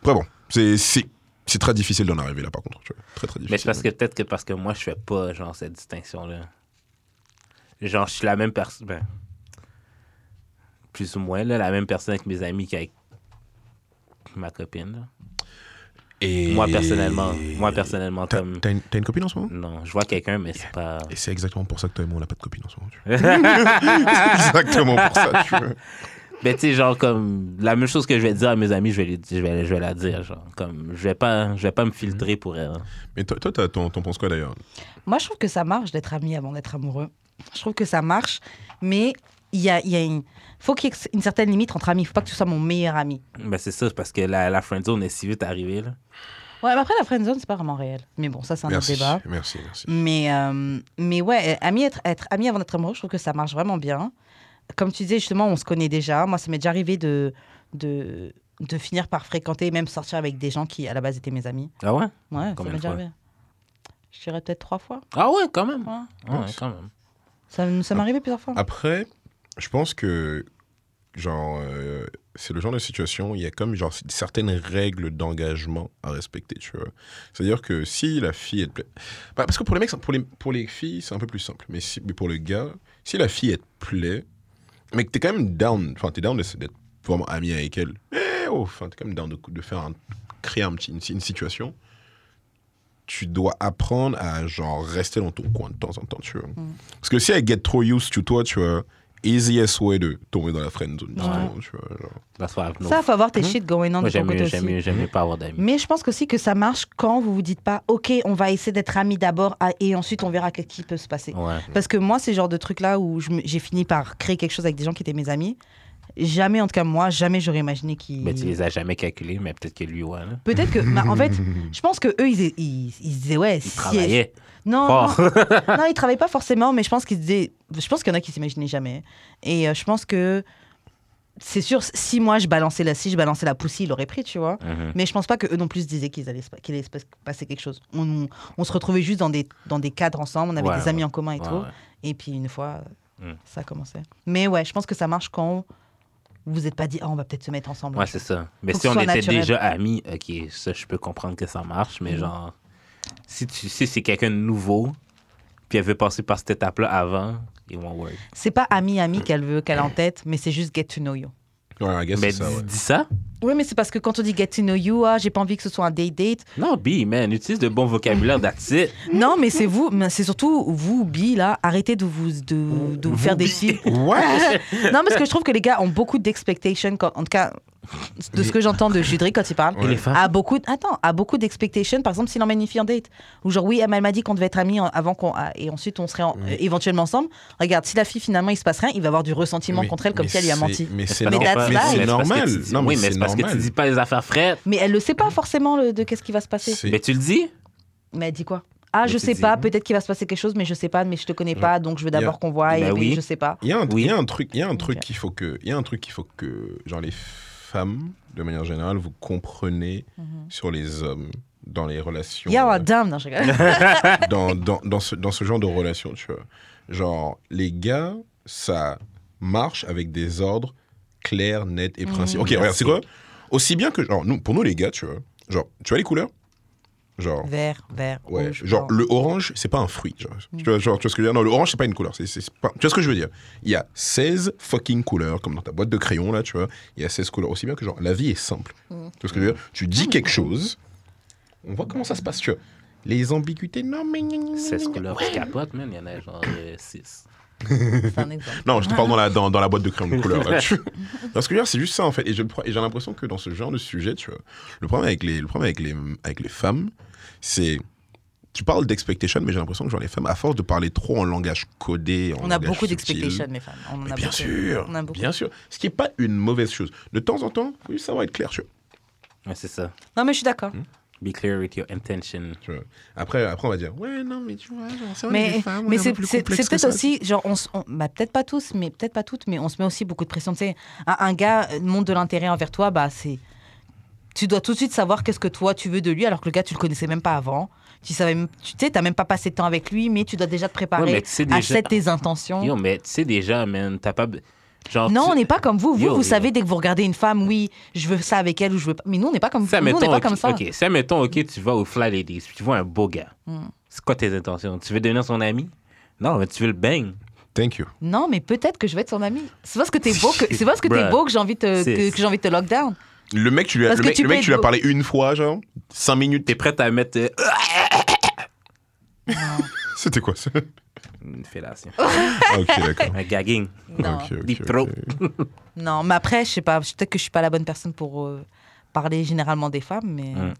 [SPEAKER 3] Après bon, c'est c'est c'est très difficile d'en arriver là par contre, tu vois. Très très difficile.
[SPEAKER 2] Mais c'est parce que peut-être que parce que moi, je fais pas genre cette distinction-là. Genre, je suis la même personne, ben, plus ou moins, là, la même personne avec mes amis qu'avec ma copine. là.
[SPEAKER 3] Et-
[SPEAKER 2] Moi, personnellement, moi, personnellement,
[SPEAKER 3] T'as
[SPEAKER 2] comme.
[SPEAKER 3] t'as une, t'as une copine en ce moment
[SPEAKER 2] Non, je vois quelqu'un, mais c'est pas.
[SPEAKER 3] Et c'est exactement pour ça que toi et moi on n'a pas de copine en ce moment. tu vois. c'est exactement pour ça. Tu vois.
[SPEAKER 2] Mais tu sais, genre, comme, la même chose que je vais dire à mes amis, je vais, les- je vais, je vais la dire, genre. Comme, je vais pas, je vais pas me filtrer
[SPEAKER 3] Mm-hmm.
[SPEAKER 2] pour elle. hein.
[SPEAKER 3] Mais toi, toi, t'as- t'en t'en penses quoi d'ailleurs
[SPEAKER 1] Moi, je trouve que ça marche d'être ami avant d'être amoureux. Je trouve que ça marche, mais il y a, il y a une... faut qu'il y ait une certaine limite entre amis. Il faut pas que tu sois mon meilleur ami.
[SPEAKER 2] Ben, c'est ça, parce que la, la friendzone est si vite arrivée, là.
[SPEAKER 1] Ouais, mais après, la friendzone, c'est pas vraiment réel. Mais bon, ça, c'est un autre
[SPEAKER 3] Merci,
[SPEAKER 1] débat.
[SPEAKER 3] merci, merci.
[SPEAKER 1] Mais, euh, mais ouais, euh, ami, être, être ami avant d'être amoureux, je trouve que ça marche vraiment bien. Comme tu disais, justement, on se connaît déjà. Moi, ça m'est déjà arrivé de, de, de finir par fréquenter et même sortir avec des gens qui, à la base, étaient mes amis.
[SPEAKER 2] Ah ouais?
[SPEAKER 1] Ouais, ça
[SPEAKER 2] Combien
[SPEAKER 1] m'est
[SPEAKER 2] de
[SPEAKER 1] déjà
[SPEAKER 2] fois
[SPEAKER 1] arrivé. Je dirais peut-être trois fois.
[SPEAKER 2] Ah ouais, quand même.
[SPEAKER 1] Ouais.
[SPEAKER 2] Ah ouais, quand même.
[SPEAKER 1] Ça, nous-
[SPEAKER 2] Ah.
[SPEAKER 1] ça m'est arrivé plusieurs fois.
[SPEAKER 3] Après, je pense que, genre, euh, c'est le genre de situation, il y a comme, genre, certaines règles d'engagement à respecter, tu vois. C'est-à-dire que si la fille, elle te plaît... Bah, parce que pour les mecs, c'est- pour les, pour les filles, c'est un peu plus simple. Mais, si, mais pour le gars, si la fille, elle te plaît, mais que t'es quand même down, enfin, t'es down de- d'être vraiment ami avec elle, mais oh, enfin, t'es quand même down de, de faire un- créer un petit, une, une situation, tu dois apprendre à, genre, rester dans ton coin de temps en temps, tu vois.
[SPEAKER 1] Mm.
[SPEAKER 3] Parce que si elle get trop used to toi, tu vois, easiest way de tomber dans la friend zone, justement, tu vois. genre.
[SPEAKER 2] That's why I've no-
[SPEAKER 1] Ça, faut avoir tes shit going on
[SPEAKER 2] Mmh. Moi,
[SPEAKER 1] de ton
[SPEAKER 2] j'aime
[SPEAKER 1] côté
[SPEAKER 2] mieux,
[SPEAKER 1] aussi.
[SPEAKER 2] j'aime mieux, j'aime mieux pas avoir d'amis.
[SPEAKER 1] Mais je pense aussi que ça marche quand vous vous dites pas, ok, on va essayer d'être amis d'abord ah, et ensuite on verra qu'est-ce qui peut se passer.
[SPEAKER 2] Ouais.
[SPEAKER 1] Parce que moi, c'est le genre de truc là où je me- j'ai fini par créer quelque chose avec des gens qui étaient mes amis. Jamais, en tout cas moi, jamais j'aurais imaginé qu'ils.
[SPEAKER 2] Mais tu les as jamais calculés, mais peut-être que lui, ouais, là.
[SPEAKER 1] Peut-être que, bah, en fait, je pense que eux, ils, ils, ils se disaient ouais. si-
[SPEAKER 2] Il travaillait.
[SPEAKER 1] Non,
[SPEAKER 2] fort.
[SPEAKER 1] non, non, ils travaillaient pas forcément, mais je pense qu'ils se disaient, je pense qu'il y en a qui s'imaginaient jamais. Et euh, je pense que c'est sûr, si moi je balançais la, si je balançais la poussière, ils l'auraient pris, tu vois.
[SPEAKER 2] Mhm.
[SPEAKER 1] Mais je pense pas que eux non plus se disaient qu'ils allaient se pa- qu'il allait se pas- passer quelque chose. On, on se retrouvait juste dans des, dans des cadres ensemble, on avait
[SPEAKER 2] Ouais,
[SPEAKER 1] des amis en commun et
[SPEAKER 2] Ouais,
[SPEAKER 1] tout.
[SPEAKER 2] ouais.
[SPEAKER 1] Et puis une fois,
[SPEAKER 2] Mm.
[SPEAKER 1] ça commençait. Mais ouais, je pense que ça marche quand vous n'êtes pas dit, ah, on va peut-être se mettre ensemble.
[SPEAKER 2] Ouais, c'est ça. Mais
[SPEAKER 1] Faut que
[SPEAKER 2] si on
[SPEAKER 1] ce
[SPEAKER 2] était
[SPEAKER 1] soit naturel. Mhm.
[SPEAKER 2] déjà amis, ok, ça, je peux comprendre que ça marche, mais genre, si, tu, si c'est quelqu'un de nouveau, puis elle veut passer par cette étape-là avant, it won't work. Hmm.
[SPEAKER 1] C'est pas ami ami qu'elle veut, qu'elle a en tête, mais c'est juste get to know you.
[SPEAKER 3] Ouais, I guess
[SPEAKER 2] Mais
[SPEAKER 3] c'est ça,
[SPEAKER 2] dis,
[SPEAKER 3] ouais.
[SPEAKER 2] dis ça.
[SPEAKER 1] Oui, mais c'est parce que quand on dit get to know you, ah, j'ai pas envie que ce soit un date date.
[SPEAKER 2] Non, B, man, utilise de bon vocabulaire, that's it.
[SPEAKER 1] Non, mais c'est vous, mais c'est surtout vous, Bi, là, arrêtez de vous, de, de vous faire des films.
[SPEAKER 3] What?
[SPEAKER 1] non, parce que je trouve que les gars ont beaucoup d'expectations, quand- en tout cas, de ce que j'entends de Judry quand il parle.
[SPEAKER 3] Ouais.
[SPEAKER 2] Et les femmes?
[SPEAKER 1] A beaucoup, de- attends, a beaucoup d'expectations, par exemple, s'il emmène une fille en date. Ou genre, oui, elle m'a- elle m'a dit qu'on devait être amis en- avant qu'on. ah, Et ensuite, on serait en- euh, éventuellement ensemble. Regarde, si la fille, finalement, il se passe rien, il va avoir du ressentiment
[SPEAKER 3] Mais-
[SPEAKER 1] contre elle, comme
[SPEAKER 3] mais
[SPEAKER 1] si elle lui a
[SPEAKER 3] c'est-
[SPEAKER 1] menti.
[SPEAKER 3] Mais c'est
[SPEAKER 1] Mais
[SPEAKER 3] normal.
[SPEAKER 1] that's life.
[SPEAKER 3] Mais c'est
[SPEAKER 2] Mais parce que
[SPEAKER 3] normal.
[SPEAKER 2] tu dis-
[SPEAKER 3] Non, mais
[SPEAKER 2] oui, mais
[SPEAKER 3] c'est
[SPEAKER 2] c'est parce que tu
[SPEAKER 3] normal.
[SPEAKER 2] dis pas les affaires frères.
[SPEAKER 1] Mais elle le sait pas forcément le- de qu'est-ce qui va se passer.
[SPEAKER 3] C'est-
[SPEAKER 2] Mais tu le dis.
[SPEAKER 1] Mais elle dit quoi Ah,
[SPEAKER 2] Mais
[SPEAKER 1] je
[SPEAKER 2] tu
[SPEAKER 1] sais
[SPEAKER 2] dis-
[SPEAKER 1] pas, peut-être qu'il va se passer quelque chose, mais je sais pas, mais je te connais pas, donc je veux d'abord
[SPEAKER 3] Yeah.
[SPEAKER 1] qu'on voit, et
[SPEAKER 2] Bah
[SPEAKER 1] puis
[SPEAKER 2] oui.
[SPEAKER 1] je sais pas.
[SPEAKER 3] Il y a un,
[SPEAKER 2] Oui.
[SPEAKER 3] il y a un truc, il y a un truc
[SPEAKER 1] Ok.
[SPEAKER 3] qu'il faut que, il y a un truc qu'il faut que, genre les femmes, de manière générale, vous comprenez sur les hommes dans les relations,
[SPEAKER 1] Mhm. Yeah,
[SPEAKER 3] euh,
[SPEAKER 1] well, damn, non, je rigole.
[SPEAKER 3] dans, dans, dans ce, dans ce genre de relations, tu vois. Genre les gars, ça marche avec des ordres clairs, nets
[SPEAKER 1] Mhm.
[SPEAKER 3] et principaux. Ok, regarde, c'est quoi Aussi bien que genre nous, pour nous les gars, tu vois, genre tu vois les couleurs, genre
[SPEAKER 1] Vert, vert,
[SPEAKER 3] Ouais,
[SPEAKER 1] rouge,
[SPEAKER 3] genre
[SPEAKER 1] blanc.
[SPEAKER 3] le orange, c'est pas un fruit. Genre. Tu, vois, genre, tu vois ce que je veux dire Non, le orange, c'est pas une couleur. c'est- c'est- c'est pas- Tu vois ce que je veux dire Il y a 16 fucking couleurs, comme dans ta boîte de crayon, là, tu vois. Il y a 16 couleurs. Aussi bien que, genre, la vie est simple. Tu vois ce que je veux dire Tu dis quelque chose, on voit comment ça se passe, tu vois. Les ambiguïtés, non, mais. gna, gna, gna,
[SPEAKER 2] 16
[SPEAKER 3] gna.
[SPEAKER 2] couleurs, je capote, man. Il y en a genre
[SPEAKER 1] euh,
[SPEAKER 2] 6.
[SPEAKER 1] C'est un exemple.
[SPEAKER 3] Non, je te parle dans la, dans, dans la boîte de crayon de couleur. Là, tu vois. Parce que je veux dire, c'est juste ça, en fait. Et je le pro- et j'ai l'impression que dans ce genre de sujet, tu vois, le problème avec les, le problème avec les, avec les femmes, c'est. Tu parles d'expectation, mais j'ai l'impression que genre, les femmes, à force de parler trop en langage codé, en
[SPEAKER 1] On a
[SPEAKER 3] langage
[SPEAKER 1] beaucoup
[SPEAKER 3] subtil,
[SPEAKER 1] d'expectations, les femmes. On en
[SPEAKER 3] mais
[SPEAKER 1] a
[SPEAKER 3] bien
[SPEAKER 1] beaucoup.
[SPEAKER 3] sûr,
[SPEAKER 1] On a beaucoup.
[SPEAKER 3] bien sûr. Ce qui n'est pas une mauvaise chose. De temps en temps, oui, ça va être clair, tu vois.
[SPEAKER 2] Ouais, c'est ça.
[SPEAKER 1] Non, mais je suis d'accord.
[SPEAKER 2] Mmh. Be clear with your intention.
[SPEAKER 3] Tu vois. Après, après, on va dire, ouais, non, mais tu vois, genre, c'est vrai,
[SPEAKER 1] Mais,
[SPEAKER 3] les femmes, on
[SPEAKER 1] mais
[SPEAKER 3] est
[SPEAKER 1] c'est
[SPEAKER 3] un peu plus
[SPEAKER 1] c'est-
[SPEAKER 3] complexes
[SPEAKER 1] c'est
[SPEAKER 3] que
[SPEAKER 1] peut-être
[SPEAKER 3] ça.
[SPEAKER 1] aussi, genre, on, s- on- bah, peut-être pas tous, mais peut-être pas toutes, mais on se met aussi beaucoup de pression. Tu sais, un, un gars euh, montre de l'intérêt envers toi, bah c'est. Tu dois tout de suite savoir qu'est-ce que toi tu veux de lui, alors que le gars tu le connaissais même pas avant. Tu savais, même- tu sais, t'as même pas passé de temps avec lui, mais tu dois déjà te préparer
[SPEAKER 2] Ouais, mais tu sais
[SPEAKER 1] à
[SPEAKER 2] déjà-
[SPEAKER 1] set tes intentions.
[SPEAKER 2] Yo, mais tu sais déjà, man, t'as pas. b- Genre,
[SPEAKER 1] non,
[SPEAKER 2] tu-
[SPEAKER 1] on n'est pas comme vous. Vous,
[SPEAKER 2] Yo,
[SPEAKER 1] vous
[SPEAKER 2] yo.
[SPEAKER 1] savez dès que vous regardez une femme, oui, je veux ça avec elle ou je veux pas. Mais nous, on n'est pas comme
[SPEAKER 2] Ça,
[SPEAKER 1] vous. Nous, on n'est
[SPEAKER 2] mettons,
[SPEAKER 1] pas
[SPEAKER 2] ok,
[SPEAKER 1] comme ça.
[SPEAKER 2] ok, ça, mettons, ok, tu vas au Fly Ladies, puis tu vois un beau gars.
[SPEAKER 1] Hmm.
[SPEAKER 2] C'est quoi tes intentions? Tu veux devenir son ami? Non, mais tu veux le bang.
[SPEAKER 3] Thank you.
[SPEAKER 1] Non, mais peut-être que je vais être son ami. C'est parce que t'es beau que c'est parce que t'es
[SPEAKER 2] Bruh.
[SPEAKER 1] beau que j'ai envie de te-
[SPEAKER 2] C'est-
[SPEAKER 1] que, que j'ai envie de te lockdown.
[SPEAKER 3] Le mec, tu lui as,
[SPEAKER 1] Parce
[SPEAKER 3] le
[SPEAKER 1] que
[SPEAKER 3] mec,
[SPEAKER 1] tu
[SPEAKER 3] le mec,
[SPEAKER 1] peux
[SPEAKER 3] tu lui as
[SPEAKER 1] être-
[SPEAKER 3] parlé une fois, genre, cinq minutes,
[SPEAKER 2] T'es
[SPEAKER 3] t'es-
[SPEAKER 2] prête à mettre euh, ah,
[SPEAKER 3] c'était quoi ça
[SPEAKER 2] une fellation,
[SPEAKER 3] Ah, ok, d'accord.
[SPEAKER 2] un gagging,
[SPEAKER 1] Non,
[SPEAKER 3] Ok, ok,
[SPEAKER 2] deep
[SPEAKER 3] ok.
[SPEAKER 2] throat.
[SPEAKER 1] non. Mais après, je sais pas. je- Peut-être que je suis pas la bonne personne pour euh, parler généralement des femmes, mais
[SPEAKER 2] Mm.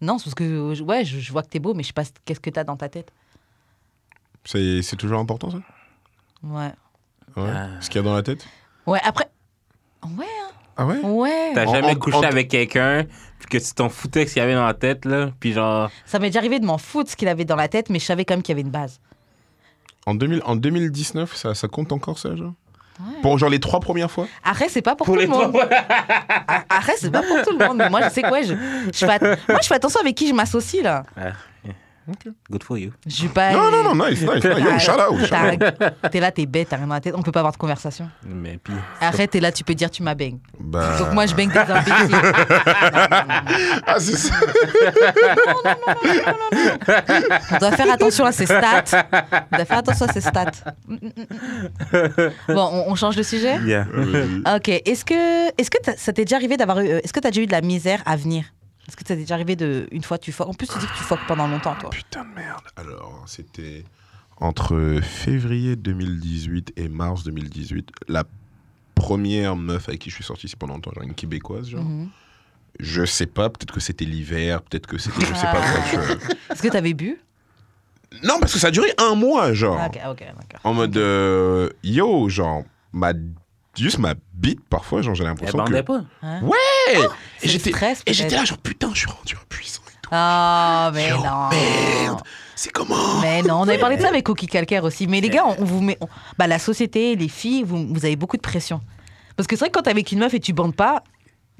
[SPEAKER 1] non, c'est parce que euh, ouais, je, je vois que t'es beau, mais je sais pas ce- qu'est-ce que t'as dans ta tête.
[SPEAKER 3] C'est c'est toujours important, ça
[SPEAKER 1] Ouais.
[SPEAKER 3] Ouais.
[SPEAKER 1] Euh.
[SPEAKER 2] Ah.
[SPEAKER 3] Ce qu'il y a dans la tête
[SPEAKER 1] Ouais. Après. Ouais. hein.
[SPEAKER 3] Ah ouais
[SPEAKER 1] Ouais.
[SPEAKER 2] T'as
[SPEAKER 3] En-
[SPEAKER 2] jamais
[SPEAKER 3] en-
[SPEAKER 2] couché
[SPEAKER 3] en-
[SPEAKER 2] avec quelqu'un, puis que tu t'en foutais de ce qu'il y avait dans la tête, là, puis genre,
[SPEAKER 1] Ça m'est déjà arrivé de m'en foutre ce qu'il avait dans la tête, mais je savais quand même qu'il y avait une base.
[SPEAKER 3] en, 2000, en 2019, ça, ça compte encore, ça, genre
[SPEAKER 1] Ouais.
[SPEAKER 3] Pour genre les trois premières fois
[SPEAKER 1] Après, c'est pas pour,
[SPEAKER 2] pour
[SPEAKER 1] tout
[SPEAKER 2] les
[SPEAKER 1] le monde.
[SPEAKER 2] trois
[SPEAKER 1] Ah, Arrête, c'est pas pour tout le monde. Mais moi, je sais quoi, je, je fais, att- moi, je fais attention avec qui je m'associe, là.
[SPEAKER 2] Good for you.
[SPEAKER 1] Je suis pas.
[SPEAKER 3] Non, non, non, nice, nice. nice. Yo,
[SPEAKER 1] Ah,
[SPEAKER 3] shout out, shout out.
[SPEAKER 1] t'as- T'es là, t'es bête, t'as rien dans la tête. On peut pas avoir de conversation.
[SPEAKER 2] Mais puis.
[SPEAKER 1] Arrête, t'es là, tu peux dire tu m'as bang.
[SPEAKER 3] Bah...
[SPEAKER 1] Donc moi, je bang des imbéciles. Non, non,
[SPEAKER 3] Ah, c'est ça
[SPEAKER 1] non, non, non, non. On doit faire attention à ses stats. On doit faire attention à ses stats. Mm, mm, mm, mm. Bon, on, on change de sujet.
[SPEAKER 2] Yeah.
[SPEAKER 1] Ok. Est-ce que, est-ce que t'as- ça t'est déjà arrivé d'avoir eu. euh, Est-ce que t'as déjà eu de la misère à venir Est-ce que ça t'est déjà arrivé de une fois tu foques En plus, tu dis que tu foques pendant longtemps, toi.
[SPEAKER 3] Putain de merde. Alors, c'était entre février 2018 et mars 2018. La première meuf avec qui je suis sorti, c'est pendant longtemps, genre une québécoise, genre.
[SPEAKER 1] Mhm.
[SPEAKER 3] Je sais pas, peut-être que c'était l'hiver, peut-être que c'était. Je sais
[SPEAKER 1] Ah.
[SPEAKER 3] pas quoi. tu vois.
[SPEAKER 1] Est-ce que t'avais bu
[SPEAKER 3] Non, parce que ça a duré un mois, genre.
[SPEAKER 1] Ah, Ok, ok, d'accord.
[SPEAKER 3] En mode euh, yo, genre, ma. Juste ma bite, parfois, genre, j'ai
[SPEAKER 2] Elle
[SPEAKER 3] l'impression que.
[SPEAKER 2] bandait pas.
[SPEAKER 3] Hey
[SPEAKER 1] Oh, C'est
[SPEAKER 3] et
[SPEAKER 1] le
[SPEAKER 3] j'étais
[SPEAKER 1] stress,
[SPEAKER 3] et j'étais
[SPEAKER 1] peut-être.
[SPEAKER 3] là, genre, putain, je suis rendu impuissant et tout.
[SPEAKER 1] Ah, mais
[SPEAKER 3] Yo,
[SPEAKER 1] non.
[SPEAKER 3] merde. C'est comment
[SPEAKER 1] Mais non, on avait parlé de ça avec Cookie Calcaire aussi. Mais les gars, on, on vous met. on- bah, la société, les filles, vous, vous avez beaucoup de pression. Parce que c'est vrai que quand t'es avec une meuf et tu bandes pas,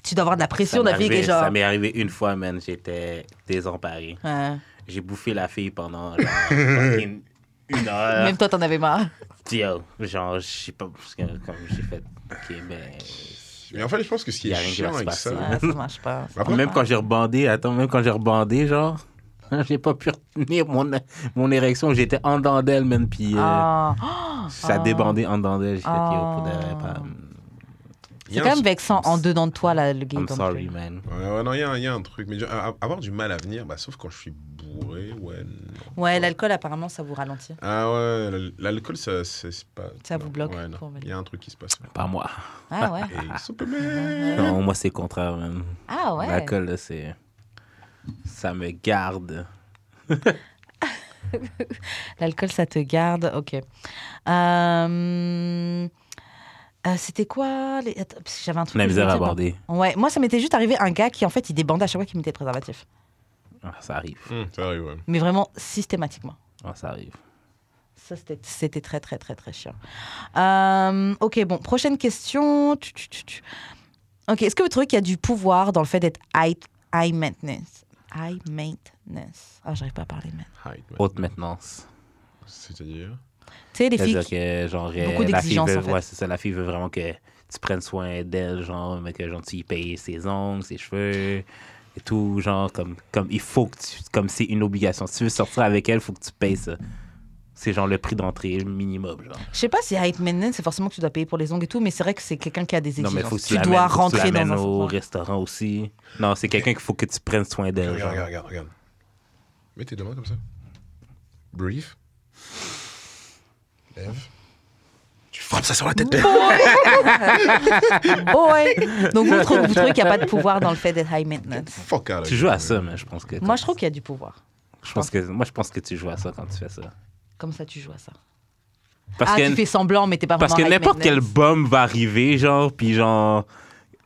[SPEAKER 1] tu dois avoir de la
[SPEAKER 2] Ça
[SPEAKER 1] pression
[SPEAKER 2] m'est
[SPEAKER 1] de la fille qui est
[SPEAKER 2] arrivé-
[SPEAKER 1] genre.
[SPEAKER 2] ça m'est arrivé une fois, man, j'étais désemparé.
[SPEAKER 1] Ouais.
[SPEAKER 2] J'ai bouffé la fille pendant genre, fucking une heure.
[SPEAKER 1] Même toi, t'en avais marre.
[SPEAKER 2] Yo, genre, je sais pas, parce que comme j'ai fait, ok, ben.
[SPEAKER 3] Mais en fait, je pense que ce qui
[SPEAKER 2] Y a
[SPEAKER 3] est
[SPEAKER 2] rien qui
[SPEAKER 3] chiant
[SPEAKER 2] va se
[SPEAKER 3] avec
[SPEAKER 2] passer.
[SPEAKER 3] ça.
[SPEAKER 1] Ouais, ça marche pas.
[SPEAKER 3] Après-
[SPEAKER 2] même quand j'ai rebandé, attends, même quand j'ai rebandé, genre, j'ai pas pu retenir mon, mon érection, j'étais en dandelle, man, puis euh,
[SPEAKER 1] Ah.
[SPEAKER 2] ça débandait en dandelle, j'étais, yo, pour de,
[SPEAKER 1] Ah.
[SPEAKER 2] pas-
[SPEAKER 3] Il
[SPEAKER 1] C'est
[SPEAKER 3] y a
[SPEAKER 1] quand
[SPEAKER 3] un-
[SPEAKER 1] même vexant en dedans de toi, là, le gay.
[SPEAKER 2] I'm
[SPEAKER 1] dans le
[SPEAKER 2] sorry,
[SPEAKER 1] club.
[SPEAKER 2] man.
[SPEAKER 3] Ouais, ouais, non, il y, a un- il y a un truc. Mais je- à- à- avoir du mal à venir, bah, sauf quand je suis bourré, ouais. non.
[SPEAKER 1] Ouais, l'alcool, apparemment, ça vous ralentit.
[SPEAKER 3] Ah ouais, l'al- l'alcool, ça, c'est c'est pas.
[SPEAKER 1] Ça vous bloque
[SPEAKER 3] ouais, non.
[SPEAKER 1] pour venir.
[SPEAKER 3] Il y a un truc qui se passe.
[SPEAKER 2] Pas moi.
[SPEAKER 1] Ah ouais.
[SPEAKER 3] Et Superman
[SPEAKER 2] Non, moi, c'est le contraire, man.
[SPEAKER 1] Ah ouais.
[SPEAKER 2] L'alcool, là, c'est. Ça me garde.
[SPEAKER 1] L'alcool, ça te garde. Ok. Euh, euh, C'était quoi les... attends, parce que J'avais un truc.
[SPEAKER 2] La
[SPEAKER 1] que je voulais
[SPEAKER 2] misère à
[SPEAKER 1] dire, pardon.
[SPEAKER 2] aborder.
[SPEAKER 1] Ouais, moi ça m'était juste arrivé un gars qui en fait il débandait à chaque fois qu'il mettait le préservatif.
[SPEAKER 2] Ah, ça arrive.
[SPEAKER 1] Hmm.
[SPEAKER 3] Hum, Ça arrive, ouais.
[SPEAKER 1] Mais vraiment systématiquement.
[SPEAKER 2] Ah, ça arrive.
[SPEAKER 1] Ça c'était- c'était très très très très chiant. Euh, ok, bon, prochaine question. Tu, tu, tu, tu. Ok, est-ce que vous trouvez qu'il y a du pouvoir dans le fait d'être high, high maintenance High maintenance. Ah, j'arrive pas à parler, man.
[SPEAKER 3] Hyde, ouais.
[SPEAKER 2] Haute maintenance.
[SPEAKER 3] C'est-à-dire
[SPEAKER 1] Tu sais, les filles.
[SPEAKER 2] C'est-à-dire que, genre,
[SPEAKER 1] Beaucoup
[SPEAKER 2] euh, la fille,
[SPEAKER 1] d'exigences,
[SPEAKER 2] veut,
[SPEAKER 1] en fait.
[SPEAKER 2] ouais, c'est ça, la fille veut vraiment que tu prennes soin d'elle, genre, mais que genre, tu y payes ses ongles, ses cheveux et tout, genre, comme, comme il faut que tu, comme c'est une obligation. Si tu veux sortir avec elle, il faut que tu payes ça. C'est genre le prix d'entrée minimum, genre.
[SPEAKER 1] Je sais pas si high maintenance, c'est forcément que tu dois payer pour les ongles et tout, mais c'est vrai que c'est quelqu'un qui a des
[SPEAKER 2] Non,
[SPEAKER 1] exigences.
[SPEAKER 2] mais faut que tu,
[SPEAKER 1] tu dois
[SPEAKER 2] l'amènes- faut que tu
[SPEAKER 1] rentrer dans
[SPEAKER 2] l'amènes
[SPEAKER 1] un.
[SPEAKER 2] au restaurant aussi. Non, c'est quelqu'un qu'il faut que tu prennes soin d'elle,
[SPEAKER 3] Ah, Regarde,
[SPEAKER 2] genre.
[SPEAKER 3] regarde, regarde, regarde. Mets tes deux mains comme ça. Brief. Lève. Tu frappes ça sur la tête.
[SPEAKER 1] Oh ouais. Donc vous trouvez, vous trouvez qu'il n'y a pas de pouvoir dans le fait d'être high maintenance
[SPEAKER 3] Fuck out of
[SPEAKER 2] Tu
[SPEAKER 3] here,
[SPEAKER 2] joues à
[SPEAKER 3] man.
[SPEAKER 2] ça, mais je pense que.
[SPEAKER 1] Moi je trouve qu'il y a du pouvoir.
[SPEAKER 2] Je pense que, moi, je pense que tu joues à ça quand tu fais ça.
[SPEAKER 1] Comme ça, tu joues à ça.
[SPEAKER 2] Parce
[SPEAKER 1] ah,
[SPEAKER 2] que
[SPEAKER 1] tu fais semblant, mais t'es pas
[SPEAKER 2] Parce que
[SPEAKER 1] vraiment high
[SPEAKER 2] n'importe quel
[SPEAKER 1] maintenance.
[SPEAKER 2] bum va arriver, genre, puis genre,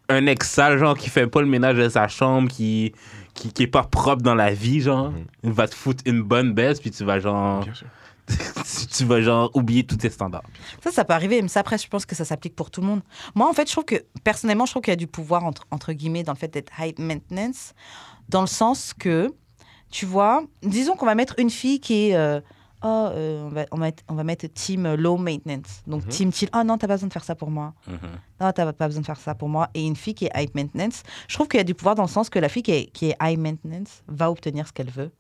[SPEAKER 2] un ex sale, genre, qui fait pas le ménage de sa chambre, qui, qui, qui est pas propre dans la vie, genre,
[SPEAKER 3] Mhm.
[SPEAKER 2] va te foutre une bonne baisse, puis tu vas genre.
[SPEAKER 3] Bien sûr.
[SPEAKER 2] tu- tu vas genre oublier tous tes standards.
[SPEAKER 1] Ça, ça peut arriver, mais ça, après, je pense que ça s'applique pour tout le monde. Moi, en fait, je trouve que, personnellement, je trouve qu'il y a du pouvoir, entre, entre guillemets, dans le fait d'être high maintenance, dans le sens que, tu vois, disons qu'on va mettre une fille qui est. euh, oh, euh, on, va, on, va mettre, on va mettre team low maintenance. Donc,
[SPEAKER 3] Mhm.
[SPEAKER 1] team chill. Oh non, t'as pas besoin de faire ça pour moi. Non, t'as pas besoin de faire ça pour moi. Et une fille qui est high maintenance, je trouve qu'il y a du pouvoir dans le sens que la fille qui est, qui est high maintenance va obtenir ce qu'elle veut.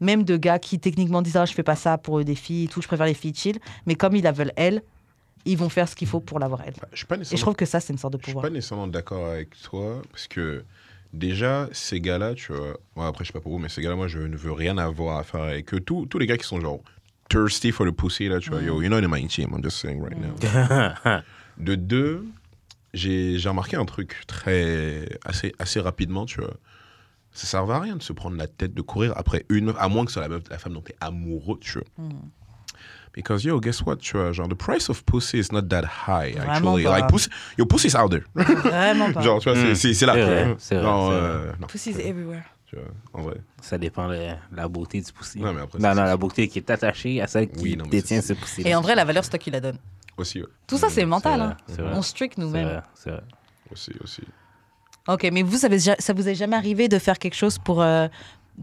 [SPEAKER 1] Même de gars qui techniquement disent ah, je fais pas ça pour des filles et tout, je préfère les filles chill. Mais comme ils la veulent elle, ils vont faire ce qu'il faut pour l'avoir elle.
[SPEAKER 3] Bah, Je suis pas
[SPEAKER 1] Et je
[SPEAKER 3] nécessairement
[SPEAKER 1] trouve que ça, c'est une sorte de
[SPEAKER 3] Je suis
[SPEAKER 1] pouvoir.
[SPEAKER 3] pas nécessairement d'accord avec toi parce que déjà ces gars-là, tu vois, ouais, après je sais pas pour vous, mais ces gars-là, moi je ne veux rien avoir à faire avec eux. Tous, tous les gars qui sont genre thirsty for the pussy là, tu vois, yo, you're not in my team, I'm just saying right now. De deux, j'ai j'ai remarqué un truc très assez assez rapidement, tu vois. Ça sert à rien de se prendre la tête de courir après une meuf, à moins que ce soit la, meuf- la femme dont t'es amoureux, tu vois.
[SPEAKER 1] Hmm.
[SPEAKER 3] Because yo, guess what, tu vois, genre the price of pussy is not that high
[SPEAKER 1] Vraiment
[SPEAKER 3] actually.
[SPEAKER 1] pas.
[SPEAKER 3] Like pussy, your pussy is out there.
[SPEAKER 1] Vraiment pas.
[SPEAKER 3] Genre, tu vois,
[SPEAKER 2] Mm.
[SPEAKER 3] c'est- c'est c'est là.
[SPEAKER 2] C'est
[SPEAKER 3] tu
[SPEAKER 2] vrai,
[SPEAKER 3] vois.
[SPEAKER 2] c'est vrai,
[SPEAKER 3] Non,
[SPEAKER 2] c'est vrai.
[SPEAKER 3] euh, non,
[SPEAKER 1] Pussies everywhere.
[SPEAKER 3] tu vois, en vrai.
[SPEAKER 2] Ça dépend de la beauté du poussi.
[SPEAKER 3] Non, mais après,
[SPEAKER 2] non,
[SPEAKER 3] c'est-
[SPEAKER 2] non, la beauté qui est attachée à celle qui
[SPEAKER 3] Oui, non, mais
[SPEAKER 2] détient ce
[SPEAKER 3] c'est-
[SPEAKER 2] poussi.
[SPEAKER 1] Et en vrai, la valeur, c'est toi qui la donne.
[SPEAKER 3] Aussi, ouais.
[SPEAKER 1] Tout ça, c'est mental.
[SPEAKER 2] vrai,
[SPEAKER 1] hein.
[SPEAKER 2] c'est vrai.
[SPEAKER 1] On strict
[SPEAKER 2] c'est
[SPEAKER 1] nous-mêmes.
[SPEAKER 2] vrai, c'est vrai.
[SPEAKER 3] Aussi, aussi.
[SPEAKER 1] Ok, mais vous, ça vous, est- ça vous est jamais arrivé de faire quelque chose pour, euh,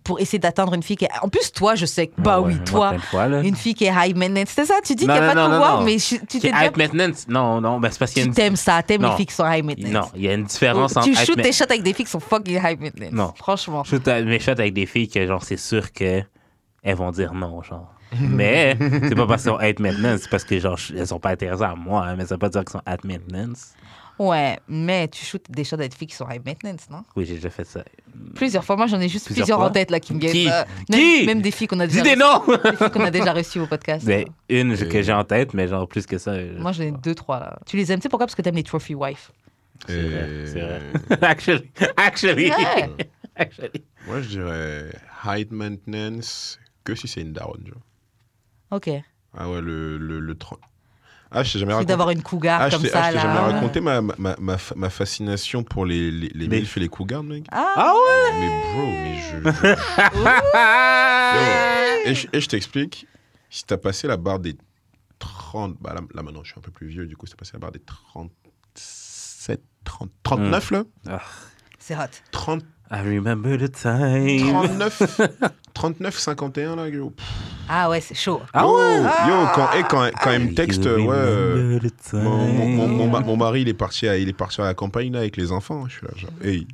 [SPEAKER 1] pour essayer d'atteindre une fille qui est... En plus, toi, je sais que... Bah
[SPEAKER 2] Ah
[SPEAKER 1] oui,
[SPEAKER 2] Ouais, moi,
[SPEAKER 1] toi,
[SPEAKER 2] plein de fois, là.
[SPEAKER 1] une fille qui est high maintenance. C'est ça, tu dis qu'il
[SPEAKER 2] Non,
[SPEAKER 1] n'y a
[SPEAKER 2] non,
[SPEAKER 1] pas de
[SPEAKER 2] non, non,
[SPEAKER 1] pouvoir,
[SPEAKER 2] non.
[SPEAKER 1] mais je- tu
[SPEAKER 2] Qui
[SPEAKER 1] t'es
[SPEAKER 2] est
[SPEAKER 1] déjà-
[SPEAKER 2] high maintenance. Non, non, ben, c'est parce qu'il y a
[SPEAKER 1] Tu
[SPEAKER 2] une
[SPEAKER 1] t'aimes ça, t'aimes les
[SPEAKER 2] Non.
[SPEAKER 1] filles qui sont high maintenance.
[SPEAKER 2] Non, il y a une différence entre
[SPEAKER 1] tu
[SPEAKER 2] high
[SPEAKER 1] shootes
[SPEAKER 2] ma-
[SPEAKER 1] tes shots avec des filles qui sont fucking high maintenance.
[SPEAKER 2] Non.
[SPEAKER 1] Franchement.
[SPEAKER 2] Je shoot mes shots avec des filles que, genre, c'est sûr que elles vont dire non, genre. Mais c'est pas parce qu'elles sont hate maintenance, c'est parce que, genre, elles sont pas intéressées à moi, hein, mais ça veut pas dire qu'elles sont hate maintenance.
[SPEAKER 1] Ouais, mais tu shootes des shots avec des filles qui sont high maintenance, non
[SPEAKER 2] Oui, j'ai déjà fait ça.
[SPEAKER 1] Plusieurs fois, moi j'en ai juste plusieurs,
[SPEAKER 2] Mm. Plusieurs
[SPEAKER 1] en
[SPEAKER 2] fois
[SPEAKER 1] tête là qui me
[SPEAKER 2] Qui
[SPEAKER 1] viennent. euh, même,
[SPEAKER 2] Qui
[SPEAKER 1] même des filles qu'on a
[SPEAKER 2] Dis
[SPEAKER 1] déjà reçues-
[SPEAKER 2] des noms
[SPEAKER 1] des filles qu'on a déjà reçues au podcast.
[SPEAKER 2] Mais Ben, une
[SPEAKER 3] Et-
[SPEAKER 2] que j'ai en tête, mais genre, plus que ça. euh, je-
[SPEAKER 1] Moi j'en ai deux, trois là. Tu les aimes, tu sais pourquoi Parce que t'aimes les trophy wife.
[SPEAKER 2] C'est vrai,
[SPEAKER 3] Et-
[SPEAKER 2] c'est vrai. actually, actually.
[SPEAKER 1] Ouais.
[SPEAKER 2] actually.
[SPEAKER 3] Moi, je dirais height maintenance que si c'est une daronne, tu vois.
[SPEAKER 1] Ok.
[SPEAKER 3] Ah ouais, le, le, le tro- Ah, je t'ai jamais
[SPEAKER 1] C'est
[SPEAKER 3] raconté.
[SPEAKER 1] d'avoir une cougar
[SPEAKER 3] Ah, je
[SPEAKER 1] comme
[SPEAKER 3] t'ai
[SPEAKER 1] ça
[SPEAKER 3] ah, je t'ai jamais
[SPEAKER 1] là.
[SPEAKER 3] raconté ma, ma, ma, ma fa- ma fascination pour les, les, les
[SPEAKER 2] Les-
[SPEAKER 3] MILF et les cougars, mec.
[SPEAKER 1] Ah,
[SPEAKER 2] Ah ouais
[SPEAKER 3] Mais bro, mais je- je...
[SPEAKER 2] Ah!
[SPEAKER 3] Yo, Et je, et je t'explique, si t'as passé la barre des 30, bah là, là, maintenant je suis un peu plus vieux, du coup, si t'as passé la barre des 37, 30, 39 là
[SPEAKER 2] Ah,
[SPEAKER 1] c'est hot.
[SPEAKER 3] 30,
[SPEAKER 2] I remember the time.
[SPEAKER 3] 39, 39, 51 là, gros. Pff,
[SPEAKER 1] Ah ouais, c'est chaud.
[SPEAKER 2] Ah ouais? Ah,
[SPEAKER 3] Yo,
[SPEAKER 1] Ah.
[SPEAKER 3] quand, et quand, quand il me texte,
[SPEAKER 2] You
[SPEAKER 3] ouais. euh,
[SPEAKER 2] remember the time.
[SPEAKER 3] Mon, mon- mon- mon ma- mon mari, il est, parti à, il est parti à la campagne là, avec les enfants. hein. Je suis là, genre, hey.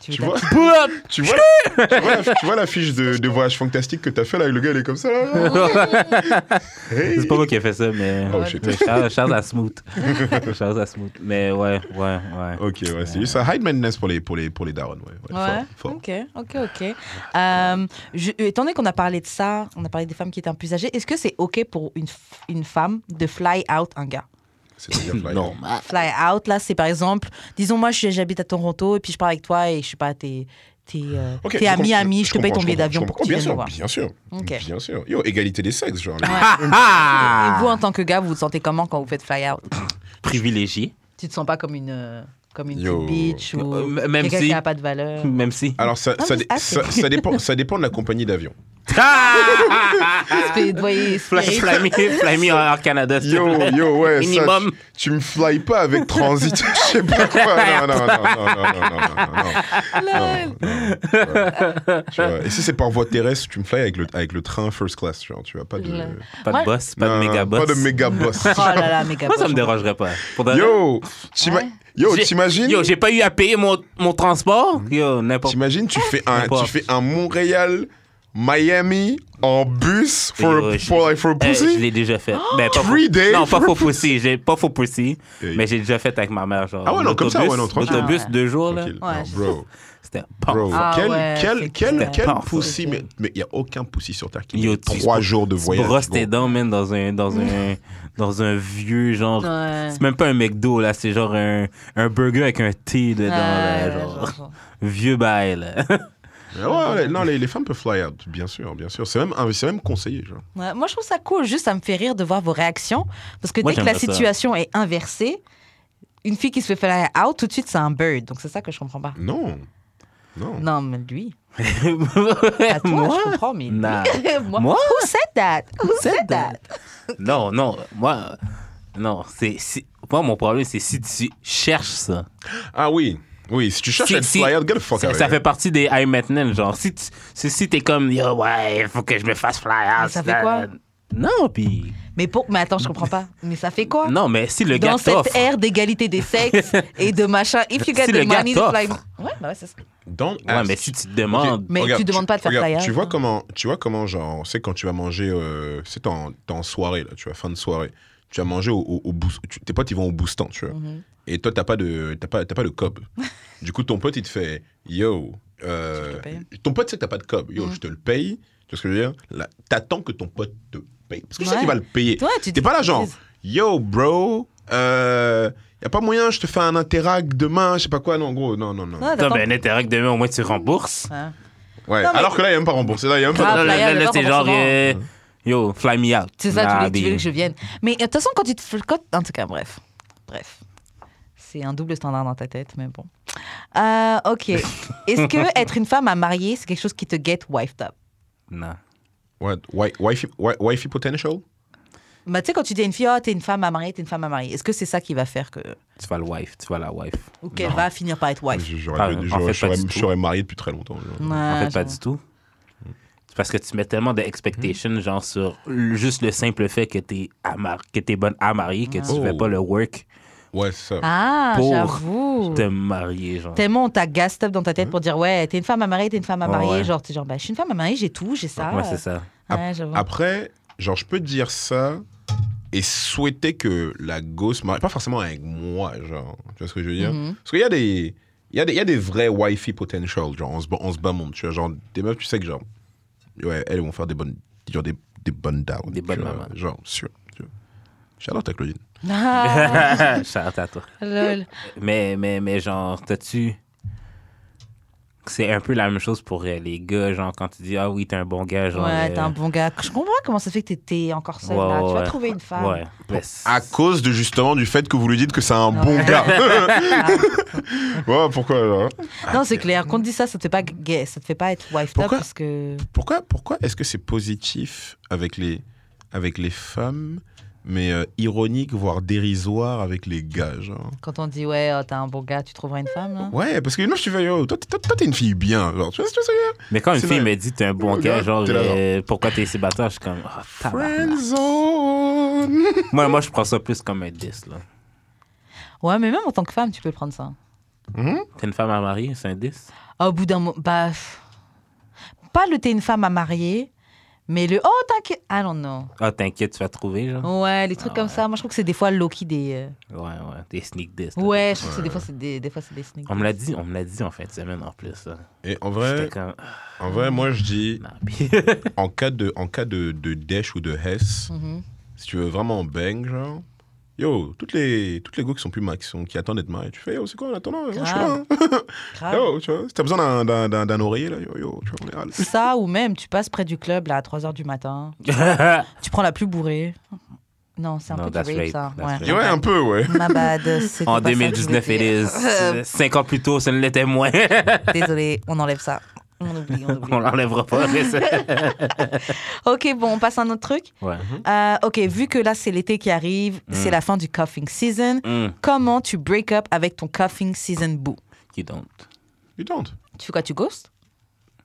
[SPEAKER 1] Tu
[SPEAKER 3] Tu
[SPEAKER 1] veux
[SPEAKER 3] vois,
[SPEAKER 2] Boop!
[SPEAKER 3] tu, vois, tu, vois la, tu vois la fiche de, de voyage fantastique que t'as fait là, avec le gars, il est comme ça. Là. Hey.
[SPEAKER 2] C'est pas moi qui ai fait ça, mais.
[SPEAKER 3] Oh, shit.
[SPEAKER 2] mais Charles, Charles à Smooth. Charles à Smooth. Mais ouais, ouais, ouais.
[SPEAKER 3] Ok, ouais, c'est juste ça. High maintenance pour les, pour les, pour les darons, ouais. ouais,
[SPEAKER 1] Ouais,
[SPEAKER 3] fort, fort.
[SPEAKER 1] ok, ok, ok. Euh, je- étant donné qu'on a parlé de ça, on a parlé des femmes qui étaient un peu plus âgées, est-ce que c'est ok pour une, f- une femme de fly out un gars
[SPEAKER 3] C'est très bien fly.
[SPEAKER 2] Normal.
[SPEAKER 1] Fly out, là, c'est par exemple, disons, moi, je- j'habite à Toronto et puis je pars avec toi et je sais pas, t'es t'es, euh,
[SPEAKER 3] Ok,
[SPEAKER 1] t'es
[SPEAKER 3] je
[SPEAKER 1] ami,
[SPEAKER 3] comprends,
[SPEAKER 1] ami, je, te paye
[SPEAKER 3] comprends,
[SPEAKER 1] ton billet
[SPEAKER 3] comprends,
[SPEAKER 1] d'avion
[SPEAKER 3] je
[SPEAKER 1] pour que
[SPEAKER 3] comprends.
[SPEAKER 1] tu
[SPEAKER 3] Oh, bien
[SPEAKER 1] viennes
[SPEAKER 3] sûr,
[SPEAKER 1] me voir.
[SPEAKER 3] Bien sûr,
[SPEAKER 1] Ok.
[SPEAKER 3] bien sûr. Yo, égalité des sexes, genre. les-
[SPEAKER 1] Et
[SPEAKER 2] Ah!
[SPEAKER 1] vous, en tant que gars, vous vous sentez comment quand vous faites fly out
[SPEAKER 2] Privilégié.
[SPEAKER 1] Tu te sens pas comme une, euh, comme une
[SPEAKER 3] Yo.
[SPEAKER 1] petite bitch ou
[SPEAKER 2] Euh, même
[SPEAKER 1] quelqu'un
[SPEAKER 2] si-
[SPEAKER 1] qui a pas de valeur
[SPEAKER 3] Oh.
[SPEAKER 2] Même si.
[SPEAKER 3] Alors, ça,
[SPEAKER 1] Ah,
[SPEAKER 3] ça,
[SPEAKER 1] mais
[SPEAKER 3] dé-
[SPEAKER 1] ah,
[SPEAKER 3] ça,
[SPEAKER 1] c'est-
[SPEAKER 3] ça dépend, ça dépend de la compagnie d'avion.
[SPEAKER 2] Ah!
[SPEAKER 1] Esprit- voyez,
[SPEAKER 2] Fly,
[SPEAKER 1] spirit.
[SPEAKER 2] fly me, fly me hors Canada. s'il te
[SPEAKER 3] Yo,
[SPEAKER 2] plaît.
[SPEAKER 3] yo, ouais, ça,
[SPEAKER 2] Minimum.
[SPEAKER 3] tu- tu me fly pas avec transit, je sais pas quoi. Non, non, non, non, non, non, non, non, non.
[SPEAKER 1] Lol.
[SPEAKER 3] Non, non, tu vois. Tu vois, Et si c'est par voie terrestre, tu me fly avec le, avec le train first class, genre, tu vois, pas de...
[SPEAKER 1] Le-
[SPEAKER 2] Pas de
[SPEAKER 1] Ouais.
[SPEAKER 2] boss, pas de
[SPEAKER 3] Non,
[SPEAKER 2] méga boss.
[SPEAKER 3] Pas de méga boss.
[SPEAKER 1] Oh là là, méga
[SPEAKER 2] Moi, ça
[SPEAKER 1] poche.
[SPEAKER 2] me dérangerait pas. Pour de-
[SPEAKER 3] Yo, t'ima-
[SPEAKER 1] Ouais.
[SPEAKER 3] yo,
[SPEAKER 2] J'ai-
[SPEAKER 3] t'imagines Mm-hmm.
[SPEAKER 2] Yo, j'ai pas eu à payer mon, mon transport. Yo, n'importe
[SPEAKER 3] T'imagines, tu fais un,
[SPEAKER 2] N'importe.
[SPEAKER 3] tu fais un Montréal, Miami, en bus, for,
[SPEAKER 2] Yo,
[SPEAKER 3] a-
[SPEAKER 2] je-
[SPEAKER 3] for, like, for a
[SPEAKER 2] Eh, je
[SPEAKER 3] pussy
[SPEAKER 2] l'ai déjà fait. Ben, pas
[SPEAKER 3] Three
[SPEAKER 2] faux-
[SPEAKER 3] days
[SPEAKER 2] Non, pas faux pussy. J'ai pas faux pussy,
[SPEAKER 3] Hey.
[SPEAKER 2] mais j'ai déjà fait avec ma mère. Genre,
[SPEAKER 3] Ah ouais, non, comme ça, ouais,
[SPEAKER 2] l'autobus-
[SPEAKER 3] non, tranquille.
[SPEAKER 2] L'autobus,
[SPEAKER 1] Ah ouais.
[SPEAKER 2] deux jours,
[SPEAKER 3] Tranquille.
[SPEAKER 1] Ouais,
[SPEAKER 3] Non,
[SPEAKER 1] je-
[SPEAKER 3] bro,
[SPEAKER 2] là. C'était
[SPEAKER 3] bro.
[SPEAKER 1] Ah
[SPEAKER 3] quel,
[SPEAKER 1] ouais,
[SPEAKER 3] quel,
[SPEAKER 1] c'est
[SPEAKER 3] quel,
[SPEAKER 1] clair.
[SPEAKER 3] quel
[SPEAKER 2] Parfait.
[SPEAKER 3] pussy, mais mais il n'y a aucun pussy sur Terre qui
[SPEAKER 2] Yo,
[SPEAKER 3] fait
[SPEAKER 2] tu-
[SPEAKER 3] trois jours de voyage.
[SPEAKER 2] brosses
[SPEAKER 3] bro.
[SPEAKER 2] tes dents, man, dans un, dans un, dans un vieux genre.
[SPEAKER 1] Ouais.
[SPEAKER 2] C'est même pas un McDo, là. C'est genre un, un burger avec un thé dedans, là.
[SPEAKER 1] Ouais,
[SPEAKER 2] Genre,
[SPEAKER 1] genre, genre.
[SPEAKER 2] vieux bail, là.
[SPEAKER 3] Ah ouais, ouais, non, les, les femmes peuvent fly out, bien sûr, bien sûr. C'est même, un- c'est même conseillé, genre.
[SPEAKER 1] Ouais, moi, je trouve ça cool. Juste, ça me fait rire de voir vos réactions. Parce que
[SPEAKER 2] Moi,
[SPEAKER 1] dès que la
[SPEAKER 2] j'aimerais ça.
[SPEAKER 1] situation est inversée, une fille qui se fait faire out, tout de suite, c'est un bird. Donc, c'est ça que je comprends pas.
[SPEAKER 3] Non. Non.
[SPEAKER 1] Non, mais lui. À toi,
[SPEAKER 2] Moi?
[SPEAKER 1] je comprends, mais.
[SPEAKER 2] Nah.
[SPEAKER 1] Moi?
[SPEAKER 2] Moi?
[SPEAKER 1] Who said that? Who
[SPEAKER 2] said
[SPEAKER 1] said that?
[SPEAKER 2] Non, non, moi, non, c'est, si- moi, mon problème, c'est si tu cherches ça.
[SPEAKER 3] Ah oui. Oui, si tu cherches
[SPEAKER 2] Si-
[SPEAKER 3] à être
[SPEAKER 2] si-
[SPEAKER 3] fly out, get the fuck
[SPEAKER 2] Ça,
[SPEAKER 3] out of
[SPEAKER 2] ça
[SPEAKER 3] here.
[SPEAKER 2] fait partie des high maintenance, genre, si tu, si, si t'es comme, yo, ouais, il faut que je me fasse fly out.
[SPEAKER 1] Mais ça fait quoi?
[SPEAKER 2] Non, puis,
[SPEAKER 1] Mais, pour... mais attends, je comprends pas. Mais ça fait quoi?
[SPEAKER 2] non, mais si le gars
[SPEAKER 1] Dans
[SPEAKER 2] t'offre,
[SPEAKER 1] cette ère d'égalité des sexes et de machin, if you get
[SPEAKER 2] Si le
[SPEAKER 1] the
[SPEAKER 2] gars
[SPEAKER 1] money, it's like.
[SPEAKER 2] t'offre.
[SPEAKER 1] Ouais, bah ouais, c'est ça.
[SPEAKER 3] Don't
[SPEAKER 2] ouais,
[SPEAKER 3] ask.
[SPEAKER 2] mais si tu te
[SPEAKER 3] Ok,
[SPEAKER 2] demandes,
[SPEAKER 1] Mais tu demandes pas de faire
[SPEAKER 3] Ah,
[SPEAKER 1] fly
[SPEAKER 3] regarde,
[SPEAKER 1] out,
[SPEAKER 3] Tu vois
[SPEAKER 1] hein.
[SPEAKER 3] comment, tu vois comment genre, c'est quand tu vas manger, euh, c'est en, t'es en soirée là, tu vois, fin de soirée, tu vas manger au, au, au bous- tu- tes potes ils vont au boostant, tu vois,
[SPEAKER 1] Mm-hmm.
[SPEAKER 3] et toi t'as pas de, t'as pas, t'as pas de cob. du coup ton pote il te fait, yo, euh,
[SPEAKER 1] Je te paye.
[SPEAKER 3] ton pote sait que t'as pas de cob, yo,
[SPEAKER 1] Mhm.
[SPEAKER 3] je te le paye, tu vois ce que je veux dire Là, T'attends que ton pote te paye, parce que tu sais
[SPEAKER 1] Ouais.
[SPEAKER 3] qu'il va le payer.
[SPEAKER 1] Toi, tu
[SPEAKER 3] T'es
[SPEAKER 1] dis-
[SPEAKER 3] pas là genre, yo bro, euh, y a pas moyen, je te fais un interact demain, je sais pas quoi, non gros, non non non.
[SPEAKER 1] Ouais,
[SPEAKER 2] t'as
[SPEAKER 1] t'attends.
[SPEAKER 2] ben, intérêt que demain, au moins, tu rembourses.
[SPEAKER 1] Ouais.
[SPEAKER 3] Ouais.
[SPEAKER 1] Non, mais-
[SPEAKER 3] Alors que là, il n'y a même pas remboursé. Là, il y a même pas.
[SPEAKER 1] Ah,
[SPEAKER 2] Là,
[SPEAKER 1] fly
[SPEAKER 2] là,
[SPEAKER 1] out,
[SPEAKER 2] là,
[SPEAKER 1] le
[SPEAKER 2] c'est genre,
[SPEAKER 1] remboursement.
[SPEAKER 2] euh, yo, fly me out.
[SPEAKER 1] C'est ça, tu
[SPEAKER 2] Nah,
[SPEAKER 1] voulais- tu, voulais
[SPEAKER 2] puis-
[SPEAKER 1] que je vienne. Mais euh, de toute façon, quand tu te flicotes, en tout cas, bref. Bref. C'est un double standard dans ta tête, mais bon. Euh, ok. Est-ce que être une femme à marier, c'est quelque chose qui te get wifed up
[SPEAKER 2] Non.
[SPEAKER 3] What? Wi- Wifi, wi- wifi potential?
[SPEAKER 1] bah, Tu sais, quand tu dis à une fille, oh, t'es une femme à marier, t'es une femme à marier, est-ce que c'est ça qui va faire que.
[SPEAKER 2] Tu vas le wife, tu vas la wife.
[SPEAKER 1] ou qu'elle va finir par être wife
[SPEAKER 3] Je-
[SPEAKER 2] Ah,
[SPEAKER 3] J'aurais pu-
[SPEAKER 2] en
[SPEAKER 3] j'aurais-
[SPEAKER 2] fait, pas
[SPEAKER 3] j'aurais-
[SPEAKER 2] du tout. Mm.
[SPEAKER 3] j'aurais marié depuis très longtemps. genre.
[SPEAKER 1] Ah,
[SPEAKER 2] en fait, pas du tout. C'est parce que tu mets tellement d'expectations,
[SPEAKER 1] Hmm.
[SPEAKER 2] genre, sur l- juste le simple fait que t'es à mar- que t'es bonne à marier, que tu
[SPEAKER 3] Oh.
[SPEAKER 2] fais pas le work
[SPEAKER 3] Ouais, c'est ça.
[SPEAKER 1] Ah,
[SPEAKER 2] Pour
[SPEAKER 1] j'avoue.
[SPEAKER 2] de marier, genre.
[SPEAKER 1] Tellement on t'a gassed up dans ta tête pour dire, ouais, t'es une femme à marier, t'es une femme à
[SPEAKER 2] Ouais,
[SPEAKER 1] marier.
[SPEAKER 2] Mmh. Oh, ouais.
[SPEAKER 1] Genre, t'es genre, bah, je suis une femme à marier, j'ai tout, j'ai ça.
[SPEAKER 2] Ouais, c'est ça.
[SPEAKER 1] Ouais, j'avoue.
[SPEAKER 3] Après, genre, je peux dire ça et souhaiter que la gosse marie. Pas forcément avec moi, genre. Tu vois ce que je veux dire?
[SPEAKER 2] Mm-hmm.
[SPEAKER 1] Mhm.
[SPEAKER 3] Parce qu'il y a des. Il y, a des, il y a des vrais wifi potential, genre on se, bat- on se bat monde, tu vois, genre des meufs, tu sais que genre, ouais, elles vont faire des bonnes, genre des, des bonnes downs.
[SPEAKER 2] Des bonnes mamans.
[SPEAKER 3] Genre, sûr. tu vois. Shout-out à Claudine.
[SPEAKER 1] Ah,
[SPEAKER 2] Shout à toi.
[SPEAKER 1] lol.
[SPEAKER 2] Mais, mais, mais genre, t'as-tu. C'est un peu la même chose pour euh, les gars, genre, quand tu dis, ah oui, t'es un bon gars, genre.
[SPEAKER 1] Ouais,
[SPEAKER 2] euh,
[SPEAKER 1] t'es un bon gars. Je comprends comment ça fait que t'étais encore seule
[SPEAKER 2] ouais,
[SPEAKER 1] là. Tu vas
[SPEAKER 2] ouais.
[SPEAKER 1] trouver une femme.
[SPEAKER 2] Ouais. Mais c'est-
[SPEAKER 3] À cause de justement du fait que vous lui dites que c'est un
[SPEAKER 1] Ouais.
[SPEAKER 3] bon gars. ouais, pourquoi genre
[SPEAKER 1] Non, c'est clair. Quand on te dit ça, ça te fait pas gay, ça te fait pas être wifed up
[SPEAKER 3] Pourquoi
[SPEAKER 1] parce que.
[SPEAKER 3] Pourquoi, pourquoi est-ce que c'est positif avec les, avec les femmes, mais euh, ironique, voire dérisoire avec les gars. Genre.
[SPEAKER 1] Quand on dit, ouais, oh, t'as un bon gars, tu trouveras une femme. là
[SPEAKER 3] Ouais, parce que moi, je suis fait, yo, toi, t'es- toi, toi, t'es une fille bien. Genre, tu vois ce que je veux dire
[SPEAKER 2] Mais quand une
[SPEAKER 3] C'est
[SPEAKER 2] fille
[SPEAKER 3] vrai.
[SPEAKER 2] me dit t'es un bon
[SPEAKER 3] Le
[SPEAKER 2] gars,
[SPEAKER 3] gars,
[SPEAKER 2] genre
[SPEAKER 3] t'es là, genre.
[SPEAKER 2] euh, pourquoi t'es célibataire, je suis comme Ah, tabarnak.
[SPEAKER 3] Friendzone
[SPEAKER 2] moi, moi je prends ça plus comme un 10 là.
[SPEAKER 1] Ouais, mais même en tant que femme, tu peux prendre ça.
[SPEAKER 3] Mhm.
[SPEAKER 2] T'es une femme à marier, c'est un 10
[SPEAKER 1] Ah, Au bout d'un moment, bah. pff. Pas le t'es une femme à marier, mais le oh, t'inquiète. I don't know.
[SPEAKER 2] Ah, t'inquiète, tu vas trouver, genre.
[SPEAKER 1] Ouais, les trucs comme
[SPEAKER 2] Ah
[SPEAKER 1] ça. Moi, je trouve que c'est des fois Loki des. euh,
[SPEAKER 2] Ouais, ouais, des sneak 10. là.
[SPEAKER 1] Ouais, je trouve que c'est des fois, c'est des, des, fois, c'est des sneak.
[SPEAKER 2] On me l'a dit, on me l'a dit en fin de semaine en plus. là.
[SPEAKER 3] Et en
[SPEAKER 2] J'étais
[SPEAKER 3] vrai,
[SPEAKER 2] comme Ah,
[SPEAKER 3] en vrai, moi, je dis,
[SPEAKER 2] non. Puis-
[SPEAKER 3] en cas de, en cas de, de Dash ou de Hess,
[SPEAKER 1] Mhm.
[SPEAKER 3] si tu veux vraiment bang, genre, yo, toutes les, toutes les go qui sont plus ma, qui, sont, qui attendent d'être mariées, tu fais, yo, c'est quoi en attendant Moi, Je suis là. hein.
[SPEAKER 1] Grave.
[SPEAKER 3] Yo, tu vois, si t'as besoin d'un- d'un- d'un d'un oreiller, là, yo, yo, tu vois, on est râle.
[SPEAKER 1] Ça, ou même, tu passes près du club là, à 3 h du matin. Tu prends la plus bourrée. Non, c'est un
[SPEAKER 2] Non,
[SPEAKER 1] peu du
[SPEAKER 2] that's
[SPEAKER 1] rape,
[SPEAKER 2] rape,
[SPEAKER 1] ça.
[SPEAKER 2] that's
[SPEAKER 1] Ouais.
[SPEAKER 3] Et Ouais, un peu, ouais.
[SPEAKER 1] Ma bad. c'était
[SPEAKER 2] en
[SPEAKER 1] pas ça que je voulais
[SPEAKER 2] 2019,
[SPEAKER 1] dire. Euh.
[SPEAKER 2] it is. Cinq ans plus tôt, ça ne l'était moins.
[SPEAKER 1] Désolée, on enlève ça. On oublie, on oublie.
[SPEAKER 2] on l'enlèvera pas. mais ça-
[SPEAKER 1] ok, bon, on passe à un autre truc.
[SPEAKER 2] ouais.
[SPEAKER 1] Euh, ok, vu que là, c'est l'été qui arrive, c'est la fin du cuffing season.
[SPEAKER 2] Mm.
[SPEAKER 1] Comment tu break up avec ton cuffing season boo
[SPEAKER 2] You don't.
[SPEAKER 3] You don't.
[SPEAKER 1] Tu fais quoi Tu ghostes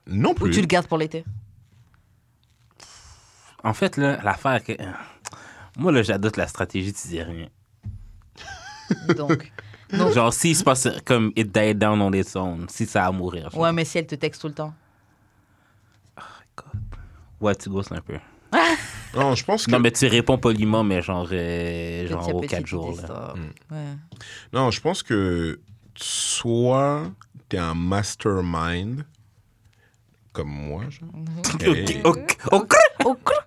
[SPEAKER 3] Non
[SPEAKER 1] Ou
[SPEAKER 3] plus.
[SPEAKER 1] tu le gardes pour l'été
[SPEAKER 2] En fait, là, l'affaire que. Moi, là, j'adopte la stratégie, tu dis rien.
[SPEAKER 1] Donc. Donc-
[SPEAKER 2] Genre, s'il se passe comme it died down on its own, si ça va mourir. genre.
[SPEAKER 1] Ouais, mais si elle te texte tout le temps.
[SPEAKER 2] Ouais, tu gosses un peu.
[SPEAKER 3] Non, je pense que.
[SPEAKER 2] Non, mais tu réponds poliment, mais genre, euh,
[SPEAKER 1] Petit
[SPEAKER 2] genre
[SPEAKER 1] à
[SPEAKER 2] aux
[SPEAKER 1] petit,
[SPEAKER 2] 4
[SPEAKER 1] tu
[SPEAKER 2] jours.
[SPEAKER 1] dis
[SPEAKER 2] là. Mm.
[SPEAKER 1] ça. Ouais.
[SPEAKER 3] Non, je pense que soit t'es un mastermind, comme moi. genre.
[SPEAKER 1] Mhm.
[SPEAKER 2] Ok,
[SPEAKER 3] Et-
[SPEAKER 2] ok, ok.
[SPEAKER 1] Oh, crou-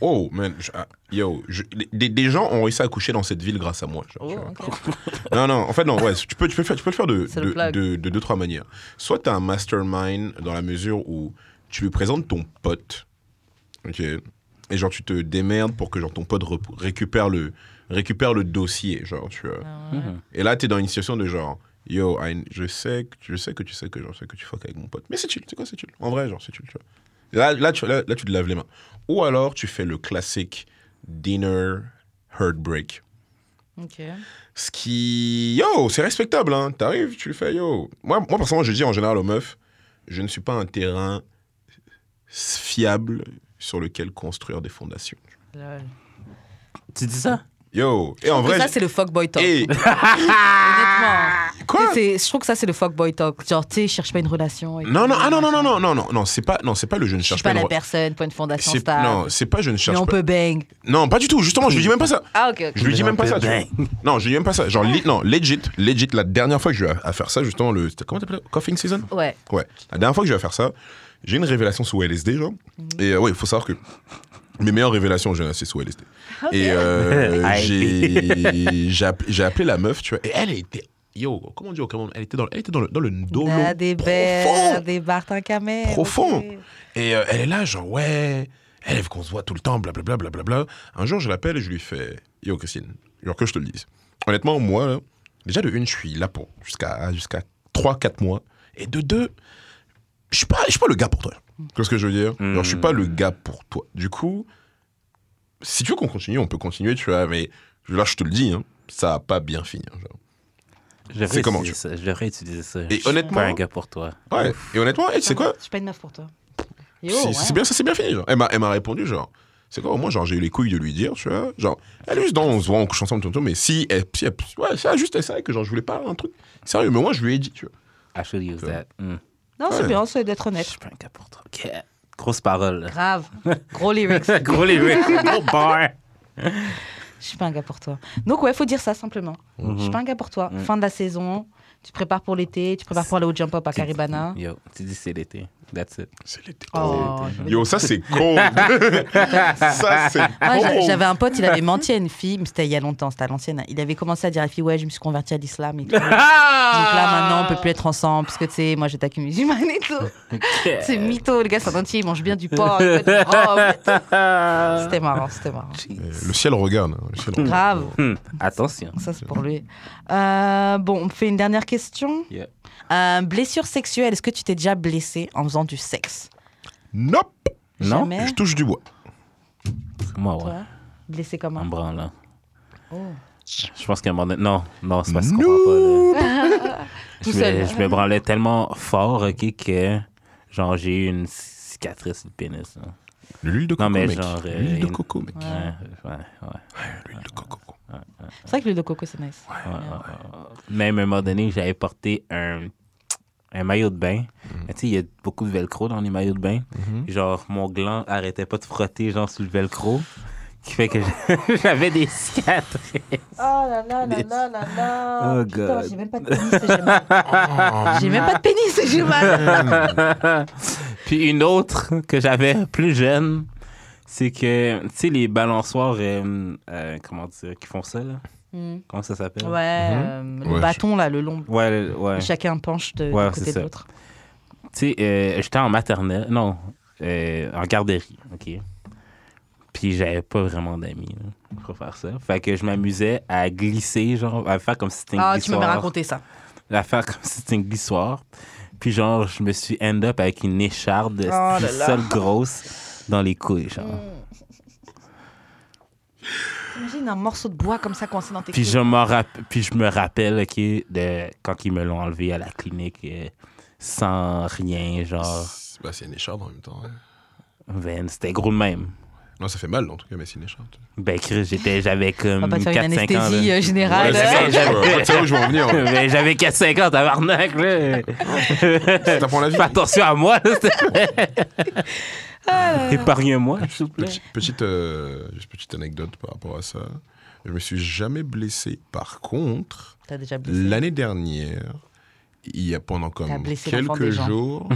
[SPEAKER 3] Oh, man. je- ah, yo, je- des, des gens ont réussi à coucher dans cette ville grâce à moi. genre, tu vois.
[SPEAKER 1] oh, ok.
[SPEAKER 3] Non, non, en fait, non, ouais, tu peux, tu peux, le faire, tu peux le faire de,
[SPEAKER 1] C'est le
[SPEAKER 3] de-
[SPEAKER 1] plug.
[SPEAKER 3] de- de deux, trois manières. Soit tu as un mastermind dans la mesure où tu lui présentes ton pote, ok, et genre tu te démerdes pour que genre, ton pote rep- récupère, le, récupère le dossier, genre, tu vois. Et là, tu es dans une situation de genre, yo, I- je, sais, que- je sais que tu sais que, genre, je sais que tu fuck avec mon pote, mais c'est chill, c'est quoi, c'est chill. En vrai, genre, c'est chill, tu vois. Et Là, là, tu, là, là, tu te laves les mains. Ou alors, tu fais le classique dinner heartbreak.
[SPEAKER 1] Ok.
[SPEAKER 3] Ce qui. Yo, c'est respectable, hein. T'arrives, tu le fais, yo. Moi, moi, personnellement, je dis en général aux meufs, je ne suis pas un terrain s- fiable sur lequel construire des fondations.
[SPEAKER 1] Lol.
[SPEAKER 2] Tu dis ça?
[SPEAKER 3] Yo, et en
[SPEAKER 1] Mais
[SPEAKER 3] vrai.
[SPEAKER 1] ça, c'est le fuckboy talk.
[SPEAKER 3] et
[SPEAKER 1] Honnêtement.
[SPEAKER 3] quoi
[SPEAKER 1] C'est- Je trouve que ça, c'est le fuckboy talk. Genre, tu sais, cherche pas une relation. et
[SPEAKER 3] Non,
[SPEAKER 1] tout.
[SPEAKER 3] non, ah non, non, non, non, non, non, non, c'est pas, non, c'est pas le je ne
[SPEAKER 1] Je suis
[SPEAKER 3] cherche
[SPEAKER 1] pas
[SPEAKER 3] pas. une
[SPEAKER 1] la
[SPEAKER 3] re-
[SPEAKER 1] personne, pas une fondation
[SPEAKER 3] c'est,
[SPEAKER 1] stable.
[SPEAKER 3] non, c'est pas je ne
[SPEAKER 1] mais
[SPEAKER 3] cherche
[SPEAKER 1] on
[SPEAKER 3] pas.
[SPEAKER 1] peut bang.
[SPEAKER 3] Non, pas du tout. Justement, je lui dis même pas ça.
[SPEAKER 1] Ah, ok, ok.
[SPEAKER 3] Je lui dis
[SPEAKER 2] Mais
[SPEAKER 3] même
[SPEAKER 2] on
[SPEAKER 3] pas
[SPEAKER 2] peut
[SPEAKER 3] ça. tu
[SPEAKER 2] bien.
[SPEAKER 3] vois. Non, je lui dis même pas ça. Genre, li- non, legit, legit. La dernière fois que je vais à faire ça, justement, le c'était- comment t'appelles, coughing season.
[SPEAKER 1] Ouais.
[SPEAKER 3] Ouais. La dernière fois que j'ai eu à faire ça, j'ai eu une révélation sous LSD, genre. Et euh, ouais, il faut savoir que mes meilleures révélations, j'ai eu, c'est sous LSD. Et euh,
[SPEAKER 2] Aïe.
[SPEAKER 3] j'ai j'ai appelé, j'ai appelé la meuf, tu vois, et elle était. Yo, comment on dit au Cameroun Elle était dans, elle était dans le, dans le dolo
[SPEAKER 1] Ah, des
[SPEAKER 3] profond.
[SPEAKER 1] belles, des Bartin Camel.
[SPEAKER 3] Profond.
[SPEAKER 1] ok.
[SPEAKER 3] Et euh, elle est là, genre, ouais, elle veut qu'on se voit tout le temps, blablabla. Bla, bla, bla. Un jour, je l'appelle et je lui fais Yo, Christine, genre que je te le dise. Honnêtement, moi, là, déjà de une, je suis là pour jusqu'à jusqu'à 3-4 mois. Et de deux, je suis pas, je suis pas le gars pour toi. Tu vois ce que je veux dire Genre, je suis pas le gars pour toi. Du coup, si tu veux qu'on continue, on peut continuer, tu vois, mais là, je te le dis, hein, ça va pas bien finir. genre.
[SPEAKER 2] Je devrais
[SPEAKER 3] C'est comment,
[SPEAKER 2] utiliser ça. Je devrais utiliser ça. Je suis
[SPEAKER 3] honnêtement-
[SPEAKER 2] pas un gars pour toi.
[SPEAKER 3] Ouais. Et honnêtement, hey, tu sais quoi
[SPEAKER 1] Je suis pas une meuf pour toi. Yo,
[SPEAKER 3] C'est
[SPEAKER 1] ouais.
[SPEAKER 3] c'est bien, ça c'est bien fini. genre. Elle m'a elle m'a répondu genre, c'est quoi au moins genre j'ai eu les couilles de lui dire, tu vois, genre elle est juste dans on se voit, on couche ensemble tout le temps, mais si elle, si elle- ouais, ça juste ça que genre je voulais pas un truc sérieux, mais moi je lui ai dit, tu vois.
[SPEAKER 2] I should use that. Mm.
[SPEAKER 1] Non, c'est
[SPEAKER 3] Ouais.
[SPEAKER 1] bien, c'est d'être
[SPEAKER 2] Je
[SPEAKER 1] honnête.
[SPEAKER 2] suis pas un gars pour toi. Ok. Grosse parole. là.
[SPEAKER 1] Grave. Gros lyrics.
[SPEAKER 2] Gros les Gros bar.
[SPEAKER 1] Je suis pas un gars pour toi. Donc, ouais, faut dire ça simplement. Je suis pas un gars pour toi. Fin de la saison, tu te prépares pour l'été, tu te prépares pour aller au jump up à Caribana.
[SPEAKER 2] Yo, tu dis c'est l'été. That's it.
[SPEAKER 3] C'est l'été.
[SPEAKER 1] Oh,
[SPEAKER 3] Yo, ça c'est con. ça c'est
[SPEAKER 1] Moi, Ah, j'a-
[SPEAKER 3] con.
[SPEAKER 1] j'avais un pote, il avait menti à une fille, mais c'était il y a longtemps, c'était à l'ancienne. Il avait commencé à dire à la fille Ouais, je me suis converti à l'islam et tout. Donc là, maintenant, on peut plus être ensemble, parce que tu sais, moi j'étais qu'une musulmane et tout. C'est mytho, le gars, c'est un entier, il mange bien du porc, il fait des robes et tout. C'était marrant, c'était marrant.
[SPEAKER 3] Euh, Le ciel regarde. hein, le ciel regarde.
[SPEAKER 1] Grave.
[SPEAKER 2] Hmm, Attention.
[SPEAKER 1] Ça, c'est pour lui. Euh, bon, on fait une dernière question.
[SPEAKER 2] Yeah.
[SPEAKER 1] Euh, blessure sexuelle, est-ce que tu t'es déjà blessé en faisant du sexe
[SPEAKER 3] Nope.
[SPEAKER 2] Non?
[SPEAKER 1] Jamais.
[SPEAKER 3] Je touche du bois.
[SPEAKER 2] Moi, ouais.
[SPEAKER 1] Toi Blessé
[SPEAKER 2] en
[SPEAKER 1] comment
[SPEAKER 2] me branlant.
[SPEAKER 1] Oh.
[SPEAKER 2] Je pense qu'à un moment donné- Non, non, c'est parce qu'on
[SPEAKER 3] Nope.
[SPEAKER 2] comprend pas. là.
[SPEAKER 1] Tout
[SPEAKER 2] je, me,
[SPEAKER 1] seul.
[SPEAKER 2] je me branlais tellement fort, OK, que genre j'ai eu une cicatrice sur le pénis. hein. là.
[SPEAKER 3] L'huile de coco,
[SPEAKER 2] Non, mais
[SPEAKER 3] mec.
[SPEAKER 2] genre, euh,
[SPEAKER 3] L'huile de
[SPEAKER 2] une-
[SPEAKER 3] coco, mec.
[SPEAKER 1] Ouais.
[SPEAKER 2] Ouais, ouais, ouais.
[SPEAKER 3] L'huile de coco.
[SPEAKER 1] C'est vrai que l'huile de coco, c'est nice.
[SPEAKER 2] Ouais, ouais, ouais. Même à un moment donné, j'avais porté un, un maillot de bain. Mais Tu sais, il y a beaucoup de velcro dans les maillots de bain. Genre, mon gland arrêtait pas de frotter, genre, sur le velcro. Qui fait que j'avais des cicatrices.
[SPEAKER 1] Oh là là là là là là.
[SPEAKER 2] Oh
[SPEAKER 1] Putain,
[SPEAKER 2] God.
[SPEAKER 1] J'ai même pas de pénis, j'ai mal. J'ai même pas de pénis, j'ai mal.
[SPEAKER 2] Puis une autre que j'avais plus jeune, c'est que, tu sais, les balançoires, euh, euh, comment dire, qui font ça, là?
[SPEAKER 1] Mm.
[SPEAKER 2] Comment ça s'appelle?
[SPEAKER 1] Ouais, euh, le
[SPEAKER 3] Ouais,
[SPEAKER 1] bâton là, le long.
[SPEAKER 2] Ouais, le- Mhm. ouais.
[SPEAKER 1] Chacun penche de,
[SPEAKER 2] Ouais,
[SPEAKER 1] d'un côté
[SPEAKER 2] c'est
[SPEAKER 1] de
[SPEAKER 2] ça.
[SPEAKER 1] l'autre.
[SPEAKER 2] Tu sais, euh, j'étais en maternelle, non, euh, en garderie, OK? Puis j'avais pas vraiment d'amis là, pour faire ça. Fait que je m'amusais à glisser, genre, à faire comme si c'était une
[SPEAKER 1] Ah, tu
[SPEAKER 2] glissoire.
[SPEAKER 1] m'avais raconté ça.
[SPEAKER 2] À faire comme si c'était une glissoire. Puis genre, je me suis end up avec une écharde de
[SPEAKER 1] Oh là là.
[SPEAKER 2] seule grosse dans les couilles, genre.
[SPEAKER 1] Imagine un morceau de bois comme ça coincé dans tes
[SPEAKER 2] Puis
[SPEAKER 1] couilles.
[SPEAKER 2] je, m'en rapp- puis je me rappelle, OK, de quand ils me l'ont enlevé à la clinique euh, sans rien, genre,
[SPEAKER 3] C'est- Bah, c'est une écharpe en même temps. ouais.
[SPEAKER 2] ben, c'était gros de même.
[SPEAKER 3] Non, ça fait mal, en tout cas, mais c'est une écharpe.
[SPEAKER 2] Ben, Chris, j'étais, j'avais
[SPEAKER 1] On
[SPEAKER 2] comme
[SPEAKER 1] va pas te faire une
[SPEAKER 2] 4-5 ans.
[SPEAKER 1] anesthésie
[SPEAKER 2] là.
[SPEAKER 1] euh, générale.
[SPEAKER 2] Ouais, c'est
[SPEAKER 1] Euh,
[SPEAKER 2] ça. j'avais-
[SPEAKER 3] Tu sais où je veux en venir. hein. là.
[SPEAKER 2] Ben, j'avais 4-5 ans, tabarnak, là.
[SPEAKER 3] T'apprends la vie.
[SPEAKER 2] Fais attention à moi, là, s'il te plaît.
[SPEAKER 1] Ah.
[SPEAKER 2] Épargne-moi, s'il vous plaît.
[SPEAKER 3] Petite, petite, euh, juste petite anecdote par rapport à ça. Je me suis jamais blessé. Par contre,
[SPEAKER 1] T'as déjà blessé.
[SPEAKER 3] l'année dernière, il y a pendant
[SPEAKER 1] T'as
[SPEAKER 3] comme
[SPEAKER 1] blessé l'enfant
[SPEAKER 3] quelques
[SPEAKER 1] des gens.
[SPEAKER 3] jours,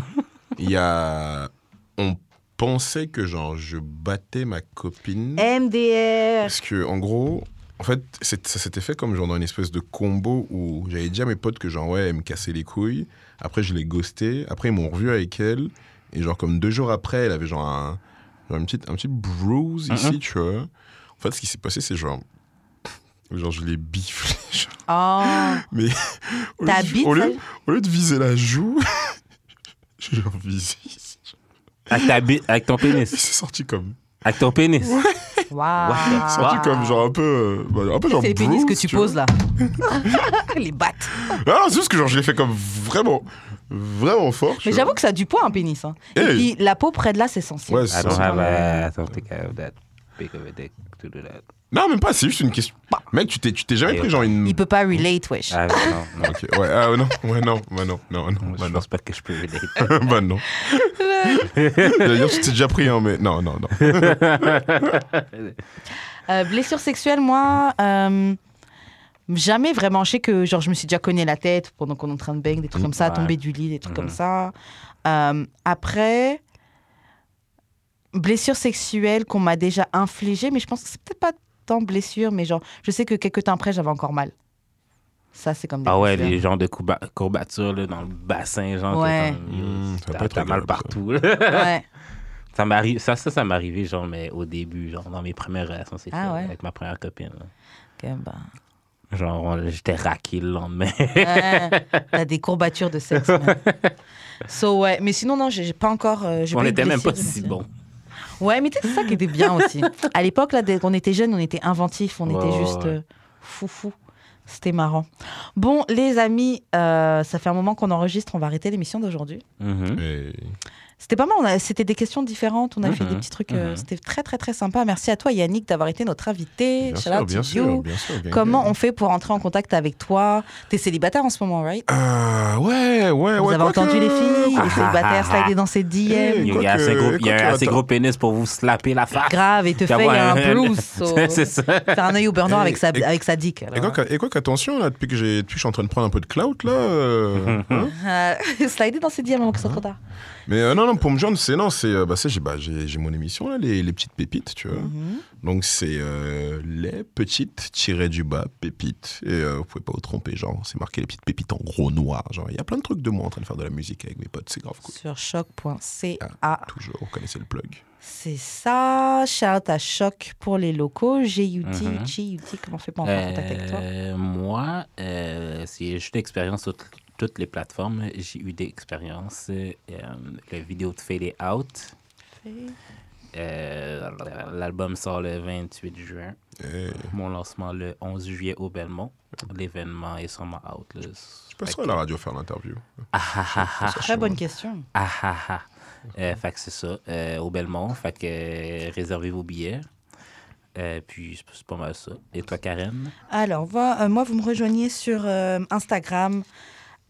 [SPEAKER 3] il y a, on pensait que genre je battais ma copine.
[SPEAKER 1] MDR.
[SPEAKER 3] Parce que, en gros, en fait, c'est- ça s'était fait comme genre dans une espèce de combo où j'avais dit à mes potes que genre, ouais, elle me cassait les couilles. Après, je l'ai ghosté. Après, ils m'ont revu avec elle. Et genre, comme deux jours après, elle avait genre un, genre une petite, un petit bruise ici, tu vois. En fait, ce qui s'est passé, c'est genre. Genre, je l'ai biflé. genre.
[SPEAKER 1] Oh,
[SPEAKER 3] Mais. au lieu
[SPEAKER 1] ta
[SPEAKER 3] de-
[SPEAKER 1] bite.
[SPEAKER 3] au,
[SPEAKER 1] ça-
[SPEAKER 3] lieu, au lieu de viser la joue, j'ai genre visé.
[SPEAKER 2] Avec, ta bi- avec ton pénis.
[SPEAKER 3] C'est sorti comme.
[SPEAKER 2] Avec ton pénis.
[SPEAKER 1] Waouh.
[SPEAKER 3] c'est sorti
[SPEAKER 1] Ah.
[SPEAKER 3] comme genre un peu. euh, bah, un peu genre.
[SPEAKER 1] C'est les pénis que
[SPEAKER 3] bruise,
[SPEAKER 1] tu
[SPEAKER 3] vois.
[SPEAKER 1] poses là. les battes.
[SPEAKER 3] Ah, non, c'est juste que genre, je l'ai fait comme vraiment, vraiment fort. tu
[SPEAKER 1] Mais
[SPEAKER 3] vois.
[SPEAKER 1] j'avoue que ça a du poids un pénis. hein. Et
[SPEAKER 3] Hey.
[SPEAKER 1] puis la peau près de là, c'est sensible.
[SPEAKER 3] Ouais,
[SPEAKER 2] I
[SPEAKER 3] c'est
[SPEAKER 2] don't
[SPEAKER 3] ça.
[SPEAKER 2] have a, I don't think I have that big of a dick to do that.
[SPEAKER 3] Non, même pas, c'est juste une question. Mec, tu t'es, tu t'es jamais
[SPEAKER 2] Et
[SPEAKER 3] pris genre une.
[SPEAKER 1] Bah. Il peut pas relate, wesh.
[SPEAKER 2] Mm. Ah, non, non.
[SPEAKER 3] Ok, ouais, ah, non, ouais, non, bah non, non, non, bah
[SPEAKER 2] Je
[SPEAKER 3] non.
[SPEAKER 2] pense pas que je peux aider.
[SPEAKER 3] bah non. D'ailleurs, tu t'es déjà pris, hein, mais non, non, non.
[SPEAKER 1] Euh, blessure sexuelle, moi, euh, jamais vraiment. Je sais que genre, je me suis déjà cogné la tête pendant qu'on est en train de bang, des trucs comme ça,
[SPEAKER 2] Mm. Ouais.
[SPEAKER 1] tomber du lit, des trucs comme
[SPEAKER 2] Mhm.
[SPEAKER 1] ça. Euh, après, blessure sexuelle qu'on m'a déjà infligée, mais je pense que c'est peut-être pas tant blessure, mais genre, je sais que quelques temps après, j'avais encore mal. Ça, c'est comme des
[SPEAKER 2] Ah ouais,
[SPEAKER 1] blessures.
[SPEAKER 2] les genres de couba- courbatures là, dans le bassin, genre.
[SPEAKER 1] Ouais.
[SPEAKER 2] t'es comme, euh, yo,
[SPEAKER 3] Mm, ça peut
[SPEAKER 2] t'as-
[SPEAKER 3] être
[SPEAKER 2] T'as mal
[SPEAKER 3] agréable,
[SPEAKER 2] partout. là.
[SPEAKER 1] Ouais.
[SPEAKER 2] ça m'arrive, ça, ça, ça m'est arrivé, genre, mais au début, genre, dans mes premières relations sexuelles
[SPEAKER 1] Ah ouais.
[SPEAKER 2] avec ma première copine. là.
[SPEAKER 1] Ok, bah.
[SPEAKER 2] Genre, on- j'étais raqué le lendemain.
[SPEAKER 1] Ouais, T'as des courbatures de sexe. man. So, ouais. Mais sinon, non, j'ai j'ai pas encore. euh, j'ai
[SPEAKER 2] on
[SPEAKER 1] eu de
[SPEAKER 2] était même
[SPEAKER 1] blessure,
[SPEAKER 2] pas
[SPEAKER 1] je me
[SPEAKER 2] si
[SPEAKER 1] souviens.
[SPEAKER 2] bon.
[SPEAKER 1] Ouais, mais tu sais, c'est ça qui était bien aussi. À l'époque, là, dès qu'on était jeunes, on était inventifs, on
[SPEAKER 2] Ouais,
[SPEAKER 1] était
[SPEAKER 2] ouais,
[SPEAKER 1] juste
[SPEAKER 2] ouais.
[SPEAKER 1] euh, foufou. C'était marrant. Bon, les amis, euh, ça fait un moment qu'on enregistre, on va arrêter l'émission d'aujourd'hui.
[SPEAKER 3] Mais-
[SPEAKER 1] C'était pas mal, on a- c'était des questions différentes, on a fait
[SPEAKER 2] Mhm,
[SPEAKER 1] des petits trucs, euh,
[SPEAKER 2] mhm.
[SPEAKER 1] c'était très très très sympa. Merci à toi Yannick d'avoir été notre invité.
[SPEAKER 3] Bien
[SPEAKER 1] Shout
[SPEAKER 3] sûr,
[SPEAKER 1] out
[SPEAKER 3] bien
[SPEAKER 1] to
[SPEAKER 3] sûr,
[SPEAKER 1] you.
[SPEAKER 3] bien sûr. gang,
[SPEAKER 1] Comment
[SPEAKER 3] gang.
[SPEAKER 1] on fait pour entrer en contact avec toi T'es célibataire en ce moment, right
[SPEAKER 3] Euh, ouais, ouais,
[SPEAKER 1] Vous
[SPEAKER 3] ouais.
[SPEAKER 1] avez entendu les filles, les
[SPEAKER 2] Ah,
[SPEAKER 1] célibataires
[SPEAKER 2] ah, ah.
[SPEAKER 1] slider dans ses DM.
[SPEAKER 2] Il y a,
[SPEAKER 3] Quoique-
[SPEAKER 2] assez gros, il y a
[SPEAKER 3] quoique,
[SPEAKER 2] un assez
[SPEAKER 3] attends.
[SPEAKER 2] gros pénis pour vous slapper la face.
[SPEAKER 1] Grave, et te fait, il y a un blues. so-
[SPEAKER 2] Eh. C'est ça. Eh,
[SPEAKER 1] Faire un œil au beurre noir
[SPEAKER 3] Et-
[SPEAKER 1] avec sa,
[SPEAKER 3] et-
[SPEAKER 1] avec sa dick.
[SPEAKER 3] Ah, Et
[SPEAKER 1] alors,
[SPEAKER 3] quoi,
[SPEAKER 1] hein.
[SPEAKER 3] que- et quoi qu'attention, là, depuis que, j'ai, depuis que je suis en train de prendre un peu de clout, là. euh, hein.
[SPEAKER 1] Euh, Slider dans ses DM avant que ce soit trop tard.
[SPEAKER 3] Mais euh, non, non, pour me joindre, c'est non, c'est euh, bah, c'est- j'ai bah, j'ai- j'ai mon émission, là, les, les petites pépites, tu vois.
[SPEAKER 1] Hein
[SPEAKER 3] Donc c'est euh, les petites tirées du bas, pépites. Et euh, vous pouvez pas vous tromper, genre, c'est marqué les petites pépites en gros noir. Genre, il y a plein de trucs de moi en train de faire de la musique avec mes potes, c'est grave cool.
[SPEAKER 1] Sur choc.ca.
[SPEAKER 3] Ah. Toujours, vous connaissez le plug.
[SPEAKER 1] C'est ça. Shout à Choc pour les locaux. GUT,
[SPEAKER 2] Mhm.
[SPEAKER 1] GUT, comment on fait pour entrer en contact avec toi
[SPEAKER 2] Euh, Moi, euh, c'est juste expérience sur t- toutes les plateformes. J'ai eu des expériences. euh, la vidéo de Fade It Out. Euh, L'album sort le 28 juin.
[SPEAKER 3] Eh,
[SPEAKER 2] Mon lancement le 11 juillet au Belmont. L'événement est sur ma out. là.
[SPEAKER 3] je passerai à la radio faire l'interview.
[SPEAKER 2] Ah, ah, ah, ah.
[SPEAKER 1] Très bonne question.
[SPEAKER 2] Ah ah ah. Euh, fait que c'est ça. euh, au Belmont. Fait que euh, réservez vos billets. Euh, puis c'est c'est pas mal ça. Et toi, Karen?
[SPEAKER 1] Alors, va- euh, moi, vous me rejoignez sur euh, Instagram,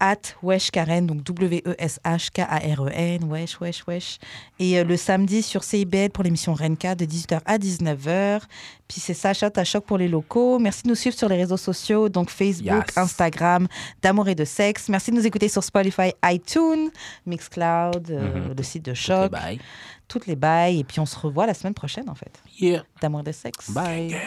[SPEAKER 1] at weshkaren, donc E W-E-S-H-K-A-R-E-N, E wesh, wesh, wesh. Et euh, le samedi sur CIBL pour l'émission Renka de 18h à 19h. Puis c'est Sacha Tachoc pour les locaux. Merci de nous suivre sur les réseaux sociaux, donc Facebook,
[SPEAKER 2] Yes.
[SPEAKER 1] Instagram, d'amour et de sexe. Merci de nous écouter sur Spotify, iTunes, Mixcloud, euh,
[SPEAKER 2] Mhm.
[SPEAKER 1] le site de
[SPEAKER 2] Ok,
[SPEAKER 1] Choc,
[SPEAKER 2] Bye.
[SPEAKER 1] toutes les bails. Et puis on se revoit la semaine prochaine, en fait,
[SPEAKER 2] Yeah.
[SPEAKER 1] d'amour et de sexe.
[SPEAKER 2] Bye.